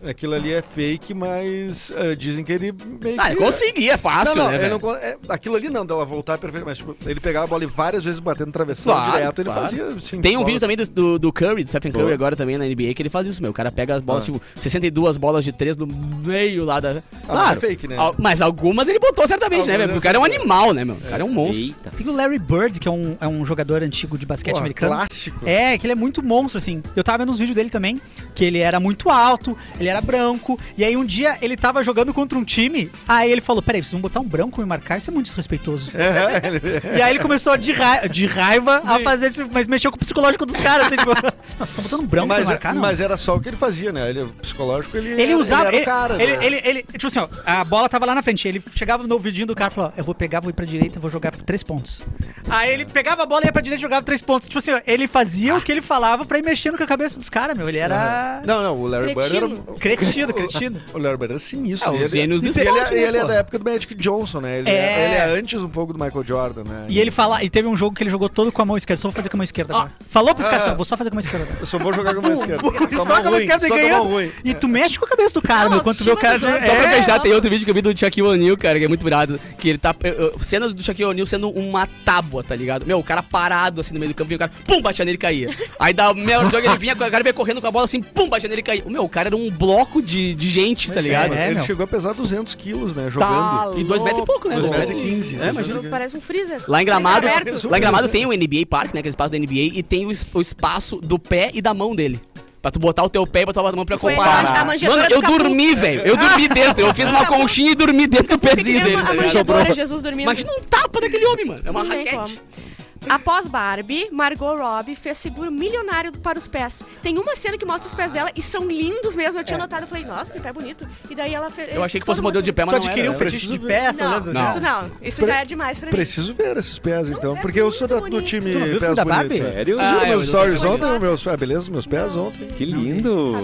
[SPEAKER 3] Aquilo ali é fake, mas ah, dizem que ele meio que...
[SPEAKER 5] Ah, ele conseguia, é fácil,
[SPEAKER 3] não, não,
[SPEAKER 5] né,
[SPEAKER 3] ele
[SPEAKER 5] velho?
[SPEAKER 3] não con- é, aquilo ali não, dela voltar perfeito, mas tipo, ele pegava a bola e várias vezes batendo no travessão
[SPEAKER 5] Claro,
[SPEAKER 3] direto, ele
[SPEAKER 5] claro.
[SPEAKER 3] fazia assim.
[SPEAKER 5] Tem um vídeo
[SPEAKER 3] bolas.
[SPEAKER 5] também do, do, do Curry, do Stephen Curry
[SPEAKER 1] Boa. Ah.
[SPEAKER 5] agora também na NBA, que ele faz isso, meu. O cara pega as bolas, tipo, 62 bolas de 3 no meio lá da...
[SPEAKER 3] Ah, mas é fake, né?
[SPEAKER 5] Al- Mas algumas ele botou certamente, né,
[SPEAKER 3] Algumas
[SPEAKER 5] velho? Porque o cara é um animal, né, meu? O cara é um monstro.
[SPEAKER 1] Eita.
[SPEAKER 2] Tem o Larry Bird, que é um, é um jogador antigo de basquete
[SPEAKER 3] Porra,
[SPEAKER 2] americano.
[SPEAKER 3] clássico.
[SPEAKER 2] É, que ele é muito monstro, assim. Eu tava vendo uns vídeos dele também, que ele era muito alto, ele era branco, e aí um dia ele tava jogando contra um time, aí ele falou, peraí, vocês vão botar um branco e me marcar? Isso é muito desrespeitoso.
[SPEAKER 3] É, ele-
[SPEAKER 2] E aí ele começou de, ra- de raiva a fazer isso, mas mexeu com o psicológico dos caras, assim, tipo, "Não, vocês estão botando um branco pra
[SPEAKER 3] mas,
[SPEAKER 2] me marcar, não?
[SPEAKER 3] mas era só o que ele fazia, né? Ele psicológico, ele
[SPEAKER 2] Ele usava.
[SPEAKER 3] ele
[SPEAKER 2] Ele,
[SPEAKER 3] era o cara,
[SPEAKER 2] ele,
[SPEAKER 3] né?
[SPEAKER 2] ele- ele- tipo assim, ó, a bola tava lá na frente. Ele chegava no vidinho do cara e falava: ó, Eu vou pegar, vou ir pra direita, vou jogar por três pontos. Aí ele pegava a bola, ia pra direita e jogava três pontos. Tipo assim, ó, ele fazia o que ele falava pra ir mexendo com a cabeça dos caras, meu. Ele era.
[SPEAKER 3] Não, não, o Larry Bird era
[SPEAKER 4] Cretino.
[SPEAKER 2] Cretino, cretino.
[SPEAKER 3] O Larry Bird era sinistro.
[SPEAKER 5] Ah,
[SPEAKER 3] e
[SPEAKER 5] os gênios do
[SPEAKER 3] e ele,
[SPEAKER 5] esporte,
[SPEAKER 3] e
[SPEAKER 5] né,
[SPEAKER 3] ele é
[SPEAKER 5] pô?
[SPEAKER 3] da época do Magic Johnson, né? Ele é.
[SPEAKER 2] É.
[SPEAKER 3] ele é antes um pouco do Michael Jordan, né?
[SPEAKER 2] E ele fala, e teve um jogo que ele jogou todo com a mão esquerda, só vou fazer com a mão esquerda agora. Falou pros caras, assim, ó, vou só fazer com a mão esquerda agora.
[SPEAKER 3] Eu só vou jogar com a mão esquerda.
[SPEAKER 2] E só com a mão
[SPEAKER 3] ruim,
[SPEAKER 2] esquerda e
[SPEAKER 3] só com a mão
[SPEAKER 2] ganhando.
[SPEAKER 3] ruim.
[SPEAKER 2] E tu mexe com a cabeça do cara,
[SPEAKER 4] Não,
[SPEAKER 2] meu. Quando tu vê o cara.
[SPEAKER 4] autoestima dos
[SPEAKER 5] Só pra
[SPEAKER 4] É.
[SPEAKER 5] fechar, tem outro vídeo que eu vi do Shaquille O'Neal, cara, que é muito virado. Que ele tá. eu- eu- cenas do Shaquille O'Neal sendo uma tábua, tá ligado? Meu, o cara parado assim no meio do campo e o cara, pum, batia nele e caía. Aí dá o melhor jogo ele vinha, o cara veio correndo com a bola assim, pum, batia nele e caía. Meu, o cara era um bloco de, de gente, tá ligado?
[SPEAKER 2] é,
[SPEAKER 3] ele
[SPEAKER 2] meu.
[SPEAKER 3] chegou a pesar 200 quilos, né?
[SPEAKER 5] Tá
[SPEAKER 3] Jogando.
[SPEAKER 5] E dois metros e pouco, né?
[SPEAKER 3] Dois
[SPEAKER 5] Dois
[SPEAKER 3] metros e
[SPEAKER 5] metros e-
[SPEAKER 3] 15.
[SPEAKER 5] É,
[SPEAKER 3] dois
[SPEAKER 5] imagina.
[SPEAKER 3] metros e
[SPEAKER 4] Parece um freezer.
[SPEAKER 5] Lá em Gramado,
[SPEAKER 4] Freezer Tá aberto.
[SPEAKER 5] lá em Gramado tem o NBA Park, né? Aquele espaço da NBA, e tem o, es- o espaço do pé e da mão dele. Pra tu botar o teu pé e botar a mão pra
[SPEAKER 4] Foi
[SPEAKER 5] comparar.
[SPEAKER 4] a- a manjedoura
[SPEAKER 5] Mano,
[SPEAKER 4] do
[SPEAKER 5] eu
[SPEAKER 4] Capu.
[SPEAKER 5] dormi, velho. Eu dormi dentro. Eu fiz uma
[SPEAKER 4] Capu.
[SPEAKER 5] conchinha e dormi dentro do pezinho dele. tá
[SPEAKER 4] A
[SPEAKER 5] ligado?
[SPEAKER 4] manjedoura, Jesus dormindo.
[SPEAKER 5] Imagina um tapa daquele homem, mano. É uma
[SPEAKER 4] Não tem
[SPEAKER 5] raquete.
[SPEAKER 4] como. Após Barbie, Margot Robbie fez seguro milionário para os pés. Tem uma cena que mostra os pés dela e são lindos mesmo. Eu tinha notado, eu falei, nossa, que pé bonito. E daí ela fez.
[SPEAKER 5] É. Eu achei que
[SPEAKER 4] todo
[SPEAKER 5] fosse
[SPEAKER 4] mundo-
[SPEAKER 5] modelo de pé,
[SPEAKER 2] Tu
[SPEAKER 5] mas não
[SPEAKER 2] adquiriu um
[SPEAKER 5] era. né?
[SPEAKER 2] fetiche de peça, assim.
[SPEAKER 4] Não,
[SPEAKER 2] Lanza?
[SPEAKER 4] isso não. Isso já é demais pra mim.
[SPEAKER 3] Preciso ver esses pés, então,
[SPEAKER 4] é
[SPEAKER 3] porque eu sou da-
[SPEAKER 4] muito
[SPEAKER 3] do
[SPEAKER 4] bonito.
[SPEAKER 3] time
[SPEAKER 2] Tu não viu o
[SPEAKER 3] pés
[SPEAKER 2] filme da Barbie? É,
[SPEAKER 3] bonitos. né?
[SPEAKER 1] Sério?
[SPEAKER 3] Vocês viram
[SPEAKER 5] Ah, eu
[SPEAKER 3] meus
[SPEAKER 5] vi
[SPEAKER 3] stories
[SPEAKER 4] também.
[SPEAKER 3] ontem? Meus, ah, beleza, meus pés ontem.
[SPEAKER 1] Que lindo.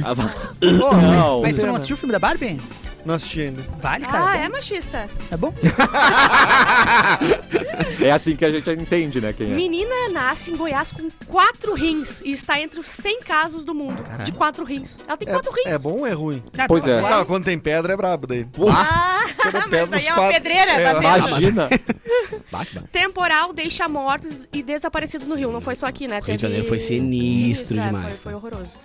[SPEAKER 4] Sabe?
[SPEAKER 1] Ah,
[SPEAKER 2] Pô,
[SPEAKER 1] Não.
[SPEAKER 2] Mas tu não assistiu o filme da Barbie?
[SPEAKER 3] Não assisti ainda.
[SPEAKER 2] Vale, cara.
[SPEAKER 4] Ah,
[SPEAKER 2] é
[SPEAKER 4] é
[SPEAKER 2] bom.
[SPEAKER 4] machista.
[SPEAKER 2] É bom?
[SPEAKER 1] É assim que a gente entende, né, quem é.
[SPEAKER 4] Menina nasce em Goiás com quatro rins e está entre os 100 casos do mundo de quatro rins. Ela tem
[SPEAKER 3] É,
[SPEAKER 4] quatro rins.
[SPEAKER 3] é bom ou é ruim?
[SPEAKER 1] Pois é.
[SPEAKER 3] Ah, quando tem pedra é brabo daí.
[SPEAKER 4] Ah,
[SPEAKER 3] Quando eu pego
[SPEAKER 4] mas daí
[SPEAKER 3] os
[SPEAKER 4] é uma
[SPEAKER 3] quatro-
[SPEAKER 4] pedreira.
[SPEAKER 3] É,
[SPEAKER 4] batendo.
[SPEAKER 1] Imagina.
[SPEAKER 4] Temporal deixa mortos e desaparecidos no Rio. Não foi só aqui, né?
[SPEAKER 5] Rio de
[SPEAKER 4] Teve-
[SPEAKER 5] Janeiro foi sinistro
[SPEAKER 4] é,
[SPEAKER 5] demais,
[SPEAKER 4] Foi, foi horroroso.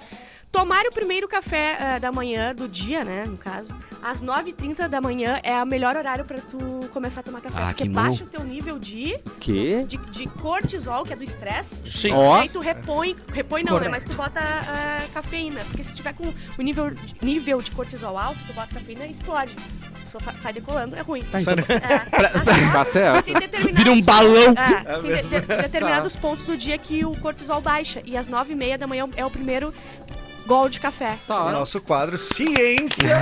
[SPEAKER 4] Tomar o primeiro café eh, da manhã, do dia, né, no caso, às 9h30 da manhã é o melhor horário pra tu começar a tomar café.
[SPEAKER 5] Ah,
[SPEAKER 4] porque
[SPEAKER 5] que
[SPEAKER 4] baixa o teu nível de,
[SPEAKER 1] que?
[SPEAKER 4] de, de cortisol, que é do estresse.
[SPEAKER 10] Sim.
[SPEAKER 1] Ó.
[SPEAKER 4] E aí tu repõe, repõe não,
[SPEAKER 2] Correto.
[SPEAKER 4] né, mas tu bota ah, cafeína. Porque se tiver com o nível, de- nível de cortisol alto, tu bota cafeína e explode. A pessoa fa- sai decolando, é ruim. É,
[SPEAKER 1] Tá certo.
[SPEAKER 4] tem determinados-
[SPEAKER 5] Vira um balão.
[SPEAKER 4] é, tem de- de- determinados pontos do dia que o cortisol baixa. E às 9h30 da manhã é o primeiro gol de café.
[SPEAKER 3] Nosso quadro Ciência.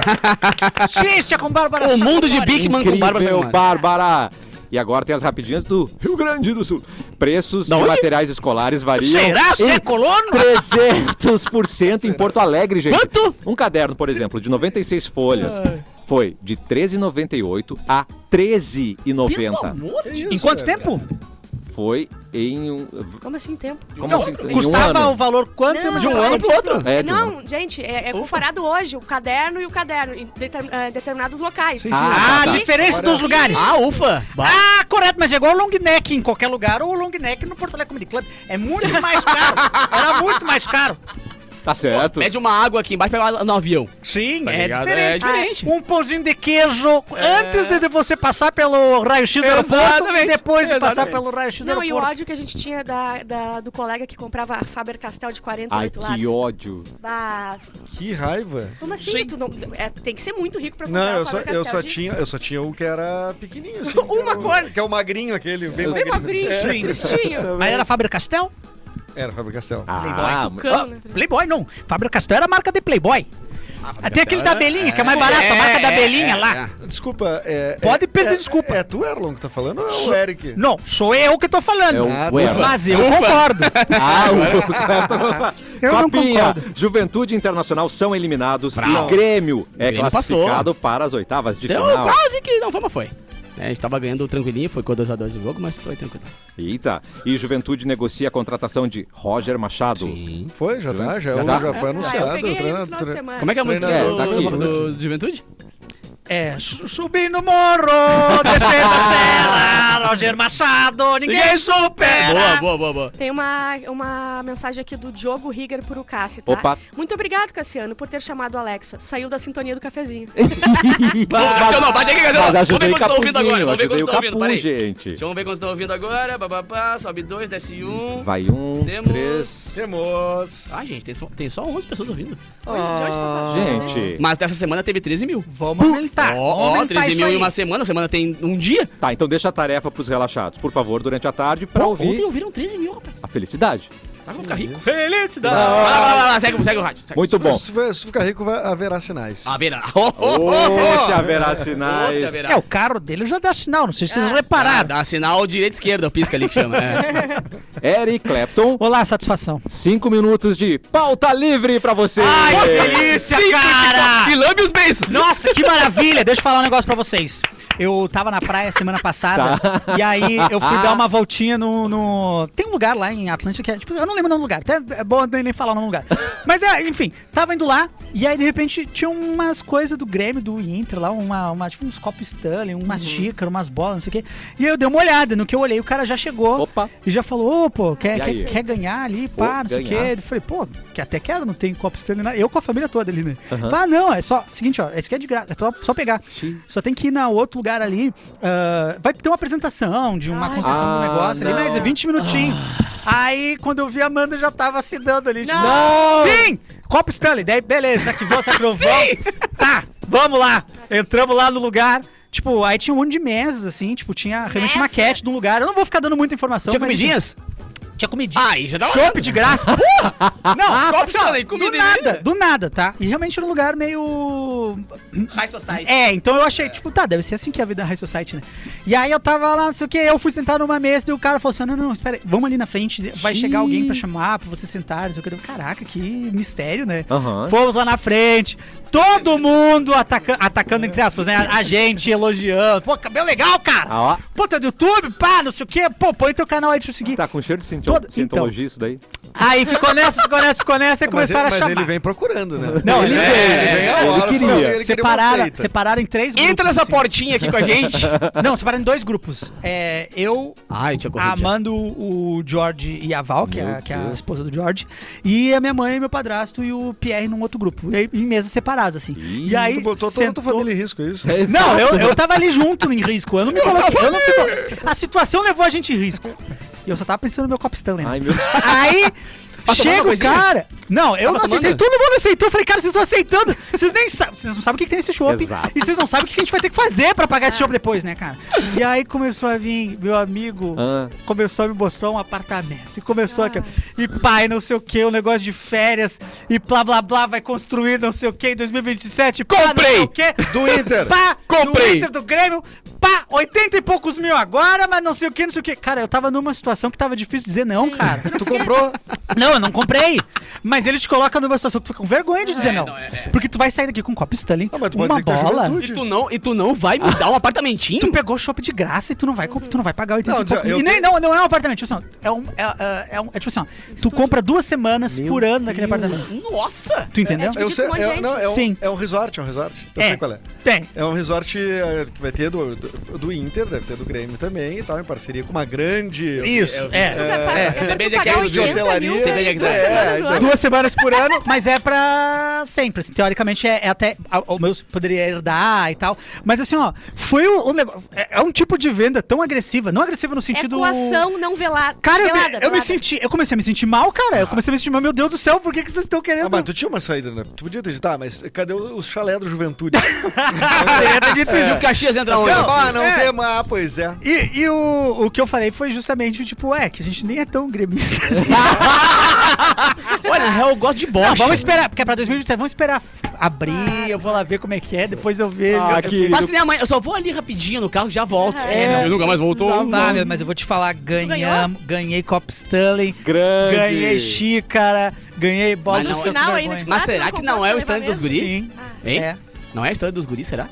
[SPEAKER 2] Ciência com Bárbara
[SPEAKER 5] O mundo de
[SPEAKER 2] Sacomori.
[SPEAKER 5] Big Man com Bárbara
[SPEAKER 1] Incrível,
[SPEAKER 5] Sacomori.
[SPEAKER 1] Bárbara. E agora tem as rapidinhas do Rio Grande do Sul. Preços
[SPEAKER 5] Da
[SPEAKER 1] de
[SPEAKER 5] onde?
[SPEAKER 1] materiais escolares variam
[SPEAKER 10] Será que
[SPEAKER 1] em
[SPEAKER 10] é colono?
[SPEAKER 1] 300% em Porto Alegre, gente.
[SPEAKER 5] Quanto?
[SPEAKER 1] Um caderno, por exemplo, de 96 folhas foi de 13,98 a 13,90.
[SPEAKER 5] amor
[SPEAKER 3] Que isso,
[SPEAKER 2] Em quanto
[SPEAKER 3] velho?
[SPEAKER 2] tempo?
[SPEAKER 1] Foi em um...
[SPEAKER 4] Como assim, tempo?
[SPEAKER 1] Como
[SPEAKER 2] Não,
[SPEAKER 1] assim? Em um
[SPEAKER 2] custava
[SPEAKER 1] ano.
[SPEAKER 2] o valor quanto?
[SPEAKER 4] Não,
[SPEAKER 2] de um
[SPEAKER 4] é
[SPEAKER 2] ano pro
[SPEAKER 4] tipo-
[SPEAKER 2] outro?
[SPEAKER 1] É, de um
[SPEAKER 4] não, gente, é, é comparado hoje, o caderno e o caderno, em deter- ah, determinados locais.
[SPEAKER 3] Sim, sim.
[SPEAKER 2] Ah,
[SPEAKER 1] Ah, tá.
[SPEAKER 2] diferença dos lugares.
[SPEAKER 5] Ah, ufa.
[SPEAKER 2] Ah, correto, mas é igual long neck em qualquer lugar ou long neck no Porto Alegre Comedy Club. É muito mais caro. Era muito mais caro.
[SPEAKER 1] Tá certo.
[SPEAKER 5] Pede uma água aqui embaixo pra pegar no avião.
[SPEAKER 2] Sim,
[SPEAKER 5] Tá
[SPEAKER 2] é
[SPEAKER 5] ligado?
[SPEAKER 2] diferente.
[SPEAKER 5] É diferente. É.
[SPEAKER 2] Um pãozinho de queijo antes de você passar pelo raio-x do aeroporto e
[SPEAKER 5] Exatamente.
[SPEAKER 2] depois de passar
[SPEAKER 5] Exatamente.
[SPEAKER 2] pelo raio-x do
[SPEAKER 4] Não, e o
[SPEAKER 2] aeroporto.
[SPEAKER 4] ódio que a gente tinha da, da- do colega que comprava a Faber-Castell de 48
[SPEAKER 1] Ai, que
[SPEAKER 4] latas.
[SPEAKER 1] ódio.
[SPEAKER 4] Ah,
[SPEAKER 3] Que raiva.
[SPEAKER 4] como assim? Tu não, é, tem que ser muito rico pra comprar
[SPEAKER 3] Não,
[SPEAKER 4] uma
[SPEAKER 3] eu só, eu,
[SPEAKER 4] Faber-Castell
[SPEAKER 3] só
[SPEAKER 4] de-
[SPEAKER 3] tinha, eu só tinha o que era pequenininho, assim.
[SPEAKER 4] Uma
[SPEAKER 3] que é o-
[SPEAKER 4] cor.
[SPEAKER 3] Que é o magrinho aquele, bem
[SPEAKER 4] Bem
[SPEAKER 3] magrinho.
[SPEAKER 4] magrinho,
[SPEAKER 3] É,
[SPEAKER 4] bonitinho.
[SPEAKER 2] Mas era Faber-Castell?
[SPEAKER 3] Era Fábio Castelo.
[SPEAKER 1] Ah,
[SPEAKER 4] Cão, né?
[SPEAKER 2] Playboy não. Faber-Castell era a marca de Playboy. Tem aquele da Belinha, que é mais barato, a marca da
[SPEAKER 5] é,
[SPEAKER 2] Belinha lá.
[SPEAKER 3] Desculpa, é...
[SPEAKER 2] Pode
[SPEAKER 3] é-
[SPEAKER 2] pedir
[SPEAKER 3] é-
[SPEAKER 2] desculpa.
[SPEAKER 3] É tu, Erlon, que tá falando ou é o Eric?
[SPEAKER 2] Não, sou eu que tô falando.
[SPEAKER 1] é o
[SPEAKER 3] Ah,
[SPEAKER 1] Ueva.
[SPEAKER 2] Mas eu concordo.
[SPEAKER 1] Ah, o cara tá-
[SPEAKER 8] Eu não
[SPEAKER 1] Copinha, Juventude Internacional são eliminados e Grêmio é
[SPEAKER 5] Grêmio
[SPEAKER 1] classificado para as oitavas de
[SPEAKER 2] Então,
[SPEAKER 5] Deu
[SPEAKER 1] final.
[SPEAKER 5] quase que não, vamos foi. É, a gente tava ganhando tranquilinho, foi com 2x2 o jogo, mas foi tranquilo.
[SPEAKER 1] Eita, e Juventude negocia a contratação de Roger Machado.
[SPEAKER 3] Foi, já tá, já, é
[SPEAKER 1] Já
[SPEAKER 3] o-
[SPEAKER 1] tá?
[SPEAKER 3] já foi
[SPEAKER 4] Ah,
[SPEAKER 3] anunciado.
[SPEAKER 4] eu peguei ele no final
[SPEAKER 3] treina-
[SPEAKER 4] de
[SPEAKER 3] treina-
[SPEAKER 4] semana.
[SPEAKER 5] Como é que é a música
[SPEAKER 1] É,
[SPEAKER 5] do,
[SPEAKER 1] tá aqui.
[SPEAKER 5] do- de Juventude?
[SPEAKER 2] É, su- subi no morro, descer da cela, Roger Machado, ninguém supera.
[SPEAKER 5] Boa, boa, boa, boa.
[SPEAKER 4] Tem uma, uma mensagem aqui do Diogo Rigger pro Cassi, tá?
[SPEAKER 1] Opa.
[SPEAKER 4] Muito obrigado, Cassiano, por ter chamado a Alexa. Saiu da sintonia do cafezinho.
[SPEAKER 5] Ô, Cassiano, baixa aqui,
[SPEAKER 1] Mas
[SPEAKER 5] Cassiano. Vamos ver
[SPEAKER 1] ajudei o
[SPEAKER 5] quantos estão ouvindo agora.
[SPEAKER 1] Capuzinho,
[SPEAKER 5] Vamos ver
[SPEAKER 1] ajudei
[SPEAKER 5] quantos
[SPEAKER 1] o
[SPEAKER 5] estão ouvindo,
[SPEAKER 1] Capu,
[SPEAKER 5] peraí.
[SPEAKER 1] gente.
[SPEAKER 5] Deixa eu ver quantos estão ouvindo agora. Bababá, sobe 2, desce 1. Um.
[SPEAKER 1] Vai um,
[SPEAKER 5] Temos-
[SPEAKER 1] três...
[SPEAKER 3] Temos.
[SPEAKER 5] Ah, gente, tem só, tem só 11 pessoas ouvindo.
[SPEAKER 4] tá
[SPEAKER 3] Ah,
[SPEAKER 4] né?
[SPEAKER 1] Gente,
[SPEAKER 5] Mas dessa semana teve 13 mil.
[SPEAKER 2] Vamos aumentar.
[SPEAKER 5] Ó, ó,
[SPEAKER 2] vamos aumentar
[SPEAKER 5] 13
[SPEAKER 2] Ah, isso
[SPEAKER 5] mil
[SPEAKER 2] aí.
[SPEAKER 5] em uma semana. Semana tem um dia.
[SPEAKER 1] tá, então deixa a tarefa pros relaxados, por favor, durante a tarde, pra
[SPEAKER 5] Ontem
[SPEAKER 1] ouvir
[SPEAKER 5] ouviram 13 mil, rapaz.
[SPEAKER 1] a felicidade.
[SPEAKER 5] Tá, vamos ficar rico. Felicidade. Vai lá, vai lá, vai lá. Segue, o- segue o rádio. Segue.
[SPEAKER 1] Muito bom.
[SPEAKER 3] Se, tu- se tu ficar rico, vai, haverá sinais.
[SPEAKER 5] Ah, beira. Oh, oh, oh,
[SPEAKER 1] Ô, se
[SPEAKER 5] oh.
[SPEAKER 1] haverá
[SPEAKER 5] Ô, se
[SPEAKER 1] sinais.
[SPEAKER 5] haverá.
[SPEAKER 2] É, o carro dele já dá sinal, não sei se vocês
[SPEAKER 5] Ah,
[SPEAKER 2] repararam.
[SPEAKER 5] dá sinal direita e esquerda, o pisca ali que chama. É.
[SPEAKER 1] Eric Clapton,
[SPEAKER 2] Olá, satisfação.
[SPEAKER 1] cinco minutos de pauta livre pra você.
[SPEAKER 2] delícia,
[SPEAKER 5] E lambe os beijos.
[SPEAKER 2] Nossa, que maravilha! Deixa eu falar um negócio pra vocês. Eu tava na praia semana passada
[SPEAKER 1] Tá.
[SPEAKER 2] e aí eu fui dar uma voltinha no, no- Tem um lugar lá em Atlântica que é, tipo, eu não lembro o nome do lugar, até é bom nem nem falar o nome do lugar. Mas é, enfim, tava indo lá e aí de repente tinha umas coisas do Grêmio, do Inter lá, uma, uma- tipo uns copos Stanley,
[SPEAKER 1] Uhum.
[SPEAKER 2] umas xícaras, umas bolas, não sei o quê. E aí eu dei uma olhada, no que eu olhei o cara já chegou
[SPEAKER 1] Opa.
[SPEAKER 2] e já falou, ô pô, quer,
[SPEAKER 1] E
[SPEAKER 2] quer,
[SPEAKER 1] aí?
[SPEAKER 2] quer ganhar ali, pá,
[SPEAKER 1] Pô,
[SPEAKER 2] não sei o quê.
[SPEAKER 1] ganhar.
[SPEAKER 2] Eu falei, pô, que até quero, não tem copo Stanley, nada. eu com a família toda ali, né? Ah, não, é só, seguinte, ó, esse aqui é de graça, é só, só pegar. Só tem que ir na outro lugar ali. ah, vai ter uma apresentação de uma
[SPEAKER 4] Ai,
[SPEAKER 2] construção do
[SPEAKER 1] Ah,
[SPEAKER 2] negócio ali,
[SPEAKER 1] não.
[SPEAKER 2] mas é 20 minutinhos. Aí, quando eu vi a Amanda, já tava se dando ali. Tipo,
[SPEAKER 4] Não!
[SPEAKER 2] Sim! Copo Stanley, daí beleza, aqui vou, aqui não vamos. Tá, vamos lá. Entramos lá no lugar. Tipo, aí tinha um monte de mesas, assim, tipo, tinha realmente
[SPEAKER 4] Mesa?
[SPEAKER 2] maquete de um lugar. Eu não vou ficar dando muita informação.
[SPEAKER 5] Tinha
[SPEAKER 2] mas, enfim.
[SPEAKER 5] comidinhas?
[SPEAKER 2] Tinha comidinha.
[SPEAKER 5] Aí, já dá uma...
[SPEAKER 2] Chopp de graça. Porra! Não,
[SPEAKER 5] Ah,
[SPEAKER 2] assim, ó,
[SPEAKER 5] Stanley, comida
[SPEAKER 2] do
[SPEAKER 5] e
[SPEAKER 2] nada,
[SPEAKER 5] bebida.
[SPEAKER 2] do nada, tá? E realmente era um lugar meio
[SPEAKER 5] High Society.
[SPEAKER 2] é, então eu achei, tipo, tá, deve ser assim que é a vida da High Society, né? E aí eu tava lá, não sei o que, eu fui sentar numa mesa, e o cara falou assim: não, não, espera aí, vamos ali na frente, vai chegar alguém pra chamar, pra você sentar, não sei o que. Eu, Caraca, que mistério, né?
[SPEAKER 1] Aham.
[SPEAKER 2] Fomos lá na frente, todo mundo ataca atacando, entre aspas, né? A gente elogiando. Pô, cabelo legal, cara!
[SPEAKER 1] Ah, ó.
[SPEAKER 2] Pô, teu YouTube, pá, não sei o que, pô, põe teu canal aí pra eu seguir.
[SPEAKER 1] Tá com cheiro de cienti-
[SPEAKER 2] Toda-
[SPEAKER 5] então.
[SPEAKER 1] cientologia isso daí.
[SPEAKER 2] Aí ficou nessa, ficou nessa, ficou nessa, e começaram
[SPEAKER 3] mas,
[SPEAKER 2] a
[SPEAKER 3] ele-
[SPEAKER 2] chamar.
[SPEAKER 3] mas ele vem procurando, né?
[SPEAKER 2] Não, ele veio,
[SPEAKER 3] ele vem a
[SPEAKER 1] ele
[SPEAKER 3] hora,
[SPEAKER 1] queria.
[SPEAKER 3] falando, É, ele queria uma
[SPEAKER 2] separaram,
[SPEAKER 3] seita.
[SPEAKER 2] separaram em três grupos.
[SPEAKER 5] Entra nessa
[SPEAKER 2] assim.
[SPEAKER 5] portinha aqui com a gente.
[SPEAKER 2] Não, separaram em dois grupos. É, eu,
[SPEAKER 5] Ai, tinha
[SPEAKER 2] a
[SPEAKER 5] corrido. já.
[SPEAKER 2] Amanda, o o George e a Val, que é, a- que é a esposa do George, e a minha mãe, meu padrasto e o Pierre num outro grupo, e- em mesas separadas, assim. e aí.
[SPEAKER 3] Tu botou toda a tua
[SPEAKER 2] sentou-
[SPEAKER 3] família em risco, é isso?
[SPEAKER 2] Não, eu, eu tava ali junto em risco. Eu não me coloquei. Eu não fui colo- A situação levou a gente em risco. E eu só tava pensando no meu copo Stanley. né?
[SPEAKER 1] Ai, meu Deus.
[SPEAKER 2] Aí.
[SPEAKER 5] Passou
[SPEAKER 2] Chega
[SPEAKER 5] alguma
[SPEAKER 2] o
[SPEAKER 5] coisinha?
[SPEAKER 2] cara. Não, eu
[SPEAKER 5] Tava
[SPEAKER 2] não aceitei.
[SPEAKER 5] tomando?
[SPEAKER 2] Todo mundo aceitou. Eu falei, cara, vocês estão aceitando. Vocês nem sabem. Vocês não sabem o que, que tem nesse shopping.
[SPEAKER 1] Exato.
[SPEAKER 2] E vocês não sabem o que, que a gente vai ter que fazer pra pagar esse shopping depois, né, cara? E aí começou a vir, meu amigo
[SPEAKER 1] Ah.
[SPEAKER 2] começou a me mostrar um apartamento. E começou aqui. E pai, não sei o que, um negócio de férias. E blá blá blá, vai construir não sei o que em 2027. pá,
[SPEAKER 5] Comprei!
[SPEAKER 2] Não sei o quê.
[SPEAKER 3] Do Inter.
[SPEAKER 2] Pá,
[SPEAKER 5] Comprei.
[SPEAKER 2] Do Inter, do Grêmio. Pá, 80 e poucos mil agora, mas não sei o que, não sei o que. Cara, eu tava numa situação que tava difícil dizer não, cara.
[SPEAKER 3] Tu comprou?
[SPEAKER 2] Não, eu não comprei. Mas ele te coloca numa situação que tu fica com vergonha de dizer não.
[SPEAKER 5] não, é, é.
[SPEAKER 2] Porque tu vai sair daqui com um copo Stanley,
[SPEAKER 3] Ah, mas tu pode
[SPEAKER 2] uma
[SPEAKER 3] dizer que tá
[SPEAKER 2] bola.
[SPEAKER 3] juventude.
[SPEAKER 5] E tu não, e tu não vai me dar um apartamentinho?
[SPEAKER 2] Tu pegou shopping de graça e tu não vai, comp- tu não vai pagar 80
[SPEAKER 3] Não,
[SPEAKER 2] e pouco.
[SPEAKER 3] eu
[SPEAKER 2] E nem,
[SPEAKER 3] tenho-
[SPEAKER 2] não, não é um apartamento. Tipo assim, ó, é, um, é, é, é um- é tipo assim, ó, tu compra duas semanas por ano naquele apartamento.
[SPEAKER 5] Nossa!
[SPEAKER 2] Tu entendeu?
[SPEAKER 4] tipo-
[SPEAKER 3] Eu
[SPEAKER 4] Dividido
[SPEAKER 3] sei,
[SPEAKER 4] com a
[SPEAKER 3] é,
[SPEAKER 4] gente.
[SPEAKER 3] não, é,
[SPEAKER 2] Sim.
[SPEAKER 3] um, é um resort, é um resort. Eu
[SPEAKER 2] É.
[SPEAKER 3] sei qual é.
[SPEAKER 2] Tem.
[SPEAKER 3] É um resort eh, que vai ter do, do, do Inter, deve ter do Grêmio também e tal, em parceria com uma grande.
[SPEAKER 2] Isso, é.
[SPEAKER 4] É,
[SPEAKER 5] Você
[SPEAKER 4] é,
[SPEAKER 5] vende
[SPEAKER 4] melhor tu pagar
[SPEAKER 5] aquele de
[SPEAKER 4] 80
[SPEAKER 3] hotelaria,
[SPEAKER 4] mil
[SPEAKER 5] você vende
[SPEAKER 4] pra
[SPEAKER 5] aquele-
[SPEAKER 4] duas
[SPEAKER 5] é,
[SPEAKER 4] semanas do
[SPEAKER 3] então-
[SPEAKER 4] ano.
[SPEAKER 2] Duas semanas por ano, mas é pra sempre. assim, teoricamente é, é até. a- O meu poderia herdar e tal. Mas assim, ó, foi um, um negócio. É, é um tipo de venda tão agressiva. Não agressiva no
[SPEAKER 4] É
[SPEAKER 2] sentido.
[SPEAKER 4] coação não velada.
[SPEAKER 2] Cara, eu, me-
[SPEAKER 4] velada,
[SPEAKER 2] eu me
[SPEAKER 4] velada.
[SPEAKER 2] senti. Eu comecei a me sentir mal, cara.
[SPEAKER 5] Ah.
[SPEAKER 2] Eu comecei a me sentir mal, meu Deus do céu, por que, que vocês estão querendo?
[SPEAKER 3] Ah, mas tu tinha uma saída, né? Tu podia ter dito, tá, mas cadê o, o chalé do Juventude?
[SPEAKER 5] E o Caxias entra
[SPEAKER 3] Os
[SPEAKER 5] hoje.
[SPEAKER 3] caras, ah, não
[SPEAKER 2] é.
[SPEAKER 3] tem, mas- ah, pois é.
[SPEAKER 2] E, e o, o que eu falei foi justamente, tipo, é, que a gente nem é tão gremista. assim.
[SPEAKER 5] Olha, na real, eu gosto de bosta.
[SPEAKER 2] Não, vamos esperar, porque é pra 2027, vamos esperar f- abrir, eu vou lá ver como é que é, depois eu vejo.
[SPEAKER 1] Ah, que-
[SPEAKER 5] Mas que nem a mãe, eu só vou ali rapidinho no carro e já volto.
[SPEAKER 2] É, não, eu
[SPEAKER 5] nunca mais voltou.
[SPEAKER 2] Não, dá, meu, mas eu vou te falar, ganhamos, ganhei Cop Stanley,
[SPEAKER 1] Grande.
[SPEAKER 2] ganhei xícara, ganhei bola
[SPEAKER 5] Mas
[SPEAKER 2] de
[SPEAKER 5] Ah, não,
[SPEAKER 2] santo
[SPEAKER 4] final
[SPEAKER 2] vergonha.
[SPEAKER 4] ainda, tipo, Ah,
[SPEAKER 5] Mas
[SPEAKER 4] tu Ah.
[SPEAKER 5] será
[SPEAKER 4] não
[SPEAKER 5] que
[SPEAKER 4] comprou
[SPEAKER 5] não é o
[SPEAKER 4] pra
[SPEAKER 5] stand
[SPEAKER 4] levar
[SPEAKER 5] dos
[SPEAKER 4] mesmo?
[SPEAKER 5] guris?
[SPEAKER 2] Sim.
[SPEAKER 5] Hein?
[SPEAKER 2] É.
[SPEAKER 5] Não é a história dos guris, será?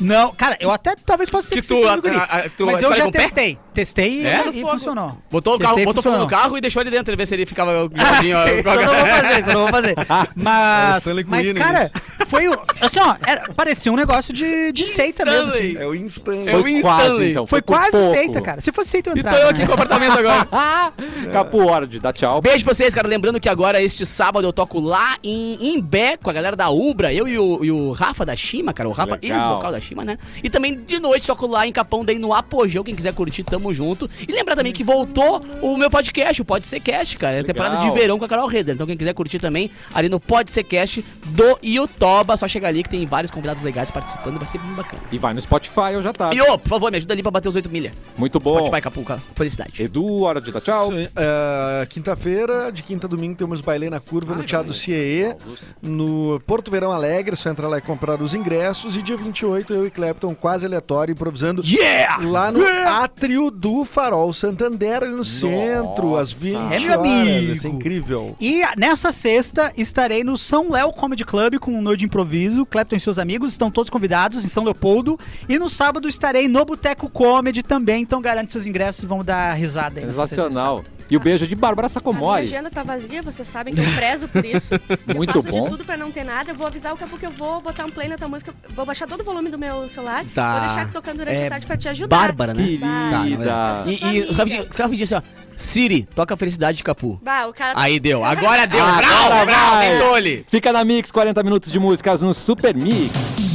[SPEAKER 2] Não, cara, eu até talvez possa ser
[SPEAKER 5] Que
[SPEAKER 2] que
[SPEAKER 5] tu-
[SPEAKER 2] seja
[SPEAKER 5] a-
[SPEAKER 2] do guri.
[SPEAKER 5] a- a- tu
[SPEAKER 2] Mas eu
[SPEAKER 5] escolhe
[SPEAKER 2] já
[SPEAKER 5] com o pé?
[SPEAKER 2] testei. Testei e-
[SPEAKER 5] É?
[SPEAKER 2] e, funcionou.
[SPEAKER 5] Botou o
[SPEAKER 2] Testei
[SPEAKER 5] carro,
[SPEAKER 2] e
[SPEAKER 5] botou fogo no
[SPEAKER 2] funcionou.
[SPEAKER 5] carro e deixou ele dentro, ver se ele ficava grudadinho.
[SPEAKER 2] Isso eu não vou fazer, isso eu não vou
[SPEAKER 5] É
[SPEAKER 2] fazer. Mas,
[SPEAKER 3] Stanley
[SPEAKER 2] mas
[SPEAKER 5] né,
[SPEAKER 3] Cuino,
[SPEAKER 2] cara, foi o. Assim, ó, era- parecia um negócio de, de seita mesmo. assim.
[SPEAKER 3] É o instante.
[SPEAKER 5] É o Insta, Stanley.
[SPEAKER 2] Foi,
[SPEAKER 1] então, por
[SPEAKER 2] quase
[SPEAKER 1] pouco.
[SPEAKER 2] seita, cara. Se fosse seita, eu
[SPEAKER 5] E tô
[SPEAKER 2] entrava.
[SPEAKER 5] Então, eu aqui
[SPEAKER 2] né? Ah!
[SPEAKER 5] com o apartamento agora.
[SPEAKER 1] Capo Ord, dá tchau.
[SPEAKER 5] Um Beijo pra vocês, cara. Lembrando que agora, este sábado, eu toco lá em Imbé com a galera da Ubra, eu e o, e o Rafa da Shima, cara. O Rafa,
[SPEAKER 1] Legal.
[SPEAKER 5] ex-vocal da Shima, né? E também de noite toco lá em Capão Daí no Apogeu. Quem quiser curtir, tamo junto. E lembrar também que voltou o meu podcast, o Pode Ser Cast, cara. É a
[SPEAKER 1] Legal.
[SPEAKER 5] temporada de verão com a Carol Reder. Então, quem quiser curtir também, ali no Pode Ser Cast do Iotoba. Só chegar ali que tem vários convidados legais participando. Vai ser muito bacana.
[SPEAKER 1] E vai no Spotify, eu já tá.
[SPEAKER 5] E, ô, por favor, me ajuda ali pra bater os 8 milha.
[SPEAKER 1] Muito bom.
[SPEAKER 5] Spotify, Capuca. Felicidade.
[SPEAKER 1] Edu, hora de dar tchau.
[SPEAKER 3] Isso, é, Quinta-feira, de quinta a domingo, temos Bailê na Curva no Teatro CIE, no Porto Verão Alegre. Só entrar lá e comprar os ingressos. E dia 28, eu e Clapton, quase aleatório, improvisando
[SPEAKER 2] Yeah!
[SPEAKER 3] lá no átrio do Farol Santander, ali no centro, às 20
[SPEAKER 2] É,
[SPEAKER 3] horas.
[SPEAKER 2] meu amigo.
[SPEAKER 3] Isso é incrível.
[SPEAKER 2] E nessa sexta estarei no São Léo Comedy Club com o Noite improviso. Clepton e seus amigos estão todos convidados em São Leopoldo. E no sábado estarei no Boteco Comedy também. Então garante seus ingressos e vamos dar risada aí. nessa
[SPEAKER 1] Sensacional. E o beijo de Bárbara
[SPEAKER 4] A minha
[SPEAKER 1] Sacomori.
[SPEAKER 4] agenda tá vazia, vocês sabem que eu prezo por isso.
[SPEAKER 1] Muito
[SPEAKER 4] eu faço
[SPEAKER 1] bom.
[SPEAKER 4] de tudo pra não ter nada. Eu vou avisar o Capu que eu vou botar um play na tua música. Vou baixar todo o volume do meu celular.
[SPEAKER 5] Tá.
[SPEAKER 4] Vou deixar tocando durante
[SPEAKER 5] É
[SPEAKER 4] a tarde pra te ajudar.
[SPEAKER 5] Bárbara, né?
[SPEAKER 1] Querida.
[SPEAKER 5] Tá, não, mas-
[SPEAKER 4] Eu sou tua
[SPEAKER 5] e e
[SPEAKER 4] amiga.
[SPEAKER 5] rapidinho, rapidinho assim, ó. Siri, toca a felicidade de Capu.
[SPEAKER 4] Bah, o cara... tá
[SPEAKER 5] Aí deu, agora deu.
[SPEAKER 2] Ah,
[SPEAKER 1] Agora
[SPEAKER 5] bravo, bravo,
[SPEAKER 1] vai.
[SPEAKER 5] tentou ali.
[SPEAKER 1] Fica na Mix, 40 minutos de músicas no Super Mix.